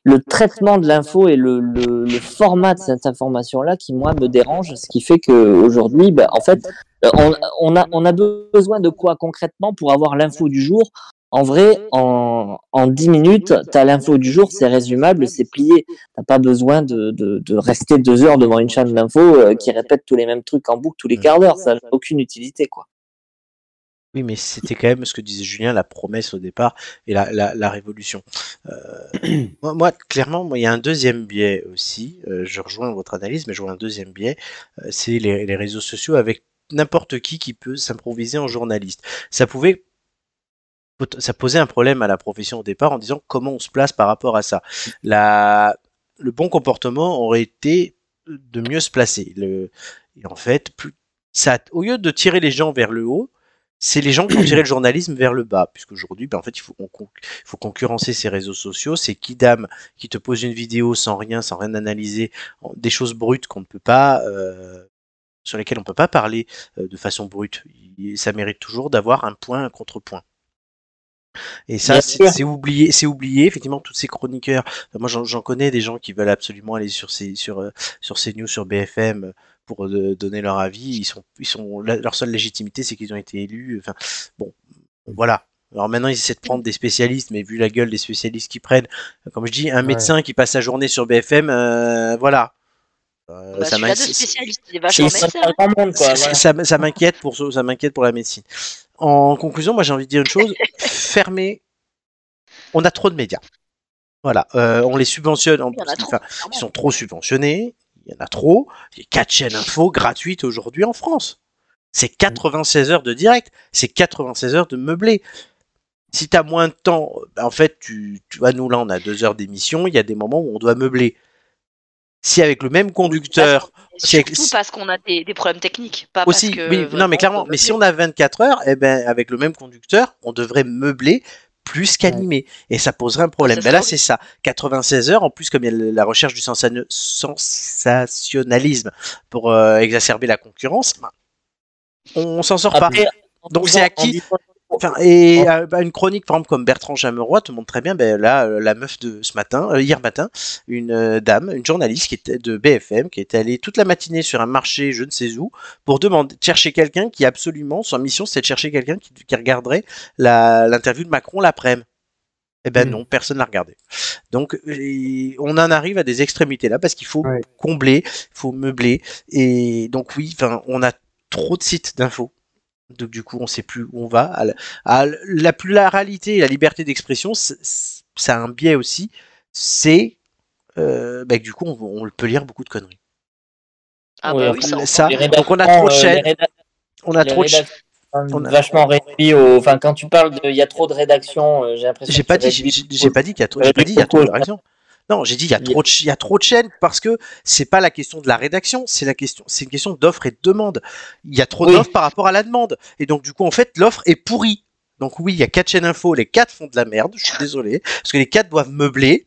S4: le traitement de l'info et le, le, le format de cette information-là qui, moi, me dérange, ce qui fait qu'aujourd'hui, bah, en fait, euh, on, on, a, on a besoin de quoi concrètement pour avoir l'info du jour En vrai, en, en 10 minutes, tu as l'info du jour, c'est résumable, c'est plié. T'as pas besoin de, de, de rester deux heures devant une chaîne d'info euh, qui répète tous les mêmes trucs en boucle tous les quarts d'heure, ça n'a aucune utilité, quoi.
S1: Oui, mais c'était quand même ce que disait Julien, la promesse au départ et la, la, la révolution. Euh, moi, moi, clairement, moi, il y a un deuxième biais aussi. euh, je rejoins votre analyse, mais je vois un deuxième biais. euh, c'est les, les réseaux sociaux avec n'importe qui qui peut s'improviser en journaliste. Ça pouvait ça posait un problème à la profession au départ en disant comment on se place par rapport à ça. La, le bon comportement aurait été de mieux se placer. Le, et en fait, plus, ça, au lieu de tirer les gens vers le haut, c'est les gens qui ont tiré le journalisme vers le bas, puisqu'aujourd'hui, ben, en fait, il faut, on con- il faut concurrencer ces réseaux sociaux. C'est Kidam qui te pose une vidéo sans rien, sans rien analyser, en- des choses brutes qu'on ne peut pas, euh, sur lesquelles on ne peut pas parler euh, de façon brute. Il- ça mérite toujours d'avoir un point, un contrepoint. Et ça,
S4: Bien
S1: c'est
S4: sûr.
S1: c'est oublié, c'est oublié. Effectivement, tous ces chroniqueurs. Moi, j'en j'en connais des gens qui veulent absolument aller sur ces, sur, euh, sur ces news, sur BFM, pour euh, donner leur avis. Ils sont, ils sont, la- leur seule légitimité, c'est qu'ils ont été élus. Enfin, bon, voilà. Alors maintenant, ils essaient de prendre des spécialistes, mais vu la gueule des spécialistes qu'ils prennent, euh, comme je dis, un
S2: Ouais.
S1: médecin qui passe sa journée sur BFM, euh, voilà. Euh,
S3: Bah,
S1: ça
S3: celui-là de
S1: m'inquiète-
S3: spécialiste, il est
S4: C'est
S3: vachement
S4: pas
S3: médecin.
S4: le grand monde, quoi.
S1: ça-
S4: voilà.
S1: ça- ça m'inquiète pour ce- ça m'inquiète pour la médecine. En conclusion, moi, j'ai envie de dire une chose fermez. On a trop de médias. Voilà, Euh, on les subventionne. En
S3: Il y en a
S1: plus,
S3: trop,
S1: enfin,
S3: clairement.
S1: ils sont trop subventionnés, il y en a trop. Il y a 4 chaînes info gratuites aujourd'hui en France. C'est 96 heures de direct, c'est 96 heures de meublé. Si tu as moins de temps, ben, en fait, tu, tu vois, nous là, on a 2 heures d'émission, il y a des moments où on doit meubler. Si avec le même conducteur, c'est-
S3: Bah, Surtout parce qu'on a des, des problèmes techniques, pas
S1: aussi,
S3: parce que.
S1: oui, non
S3: vraiment,
S1: mais clairement, mais si on a 24 heures, eh ben, avec le même conducteur, on devrait meubler plus qu'animer. Et ça poserait un problème.
S3: Ça
S1: Ben là,
S3: serait
S1: c'est ça. 96 heures, en plus, comme il y a le- la recherche du sensane- sensationnalisme pour euh, exacerber la concurrence, ben, on s'en sort pas.
S4: Après,
S1: Donc,
S4: en
S1: c'est à
S4: disant- en
S1: qui
S4: disant-
S1: Enfin, et
S2: Oh.
S1: euh, bah, une chronique, par exemple, comme Bertrand Jameroy te montre très bien, ben, là, euh, la meuf de ce matin, euh, hier matin, une euh, dame, une journaliste qui était de BFM, qui était allée toute la matinée sur un marché, je ne sais où, pour demander, chercher quelqu'un qui absolument, sa mission, c'était de chercher quelqu'un qui, qui regarderait la- l'interview de Macron l'après-midi. Eh ben
S2: Hmm.
S1: non, personne l'a regardé. Donc, et on en arrive à des extrémités là, parce qu'il faut
S2: Ouais.
S1: combler, il faut meubler, et donc oui, enfin, on a trop de sites d'infos. Donc du coup, on sait plus où on va. À la, à l- Ah, la pluralité et la liberté d'expression, c- c- ça a un biais aussi. C'est euh, bah, que du coup, on, on peut lire beaucoup de conneries.
S3: Ah
S4: Oui,
S3: bah
S4: enfin,
S3: oui, ça, on-
S1: Ça,
S4: les
S1: donc on a
S4: rédactions,
S1: trop de
S4: euh, les
S1: chaînes,
S4: rédactions-
S1: on a
S4: les
S1: trop de chaînes.
S4: rédactions sont
S1: on a-
S4: vachement réduits au- Enfin, quand tu parles de, il y a trop de rédactions, euh, j'ai l'impression.
S1: J'ai
S4: que
S1: pas
S4: c'est
S1: dit, j'ai
S4: réduit
S1: j'ai pas dit qu'il y a trop, j'ai pas dit il y a trop de réactions. Non, j'ai dit il y a trop de, ch- il y a trop de chaînes parce que c'est pas la question de la rédaction, c'est la question, c'est une question d'offre et de demande. Il y a trop
S4: Oui.
S1: d'offres par rapport à la demande et donc du coup en fait l'offre est pourrie. Donc oui, il y a quatre chaînes info, les quatre font de la merde. Je suis désolé parce que les quatre doivent meubler.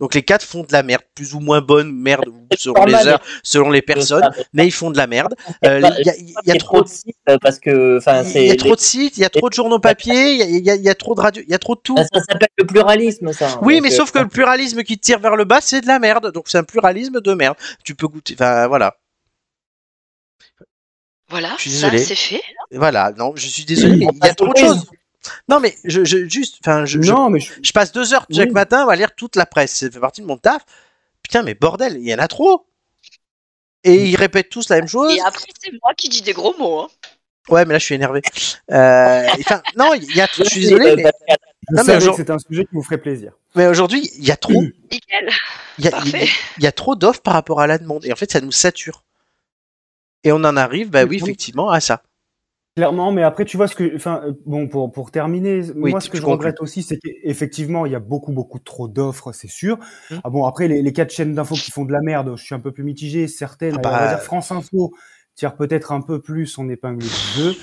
S1: Donc les quatre font de la merde, plus ou moins bonne merde selon les
S4: normal,
S1: heures, selon les
S4: de
S1: personnes,
S4: ça.
S1: mais ils font de la merde.
S4: C'est
S1: Euh,
S4: pas-
S1: Il y a- il y a
S4: Bah, c'est
S1: trop
S4: trop de sites, euh, parce que enfin
S1: il
S4: c'est
S1: y a trop de sites, il y a trop de journaux papier, il y a- il y a- il y a trop de radio, il y a trop de tout.
S4: ça s'appelle le pluralisme ça.
S1: Oui,
S4: Donc,
S1: mais
S4: euh,
S1: sauf que le pluralisme qui te tire vers le bas, c'est de la merde. Donc c'est un pluralisme de merde. Tu peux goûter. Enfin voilà,
S3: Voilà,
S1: Je suis
S3: ça
S1: désolé.
S3: c'est fait.
S1: voilà. Non, je suis désolé, mais
S4: on
S1: il y a
S4: passe au
S1: trop de
S4: quiz.
S1: choses. Non, mais je, je- juste, enfin, je, je-
S2: non, mais je-
S1: je passe deux heures chaque
S2: Oui.
S1: matin à lire toute la presse. Ça fait partie de mon taf. Putain, mais bordel, il y en a trop. Et ils répètent tous la même
S2: Oh,
S1: chose.
S3: Et après, c'est moi qui dis des gros mots. Hein.
S1: Ouais, mais là, je suis énervé. Euh, et enfin, non, il y a, je suis désolé, mais,
S4: Pascal,
S2: je
S1: mais
S2: savais
S1: aujourd'hui-
S2: que c'était un sujet qui vous ferait plaisir.
S1: mais aujourd'hui, il y a trop,
S3: Nickel.
S2: Ah,
S1: il y a,
S3: Parfait.
S1: il y a trop d'offres par rapport à la demande. Et en fait, ça nous sature. Et on en arrive, bah oui, effectivement, à ça.
S2: Clairement, mais après, tu vois ce que, enfin, euh, bon, pour, pour terminer,
S1: Oui,
S2: moi,
S1: tu-
S2: ce que
S1: tu
S2: je regrette aussi, c'est qu'effectivement, il y a beaucoup, beaucoup trop d'offres, c'est sûr.
S1: Hmm.
S2: Ah bon, après, les, les quatre chaînes d'infos qui font de la merde, je suis un peu plus mitigé. Certaines,
S1: Ah bah,
S2: on va dire France Info, tire peut-être un peu plus son épingle du jeu.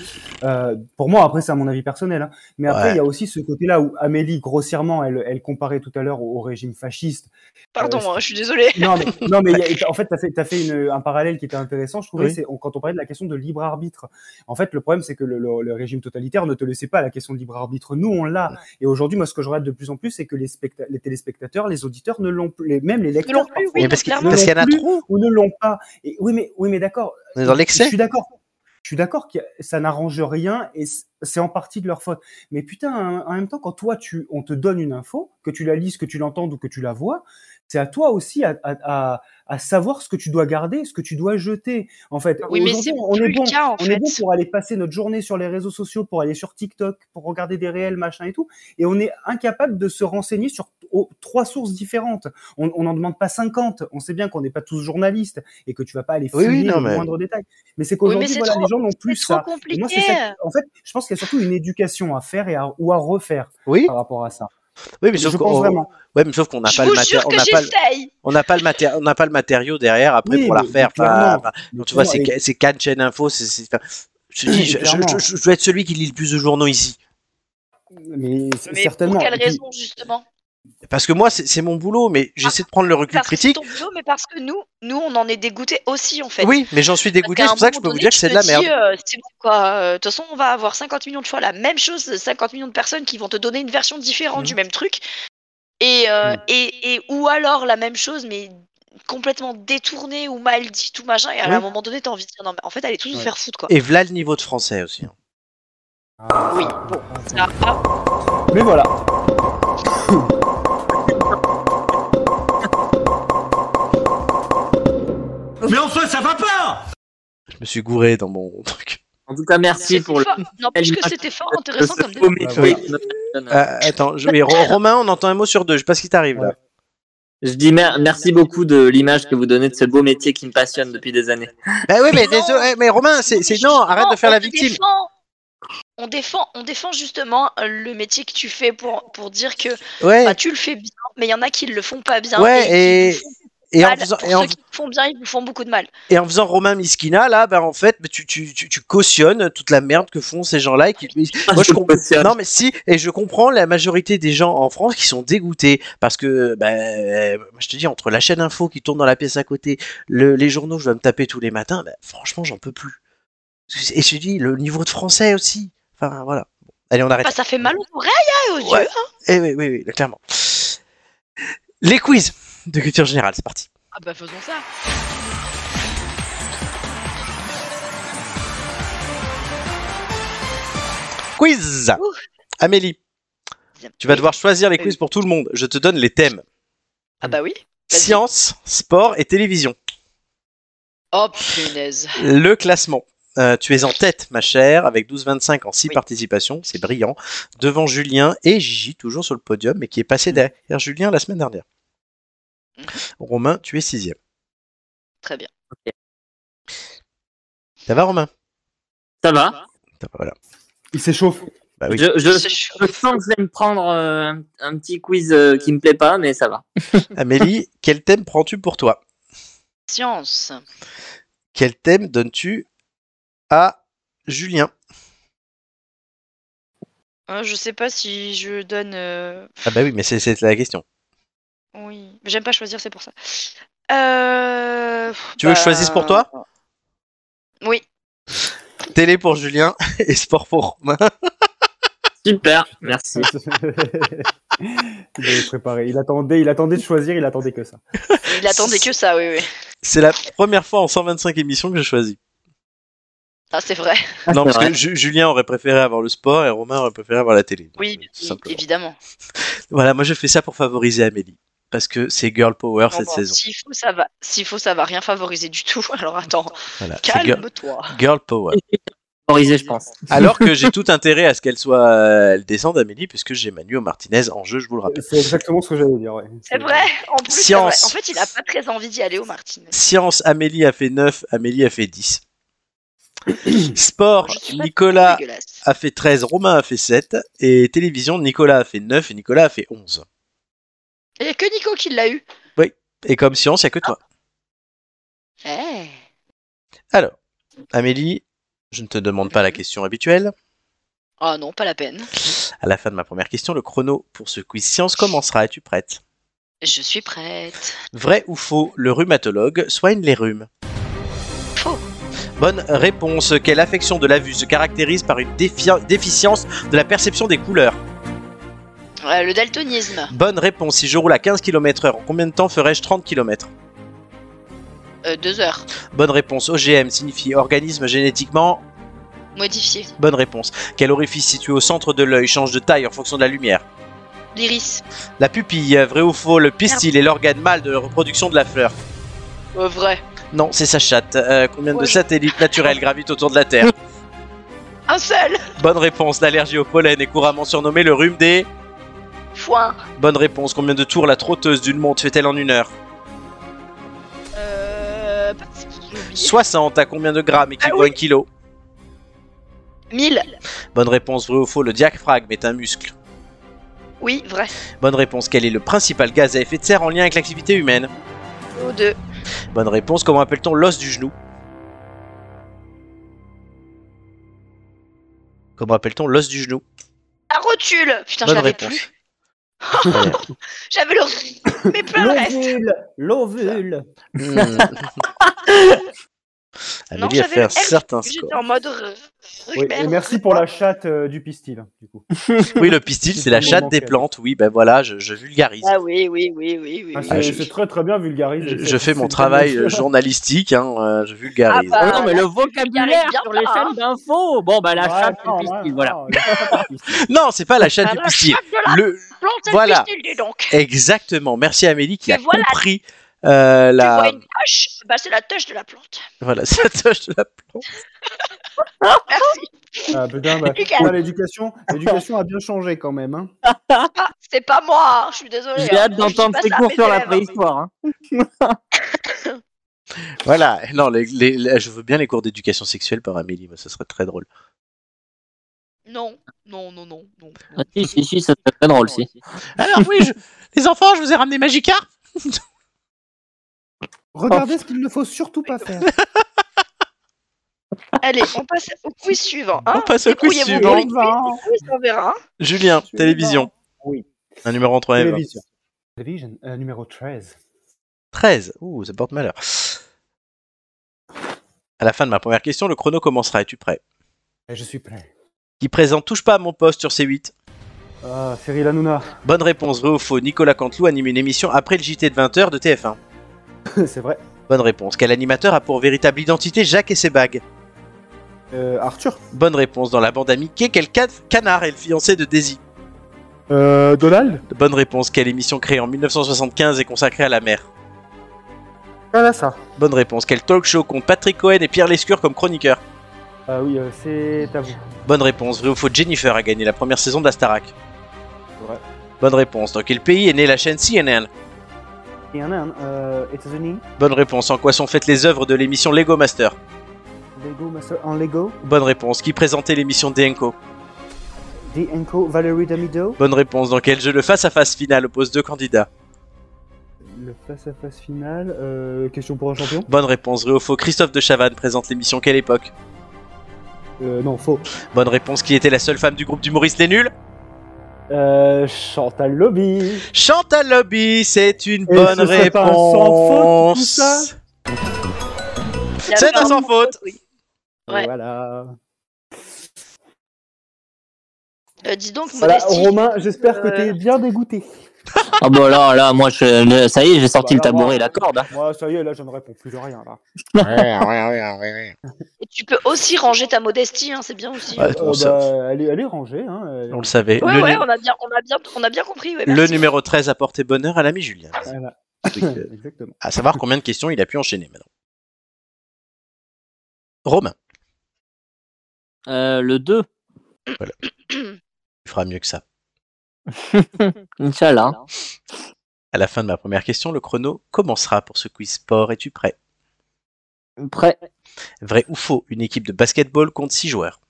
S2: Euh, pour moi, après, c'est à mon avis personnel. hein. Mais après,
S1: Ouais.
S2: il y a aussi ce côté-là où Amélie, grossièrement, elle, elle comparait tout à l'heure au, au régime fasciste.
S3: Pardon,
S2: Euh,
S3: hein, je suis désolée.
S2: Non, mais, non, mais il y a- en fait, tu as fait, t'as fait une- un parallèle qui était intéressant, je trouvais,
S1: Oui.
S2: c'est on- quand on parlait de la question de libre arbitre. En fait, le problème, c'est que le, le- le régime totalitaire ne te laissait pas la question de libre arbitre. Nous, on l'a. Et aujourd'hui, moi, ce que je regarde de plus en plus, c'est que les, specta- les téléspectateurs, les auditeurs ne l'ont plus, les- même les
S3: Ils l'ont
S2: lecteurs
S3: plus,
S2: parfois,
S3: oui,
S1: mais parce qu'il
S3: clairement.
S1: parce qu'il y en a
S2: Plus.
S1: trop.
S2: ou ne l'ont pas. Et, oui, mais, oui, mais d'accord.
S1: On est dans
S2: Je
S1: l'excès.
S2: suis d'accord. Je suis d'accord que ça n'arrange rien et c- c'est en partie de leur faute. Mais putain, en- en même temps, quand toi, tu, on te donne une info, que tu la lises, que tu l'entendes ou que tu la vois, c'est à toi aussi à, à- à- à savoir ce que tu dois garder, ce que tu dois jeter. En fait,
S3: Oui, mais
S2: Aujourd'hui,
S3: c'est
S2: on est
S3: plus
S2: bon.
S3: le cas, en
S2: On
S3: fait.
S2: est bon pour aller passer notre journée sur les réseaux sociaux, pour aller sur TikTok, pour regarder des réels, machin et tout. Et on est incapable de se renseigner sur au- trois sources différentes. On on n'en demande pas 50. On sait bien qu'on n'est pas tous journalistes et que tu vas pas aller
S1: Oui, oui,
S2: fouiller
S1: non,
S2: le
S1: mais-
S2: moindre détail. Mais c'est
S3: Oui,
S2: qu'aujourd'hui,
S3: mais c'est
S2: voilà,
S3: trop-
S2: les gens n'ont plus
S3: C'est trop
S2: ça. Et
S3: compliqué.
S2: moi, c'est ça. En fait, je pense qu'il y a surtout une éducation à faire et à, ou à refaire
S1: Oui,
S2: par rapport à ça.
S1: Ah. oui, mais
S2: Je
S1: sauf
S2: pense
S1: qu'on
S2: vraiment.
S1: ouais, mais sauf qu'on n'a
S3: Je
S1: pas le
S3: vous jure
S1: matériau, on
S3: que
S1: n'a pas, le-
S3: j'essaye.
S1: on n'a pas le maté- on n'a pas le matériau derrière après
S2: Oui,
S1: pour la
S2: mais-
S1: refaire.
S2: mais
S1: Enfin,
S2: clairement.
S1: enfin, donc tu vois, c'est
S2: Clairement.
S1: ca- c'est Cannes, chaîne info, c'est. c'est- enfin, Je, te dis, je, je-
S2: Clairement.
S1: je- je dois être celui qui lit le plus de journaux ici.
S2: Mais, c'est-
S3: Mais
S2: certainement.
S3: pour quelle
S2: Et puis,
S3: raison, justement
S1: Parce que moi, c'est c'est mon boulot, mais j'essaie de prendre le recul
S3: Parce que
S1: critique.
S3: c'est Ah, ton boulot, mais parce que nous, nous, on en est dégoûtés aussi, en fait.
S1: Oui, mais j'en suis dégoûté, c'est
S3: Parce
S1: pour
S3: qu'à un
S1: ça que je peux
S3: moment
S1: vous
S3: donné,
S1: dire que
S3: tu
S1: c'est de
S3: te
S1: la merde.
S3: dis, euh, c'est bon, quoi. Euh, De toute façon, on va avoir 50 millions de fois la même chose, 50 millions de personnes qui vont te donner une version différente
S2: Mhm.
S1: Mmh.
S3: du même truc. Et, euh,
S2: Mhm.
S3: et, et- ou alors la même chose, mais complètement détournée ou mal dit, tout machin. Et à
S2: Oui.
S3: un moment donné, t'as envie de dire, non, mais en fait, allez tous vous
S2: Ouais.
S3: faire foutre, quoi.
S1: Et voilà le niveau de français aussi. hein.
S2: Ah,
S3: Oui, bon, ça. ah,
S2: Mais voilà.
S5: Mais enfin, ça va pas
S1: Je me suis gouré dans mon truc.
S4: En tout
S1: Ah,
S4: cas, merci
S3: c'était
S4: pour le.
S3: fort- Non, parce que c'était fort intéressant comme
S4: ce faux
S3: débat.
S4: mépris
S2: Voilà.
S4: de notre personne.
S1: Euh, attends, je... mais Ro- Romain, on entend un mot sur deux, je sais pas ce qui t'arrive là.
S4: Je dis mer- merci beaucoup de l'image que vous donnez de ce beau métier qui me passionne depuis des années.
S1: Bah oui, mais,
S3: Non.
S1: désolé, mais Romain, c'est c'est- non, arrête de faire
S3: on
S1: la
S3: te
S1: victime.
S3: défend. On défend, on défend justement euh, le métier que tu fais pour, pour dire que
S1: Ouais,
S3: bah, tu le fais bien, mais il y en a qui le font pas bien.
S1: Ouais,
S3: et,
S1: et-
S3: qui vous font
S1: et en
S3: mal.
S1: faisant-
S3: pour
S1: et en
S3: ceux qui le font bien, ils vous font beaucoup de mal.
S1: Et en faisant Romain Miskina, là, ben, en fait, ben, tu, tu, tu, tu cautionnes toute la merde que font ces gens-là. et qui-
S4: Ah,
S1: Moi, je comprends. Non, mais si, et je comprends la majorité des gens en France qui sont dégoûtés parce que, ben, euh, je te dis, entre la chaîne info qui tourne dans la pièce à côté, le- les journaux que je dois me taper tous les matins, ben, franchement, j'en peux plus. Et je te dis, le niveau de français aussi. Enfin, voilà. Bon, allez, on arrête.
S3: Bah, ça fait mal aux oreilles hein, et aux
S1: Ouais.
S3: yeux. hein.
S1: Eh oui, oui, oui, clairement. Les quiz de culture générale, c'est parti.
S3: Ah bah faisons ça.
S1: Quiz
S3: Ouh.
S1: Amélie, tu vas devoir choisir les
S3: Oui.
S1: quiz pour tout le monde. Je te donne les thèmes.
S3: Ah bah oui. Vas-y.
S1: Science, sport et télévision.
S3: Oh punaise.
S1: Le classement. Euh, tu es en tête, ma chère, avec 12-25 en 6
S3: Oui.
S1: participations. C'est brillant. Devant Julien et Gigi, toujours sur le podium, mais qui est
S3: Mm.
S1: passé derrière Julien la semaine dernière.
S3: Mhm.
S1: Romain, tu es sixième.
S3: Très bien.
S1: Ça va, Romain
S4: Ça va
S1: Ça va, Voilà.
S2: Il s'échauffe.
S1: Bah oui.
S4: je, je,
S3: C'est chaud.
S4: je sens que je vais me prendre euh, un, un petit quiz euh, qui me plaît pas, mais ça va.
S1: Amélie, quel thème prends-tu pour toi
S3: Science.
S1: Quel thème donnes-tu à Julien
S3: Hein, je sais pas si je donne. euh,
S1: Ah bah oui, mais c'est- c'est la question.
S3: Oui. J'aime pas choisir, c'est pour ça. Euh...
S1: Tu veux que je
S4: Bah,
S1: choisisse pour toi
S3: Oui.
S1: Télé pour Julien et sport pour Romain.
S4: Super, merci.
S2: il est préparé. Il attendait, il attendait de choisir, il attendait que ça.
S3: Il attendait que ça, oui, oui.
S1: C'est la première fois en 125 émissions que je choisis.
S3: Ah, c'est vrai.
S4: Ah,
S1: non,
S4: c'est
S1: parce
S4: vrai.
S1: que Ju- Julien aurait préféré avoir le sport et Romain aurait préféré avoir la télé. Donc,
S3: Oui,
S1: euh, tout
S3: oui,
S1: simplement.
S3: évidemment.
S1: Voilà, moi je fais ça pour favoriser Amélie. Parce que c'est Girl Power
S3: Non,
S1: cette
S3: bon,
S1: saison.
S3: S'il faut, ça va. S'il faut, ça va rien favoriser du tout. Alors attends,
S1: Voilà, c'est girl,
S3: calme-toi.
S1: girl Power.
S4: Favorisé, je pense.
S1: Alors que j'ai tout intérêt à ce qu'elle soit, euh, elle descende Amélie, puisque j'ai Manuel Martinez en jeu, je vous le rappelle.
S2: C'est exactement ce que j'allais dire, ouais.
S3: C'est vrai. En plus, c'est
S1: Science.
S3: vrai. En fait, il a pas très envie d'y aller au Martinez.
S1: Science, Amélie a fait 9, Amélie a fait 10. Sport, Nicolas
S3: Dégueulasse.
S1: a fait 13, Romain a fait 7. Et télévision, Nicolas a fait 9 et Nicolas a fait 11.
S3: Il n'y a que Nico qui l'a eu.
S1: Et comme science, il n'y a que toi.
S3: Eh.
S1: Alors, Amélie, je ne te demande pas la question habituelle.
S3: Ah non, pas la peine.
S1: À la fin de ma première question, le chrono pour ce quiz science commencera. Es-tu prête
S3: Je suis prête.
S1: Vrai ou faux, le rhumatologue soigne les rhumes
S3: Faux.
S1: Bonne réponse. Quelle affection de la vue se caractérise par une défi- déficience de la perception des couleurs
S3: Ouais, le daltonisme.
S1: Bonne réponse. Si je roule à 15 km/h, en combien de temps ferais-je 30 km
S3: Euh, deux heures.
S1: Bonne réponse. OGM signifie organisme génétiquement.
S3: Modifié.
S1: Bonne réponse. Quel orifice situé au centre de l'œil change de taille en fonction de la lumière
S3: L'iris.
S1: La pupille, vrai ou faux, le pistil est l'organe mâle de reproduction de la fleur.
S3: Euh, vrai.
S1: Non, c'est sa chatte. Euh, combien de
S3: Ouais, je-
S1: satellites naturels gravitent autour de la Terre
S3: Un seul.
S1: Bonne réponse. L'allergie au pollen est couramment surnommée le rhume des.
S3: Foin.
S1: Bonne réponse. Combien de tours la trotteuse d'une montre fait-elle en une heure
S3: Euh. pas- j'ai oublié.
S1: 60 à combien de grammes équivaut
S3: Ah oui.
S1: un kilo
S3: Mille.
S1: Bonne réponse, vrai ou faux, le diaphragme est un muscle.
S3: Oui, vrai.
S1: Bonne réponse, quel est le principal gaz à effet de serre en lien avec l'activité humaine
S3: CO2.
S1: Bonne réponse, comment appelle-t-on l'os du genou Comment appelle-t-on l'os du genou
S3: La rotule. Putain, je
S1: Bonne
S3: l'avais
S1: réponse.
S3: plus. J'avais le. Mais plein le reste.
S2: L'ovule L'ovule
S1: Hmm.
S3: Non,
S1: Amélie a
S3: j'avais
S1: fait
S3: le
S1: un
S3: R,
S1: certain score.
S3: J'étais en mode. Ah r-
S2: Oui,
S3: rumeur.
S2: et merci pour la chatte euh, du pistil, du coup.
S1: Oui, le pistil, c'est la
S2: Mon
S1: chatte des
S2: manqué.
S1: plantes. Oui, ben voilà, je, je vulgarise.
S3: Ah oui, oui, oui, oui, oui.
S2: Ah,
S3: oui.
S2: c'est
S1: Ah, je-
S2: c'est très très bien vulgarisé.
S1: Je,
S2: C'est-
S1: je fais
S2: c'est
S1: mon
S2: bien
S1: travail
S2: fait.
S1: euh, journalistique, hein, euh, je
S3: Ah
S1: vulgarise.
S3: bah,
S4: non, mais
S3: là,
S4: le
S3: il y
S4: vocabulaire
S3: arrive bien
S4: sur les
S3: pas,
S4: chaînes
S3: hein.
S4: d'infos. Bon, bah, la
S2: Ouais,
S4: chatte,
S2: non,
S4: le pistil,
S2: non,
S4: voilà.
S2: non, la chatte du pistil.
S1: Non, c'est pas la chatte
S3: Ah,
S1: du
S3: la
S1: pistil.
S3: chatte de la
S1: Le,
S3: plante, elle
S1: Voilà.
S3: pistil, dis donc.
S1: Exactement. Merci Amélie qui
S3: Mais
S1: a
S3: voilà.
S1: compris euh,
S3: Tu vois
S1: la.
S3: une tâche Bah, c'est la tâche de la plante.
S1: Voilà, ça touche de la plante.
S3: Merci.
S2: Ah, putain, bah,
S3: Lucas.
S2: ouais, l'éducation, l'éducation a bien changé quand même. Hein.
S3: Ah, c'est pas moi, hein, je suis désolée.
S4: J'ai
S3: hein.
S4: hâte
S3: Je dis
S4: d'entendre
S3: pas
S4: ces
S3: ça à
S4: cours
S3: mes
S4: sur la
S3: élèves, hein.
S4: préhistoire. hein.
S1: Voilà. Non, les, les- les- je veux bien les cours d'éducation sexuelle par Amélie, moi, ça serait très drôle.
S3: Non, non, non, non, non.
S4: Ah, si, si, si, ça serait très drôle, si.
S1: Alors oui, je- les enfants, je vous ai ramené Magikarp.
S2: Regardez ce qu'il ne faut surtout pas faire.
S3: Allez, on passe au quiz suivant. Hein
S1: On passe au quiz
S3: Débrouillez-vous
S1: suivant.
S3: pour les quiz, on verra. hein.
S1: Julien,
S2: Suivant.
S1: télévision.
S2: Oui.
S1: Un numéro en 3
S2: Télévision. Télévision, euh, numéro 13.
S1: 13. Ouh, ça porte malheur. À la fin de ma première question, le chrono commencera. Es-tu prêt
S2: Et Je suis prêt.
S1: Qui présente Touche pas à mon poste sur C8
S2: Ah, Cyril Hanouna.
S1: Bonne réponse, vrai ou faux Nicolas Canteloup anime une émission après le JT de 20h de TF1.
S2: c'est vrai.
S1: Bonne réponse. Quel animateur a pour véritable identité Jacques et ses bagues
S2: Euh, Arthur.
S1: Bonne réponse. Dans la bande amicale, quel ca- canard est le fiancé de Daisy
S2: Euh, Donald.
S1: Bonne réponse. Quelle émission créée en 1975 est consacrée à la mer
S2: Voilà ça.
S1: Bonne réponse. Quel talk show compte Patrick Cohen et Pierre Lescure comme chroniqueurs
S2: Ah oui, euh, c'est à vous.
S1: Bonne réponse. Vrai ou faux Jennifer a gagné la première saison de la Starac
S2: Vrai.
S1: Bonne réponse. Dans quel pays est née la chaîne CNN
S2: Et un, un, euh, États-Unis.
S1: Bonne réponse. En quoi sont faites les œuvres de l'émission Lego Master
S2: Lego Master en Lego.
S1: Bonne réponse. Qui présentait l'émission Denko
S2: The Enco, Valerie Damido.
S1: Bonne réponse. Dans quel jeu le face-à-face final oppose deux candidats
S2: Le face-à-face final. euh, question pour un champion.
S1: Bonne réponse. Vrai ou faux Christophe de Chavannes présente l'émission Quelle époque
S2: Euh, non, faux.
S1: Bonne réponse. Qui était la seule femme du groupe d'humoristes Les Nuls
S2: Euh, Chantal Lobby.
S1: Chantal Lobby, c'est une bonne
S2: ce serait pas un sans faute, tout
S1: réponse.
S2: ça
S3: Il y a
S1: C'est
S3: plein
S1: un
S3: de-
S1: sans faute.
S3: oui. Ouais.
S2: Voilà.
S3: Euh, dis donc,
S2: Voilà,
S3: Modestie,
S2: Romain, j'espère que
S3: euh,
S2: t'es bien dégoûté.
S4: Ah bah là, là, moi, je, le- ça y est, j'ai sorti
S2: Bah
S4: le
S2: là,
S4: tabouret et
S2: moi-
S4: la corde. hein.
S2: Moi, ça y est, là, je ne réponds plus de rien. Là.
S6: Ouais, ouais, ouais, ouais, ouais.
S3: Et tu peux aussi ranger ta modestie, hein, c'est bien aussi.
S1: Ouais,
S3: hein.
S1: on,
S2: Euh,
S1: sa-
S2: bah, elle, est, elle est rangée. Hein, elle-
S1: on le savait.
S3: Ouais,
S1: le,
S3: ouais,
S1: nu-
S3: on a bien, on a bien, on a bien compris. ouais,
S1: le
S3: merci.
S1: numéro 13 a porté bonheur à l'ami Julien.
S2: Voilà.
S1: Donc, euh,
S2: Exactement.
S1: à savoir combien de questions il a pu enchaîner maintenant. Romain,
S4: Euh, le 2,
S1: tu feras mieux que ça.
S4: Inch'Allah.
S1: À la fin de ma première question, le chrono commencera pour ce quiz sport. Es-tu prêt
S4: Prêt,
S1: Vrai ou faux Une équipe de basketball compte 6 joueurs.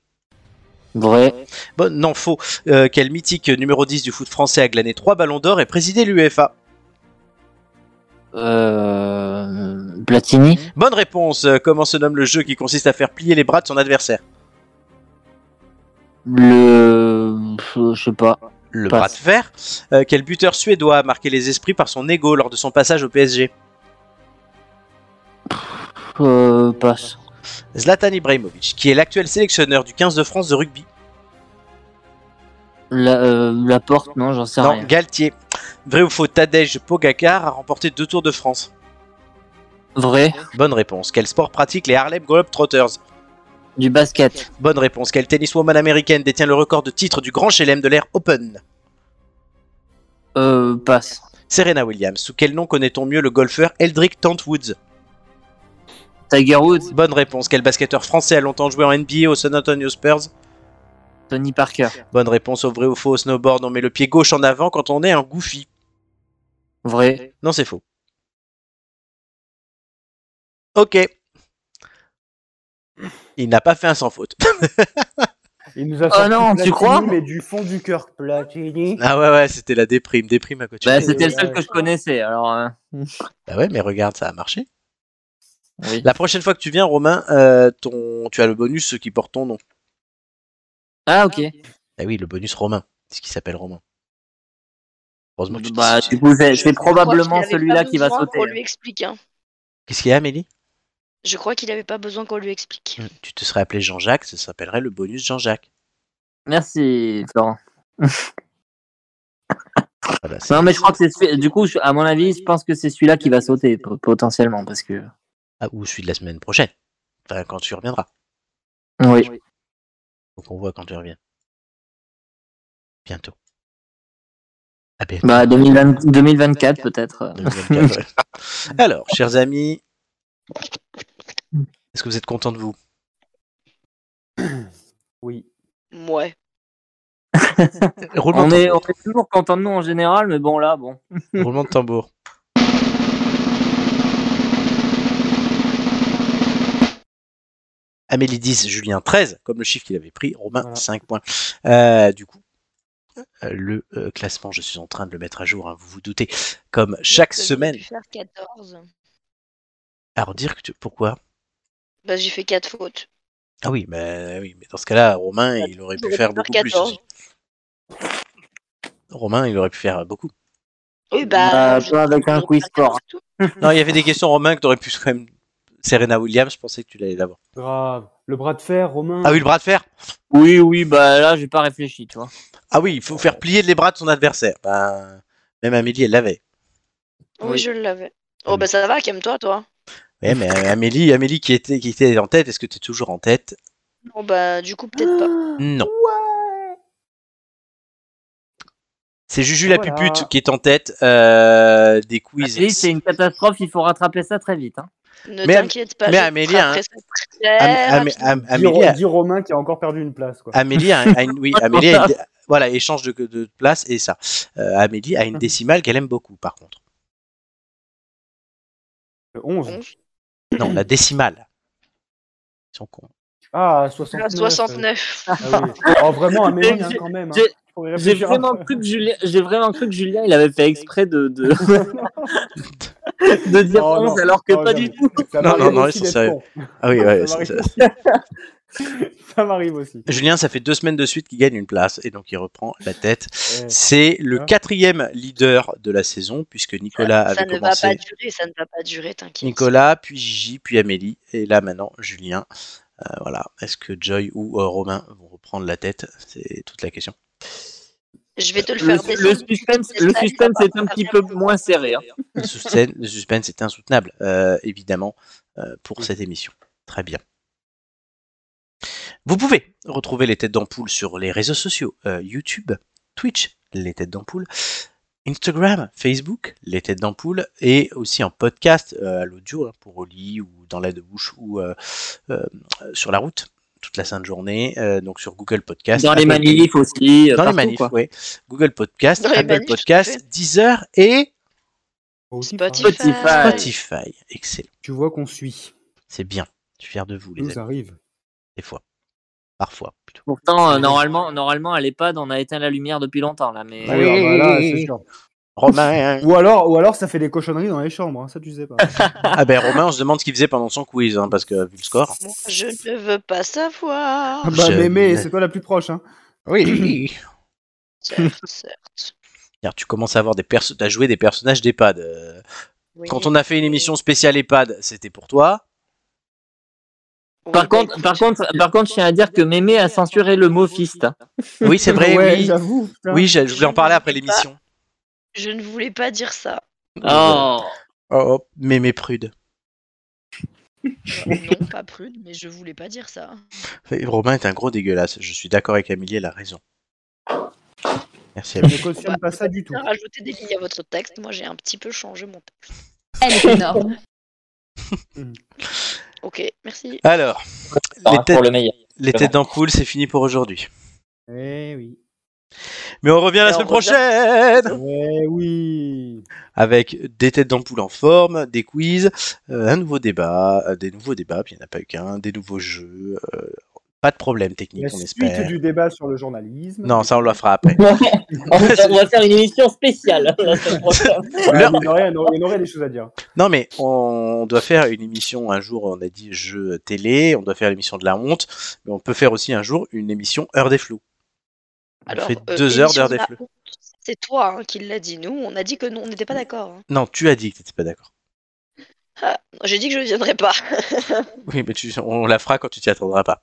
S4: vrai,
S1: Bon, non, faux. Euh, quel mythique numéro 10 du foot français a glané 3 ballons d'or et présidé l'UEFA
S4: euh, Platini,
S1: Bonne réponse. Euh, Comment se nomme le jeu qui consiste à faire plier les bras de son adversaire
S4: le. Je sais pas.
S1: Le
S4: Passe.
S1: bras de fer. Euh, quel buteur suédois a marqué les esprits par son ego lors de son passage au PSG
S4: Euh, passe.
S1: Zlatan Ibrahimovic, qui est l'actuel sélectionneur du 15 de France de rugby.
S4: La, euh, la porte, non, j'en sais
S1: Non,
S4: rien.
S1: Galtier. Vrai ou faux, Tadej Pogacar a remporté deux Tours de France.
S4: Vrai,
S1: Bonne réponse. Quel sport pratique les Harlem Globetrotters
S4: du basket,
S1: Bonne réponse. Quelle tenniswoman américaine détient le record de titre du Grand Chelem de l'ère Open
S4: euh, passe.
S1: Serena Williams. Sous quel nom connaît-on mieux le golfeur Eldrick Tantwoods
S4: Tiger Woods,
S1: Bonne réponse. Quel basketteur français a longtemps joué en NBA au San Antonio Spurs
S4: Tony Parker,
S1: Bonne réponse. Au vrai ou faux, au snowboard, on met le pied gauche en avant quand on est un goofy.
S4: vrai,
S1: Non, c'est faux. Ok. Il n'a pas fait un sans faute.
S2: Il nous a
S4: Oh
S2: sorti
S4: non, tu
S2: Platini,
S4: crois
S2: Mais du fond du cœur, Platini.
S1: Ah ouais, ouais, c'était la déprime, déprime à côté.
S4: Bah, c'était le seul que je connaissais, alors. euh,
S1: Bah ouais, mais regarde, ça a marché.
S4: Oui.
S1: La prochaine fois que tu viens, Romain, euh, ton... tu as le bonus ceux qui portent ton nom.
S4: Ah, ok.
S1: Bah oui, le bonus Romain, c'est ce qui s'appelle Romain. Heureusement que tu
S4: Bah,
S1: t'y-
S4: du coup, je je fais
S3: Je crois qu'il
S4: probablement
S3: avait pas
S4: celui-là qui va
S3: besoin
S4: sauter.
S3: Qu'on
S4: là.
S3: lui explique. hein.
S1: Qu'est-ce qu'il y a, Amélie
S3: Je crois qu'il n'avait pas besoin qu'on lui explique.
S1: Hmm, Tu te serais appelé Jean-Jacques, ça s'appellerait le bonus Jean-Jacques.
S4: Merci, Florent.
S1: Voilà, c'est-
S4: Non, mais je crois que c'est celui- du coup, je- à mon avis, je pense que c'est celui-là qui va sauter po- potentiellement parce que
S1: Ah, ou celui de la semaine prochaine. Enfin, quand tu reviendras.
S4: oui,
S1: Faut qu'on voit quand tu reviens. Bientôt. Ah, bientôt.
S4: bah 2020 2024 peut-être. euh.
S1: 2024, ouais. Alors, chers amis, est-ce que vous êtes contents de vous
S2: Oui.
S3: Ouais.
S1: Roulement
S4: On
S1: de
S4: est, on
S1: tambour.
S4: est toujours content de nous en général, mais bon là, bon.
S1: Roulement de tambour. Amélie 10, Julien 13, comme le chiffre qu'il avait pris, Romain
S2: Voilà.
S1: 5 points. Euh, du coup, euh, le euh, classement, je suis en train de le mettre à jour, hein, vous vous doutez, comme chaque
S3: Vous aviez
S1: semaine.
S3: pu faire 14.
S1: Alors dire que tu- pourquoi
S3: Bah, j'ai fait 4 fautes.
S1: Ah oui, bah, oui, mais dans ce cas-là, Romain, il aurait pu
S3: J'aurais
S1: faire
S3: pu
S1: beaucoup
S3: faire
S1: plus.
S3: 14.
S1: aussi. Romain, il aurait pu faire beaucoup.
S3: Oui, bah.
S4: Bah,
S3: je-
S4: pas avec un
S3: j'aurais pu
S4: quiz
S3: faire 14
S4: fort.
S3: tout.
S1: Non, il y avait des questions, Romain, que t'aurais pu quand même. Serena Williams, je pensais que tu l'allais l'avoir.
S2: Grave. Le bras de fer, Romain.
S1: Ah oui, le bras de fer
S4: Oui, oui, bah là, j'ai pas réfléchi, tu vois.
S1: Ah oui, il faut faire plier les bras de son adversaire. Ben, même Amélie, elle l'avait.
S3: Oui,
S4: Oui.
S3: je l'avais. Oh, bah, ça va, calme-toi, toi.
S1: Ouais, mais euh, Amélie, Amélie qui était, qui était en tête, est-ce que tu es toujours en tête
S3: Non, bah, du coup, peut-être pas.
S1: Non. C'est Juju la
S2: Voilà.
S1: pupute qui est en tête euh, des quiz.
S4: Amélie, c'est une catastrophe, il faut rattraper ça très vite. hein.
S3: Ne
S1: Mais Am-
S3: t'inquiète pas.
S1: mais
S3: je
S1: Amélie, hein.
S3: te rattraperai ça
S1: Am-
S3: très
S1: Am-
S3: rapidement.
S1: Am-
S2: Dis, Ro-
S1: Amélie, Ah a-
S2: dis Romain qui a encore perdu une place. Quoi.
S1: Amélie a, a une, oui, Amélie a une- voilà, échange de, de place et ça. Euh, Amélie a
S3: Ah.
S1: une décimale qu'elle aime beaucoup, par contre.
S2: Le 11.
S3: Onze.
S1: Non, la décimale. Ils sont cons.
S2: Ah, 69.
S3: Ah, 69.
S2: Ah oui. Oh, vraiment, Amélie, hein,
S4: J'ai-
S2: quand même. hein.
S4: j'ai-
S2: Faut y
S4: J'ai
S2: réfléchir un
S4: vraiment
S2: peu.
S4: cru que Julien, j'ai vraiment cru que Julien, il avait fait exprès de de, de dire
S2: Oh, Non, non,
S4: 11 alors que
S2: non,
S4: pas
S2: non.
S4: du tout.
S2: Ça
S1: Non,
S2: m'arrive
S1: non, non, ils
S2: aussi
S1: sont
S2: d'être
S1: sérieux.
S2: con.
S1: Ah oui, ouais,
S2: Ça
S1: c'est-
S2: m'arrive. Ça m'arrive aussi.
S1: Julien, ça fait deux semaines de suite qu'il gagne une place et donc il reprend la tête.
S2: Eh.
S1: C'est le
S2: Hein
S1: quatrième leader de la saison puisque Nicolas
S3: Ah. ça
S1: avait
S3: ne va pas
S1: commencé.
S3: durer, ça ne va pas durer, t'inquiète.
S1: Nicolas, puis Gigi, puis Amélie et là maintenant Julien. Euh, voilà. Est-ce que Joy ou euh, Romain vont reprendre la tête C'est toute la question.
S3: Je vais te le
S4: Le,
S3: faire
S4: le
S3: descendre.
S4: suspense, le suspense est un petit peu moins serré. hein.
S1: Le suspense, le suspense est insoutenable, euh, évidemment, euh,
S4: Mm.
S1: pour cette émission. Très bien. Vous pouvez retrouver les têtes d'ampoule sur les réseaux sociaux euh, YouTube, Twitch, les têtes d'ampoule, Instagram, Facebook, les têtes d'ampoule, et aussi en podcast euh, à l'audio hein, pour Oli ou dans la de bouche ou euh, euh, sur la route toute la sainte journée, euh, donc sur Google Podcast.
S4: Dans les
S1: Apple-
S4: manifs aussi. euh,
S1: dans les
S4: partout,
S1: manifs,
S4: quoi.
S1: oui. Google Podcast,
S3: Dans les
S1: Apple
S3: manifs, tout à
S1: Podcast, Deezer et
S2: Aussi,
S3: Spotify.
S4: Spotify.
S1: Spotify. Excellent.
S2: Tu vois qu'on suit.
S1: C'est bien. Je suis fier de vous, les
S2: Nous
S1: amis.
S2: arrive.
S1: Des fois. Parfois, plutôt.
S4: Pourtant, euh, normalement, normalement, à l'EHPAD, on a éteint la lumière depuis longtemps là, mais euh,
S2: Ah oui, alors, bah là, c'est sûr.
S1: Romain.
S2: Ou alors, ou alors, ça fait des cochonneries dans les chambres, hein, ça tu sais pas.
S1: ah ben, Romain, on se demande ce qu'il faisait pendant son quiz, hein, parce que vu le score.
S3: Moi, je ne veux pas savoir.
S2: Ah bah,
S1: Je-
S2: mémé, c'est toi la plus proche. Hein.
S1: Oui.
S3: Certes, certes.
S1: tu commences à avoir des perso- t'as joué des personnages d'EHPAD. euh.
S3: Oui.
S1: Quand on a fait une émission spéciale E EHPAD, c'était pour toi.
S3: Oui,
S4: Par
S3: bah,
S4: contre, par contre, par contre, je tiens à dire que Mémé a censuré le mot fist. hein.
S1: Oui, c'est vrai.
S2: ouais,
S1: oui.
S2: j'avoue. putain.
S1: Oui, je je voulais en parler après l'émission.
S3: je ne voulais pas dire ça.
S4: Oh,
S1: Oh, oh, mais mais prude.
S3: Euh, non, pas prude, mais je voulais pas dire ça.
S1: Et Romain est un gros dégueulasse. Je suis d'accord avec Amélie, elle a raison. Merci.
S2: Je
S1: Amélie.
S2: ne cautionne pas ça du tout.
S3: Rajouter des lignes à votre texte, moi j'ai un petit peu changé mon texte.
S7: Elle est énorme.
S3: Ok, merci.
S1: Alors, les
S4: pour
S1: têtes,
S4: le meilleur.
S1: les têtes d'ampoule, c'est fini pour aujourd'hui.
S2: Eh oui.
S1: Mais on revient la
S4: Et on
S1: semaine
S4: revient-
S1: prochaine.
S2: Eh oui.
S1: avec des têtes d'ampoule en forme, des quiz, euh, un nouveau débat, euh, des nouveaux débats, puis il n'y en a pas eu qu'un, des nouveaux jeux, euh, pas de problème technique,
S2: La
S1: on
S2: suite
S1: espère.
S2: du débat sur le journalisme.
S1: Non, ça on le fera après.
S4: on, va- on va faire une émission spéciale la semaine prochaine.
S2: Ouais,
S1: Leur-
S2: mine de rien, on aurait- on aurait des choses à dire.
S1: Non, mais on doit faire une émission un jour, on a dit jeu télé, on doit faire l'émission de la honte, mais on peut faire aussi un jour une émission heure des flous. On
S3: Alors,
S1: fait
S3: euh,
S1: deux heures
S3: émission
S1: d'heure
S3: de
S1: des
S3: la
S1: flous.
S3: honte, C'est toi hein, qui l'a dit. Nous, on a dit que nous, on n'était pas d'accord. hein.
S1: Non, tu as dit que tu n'étais pas d'accord.
S3: Ah, J'ai dit que je ne viendrais pas.
S1: Oui, mais tu- on la fera quand tu t'y attendras pas.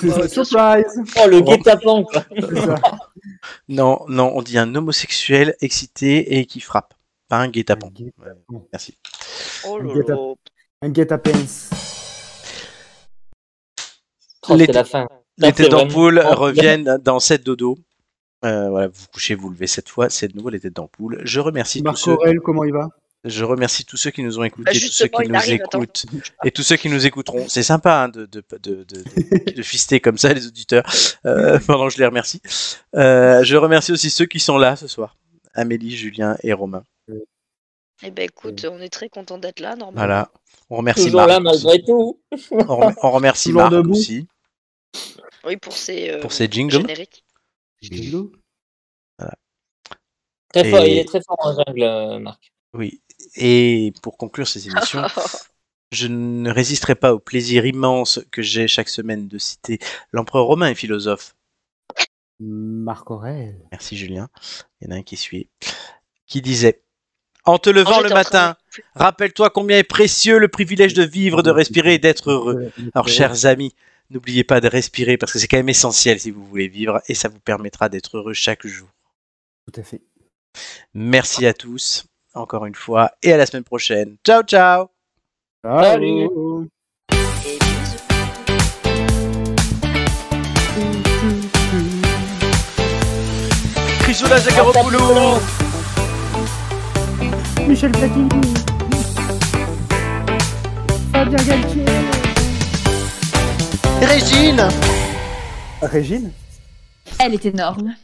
S2: C'est ça, surprise.
S4: Oh, le guet-apens, quoi.
S2: C'est ça.
S1: Non, non, on dit un homosexuel excité et qui frappe, pas un guet-apens. Merci.
S3: Oh là
S2: Get
S3: là.
S2: Un guet-apens.
S4: Oh,
S1: Les-
S4: c'est la fin.
S1: Les
S4: Ça, c'est
S1: têtes d'ampoule
S4: vraiment-
S1: reviennent dans 7 dodo. Euh, voilà, vous couchez, vous levez cette fois, c'est de nouveau les têtes d'ampoule. Je remercie, tous
S2: Marc
S1: ceux,
S2: Aurel, comment il va
S1: je remercie tous ceux qui nous ont
S3: Bah,
S1: écoutés, tous ceux
S3: justement,
S1: qui
S3: il
S1: nous
S3: arrive. attends,
S1: écoutent
S3: bouge pas.
S1: et tous ceux qui nous écouteront. C'est sympa hein, de, de, de, de, de- de fister comme ça les auditeurs. Euh, pendant que je les remercie. Euh, je remercie aussi ceux qui sont là ce soir. Amélie, Julien et Romain.
S3: Eh ben écoute,
S1: Mm.
S3: on est très content d'être là, normalement.
S1: Voilà. On remercie
S4: Toujours
S1: Marc.
S4: là,
S1: aussi.
S4: malgré tout.
S1: On rem- on remercie
S2: Toujours
S1: Marc
S2: debout.
S1: aussi
S3: Oui, pour ces, euh,
S1: pour ses jingles.
S3: génériques.
S4: Très fort,
S1: Et-
S4: Il est très fort en jungle, euh, Marc.
S1: Oui. Et pour conclure ces émissions, je ne résisterai pas au plaisir immense que j'ai chaque semaine de citer l'empereur romain et philosophe.
S2: Marc Aurel.
S1: Merci Julien. Il y en a un qui suit. Qui disait En te levant
S3: Oh,
S1: le
S3: j'étais en train
S1: matin, rappelle-toi combien est précieux le privilège de vivre, de respirer et d'être heureux.
S2: Euh,
S1: Alors, chers amis, n'oubliez pas de respirer parce que c'est quand même essentiel si vous voulez vivre et ça vous permettra d'être heureux chaque jour.
S2: Tout à fait.
S1: Merci à tous, encore une fois, et à la semaine prochaine. Ciao, ciao
S4: Salut.
S2: Allô.
S3: Et bisous.
S1: Chrysoula Zacharopoulou
S2: Michel Platini. Fabien Galtier.
S5: Régine
S2: Régine
S7: Elle est énorme.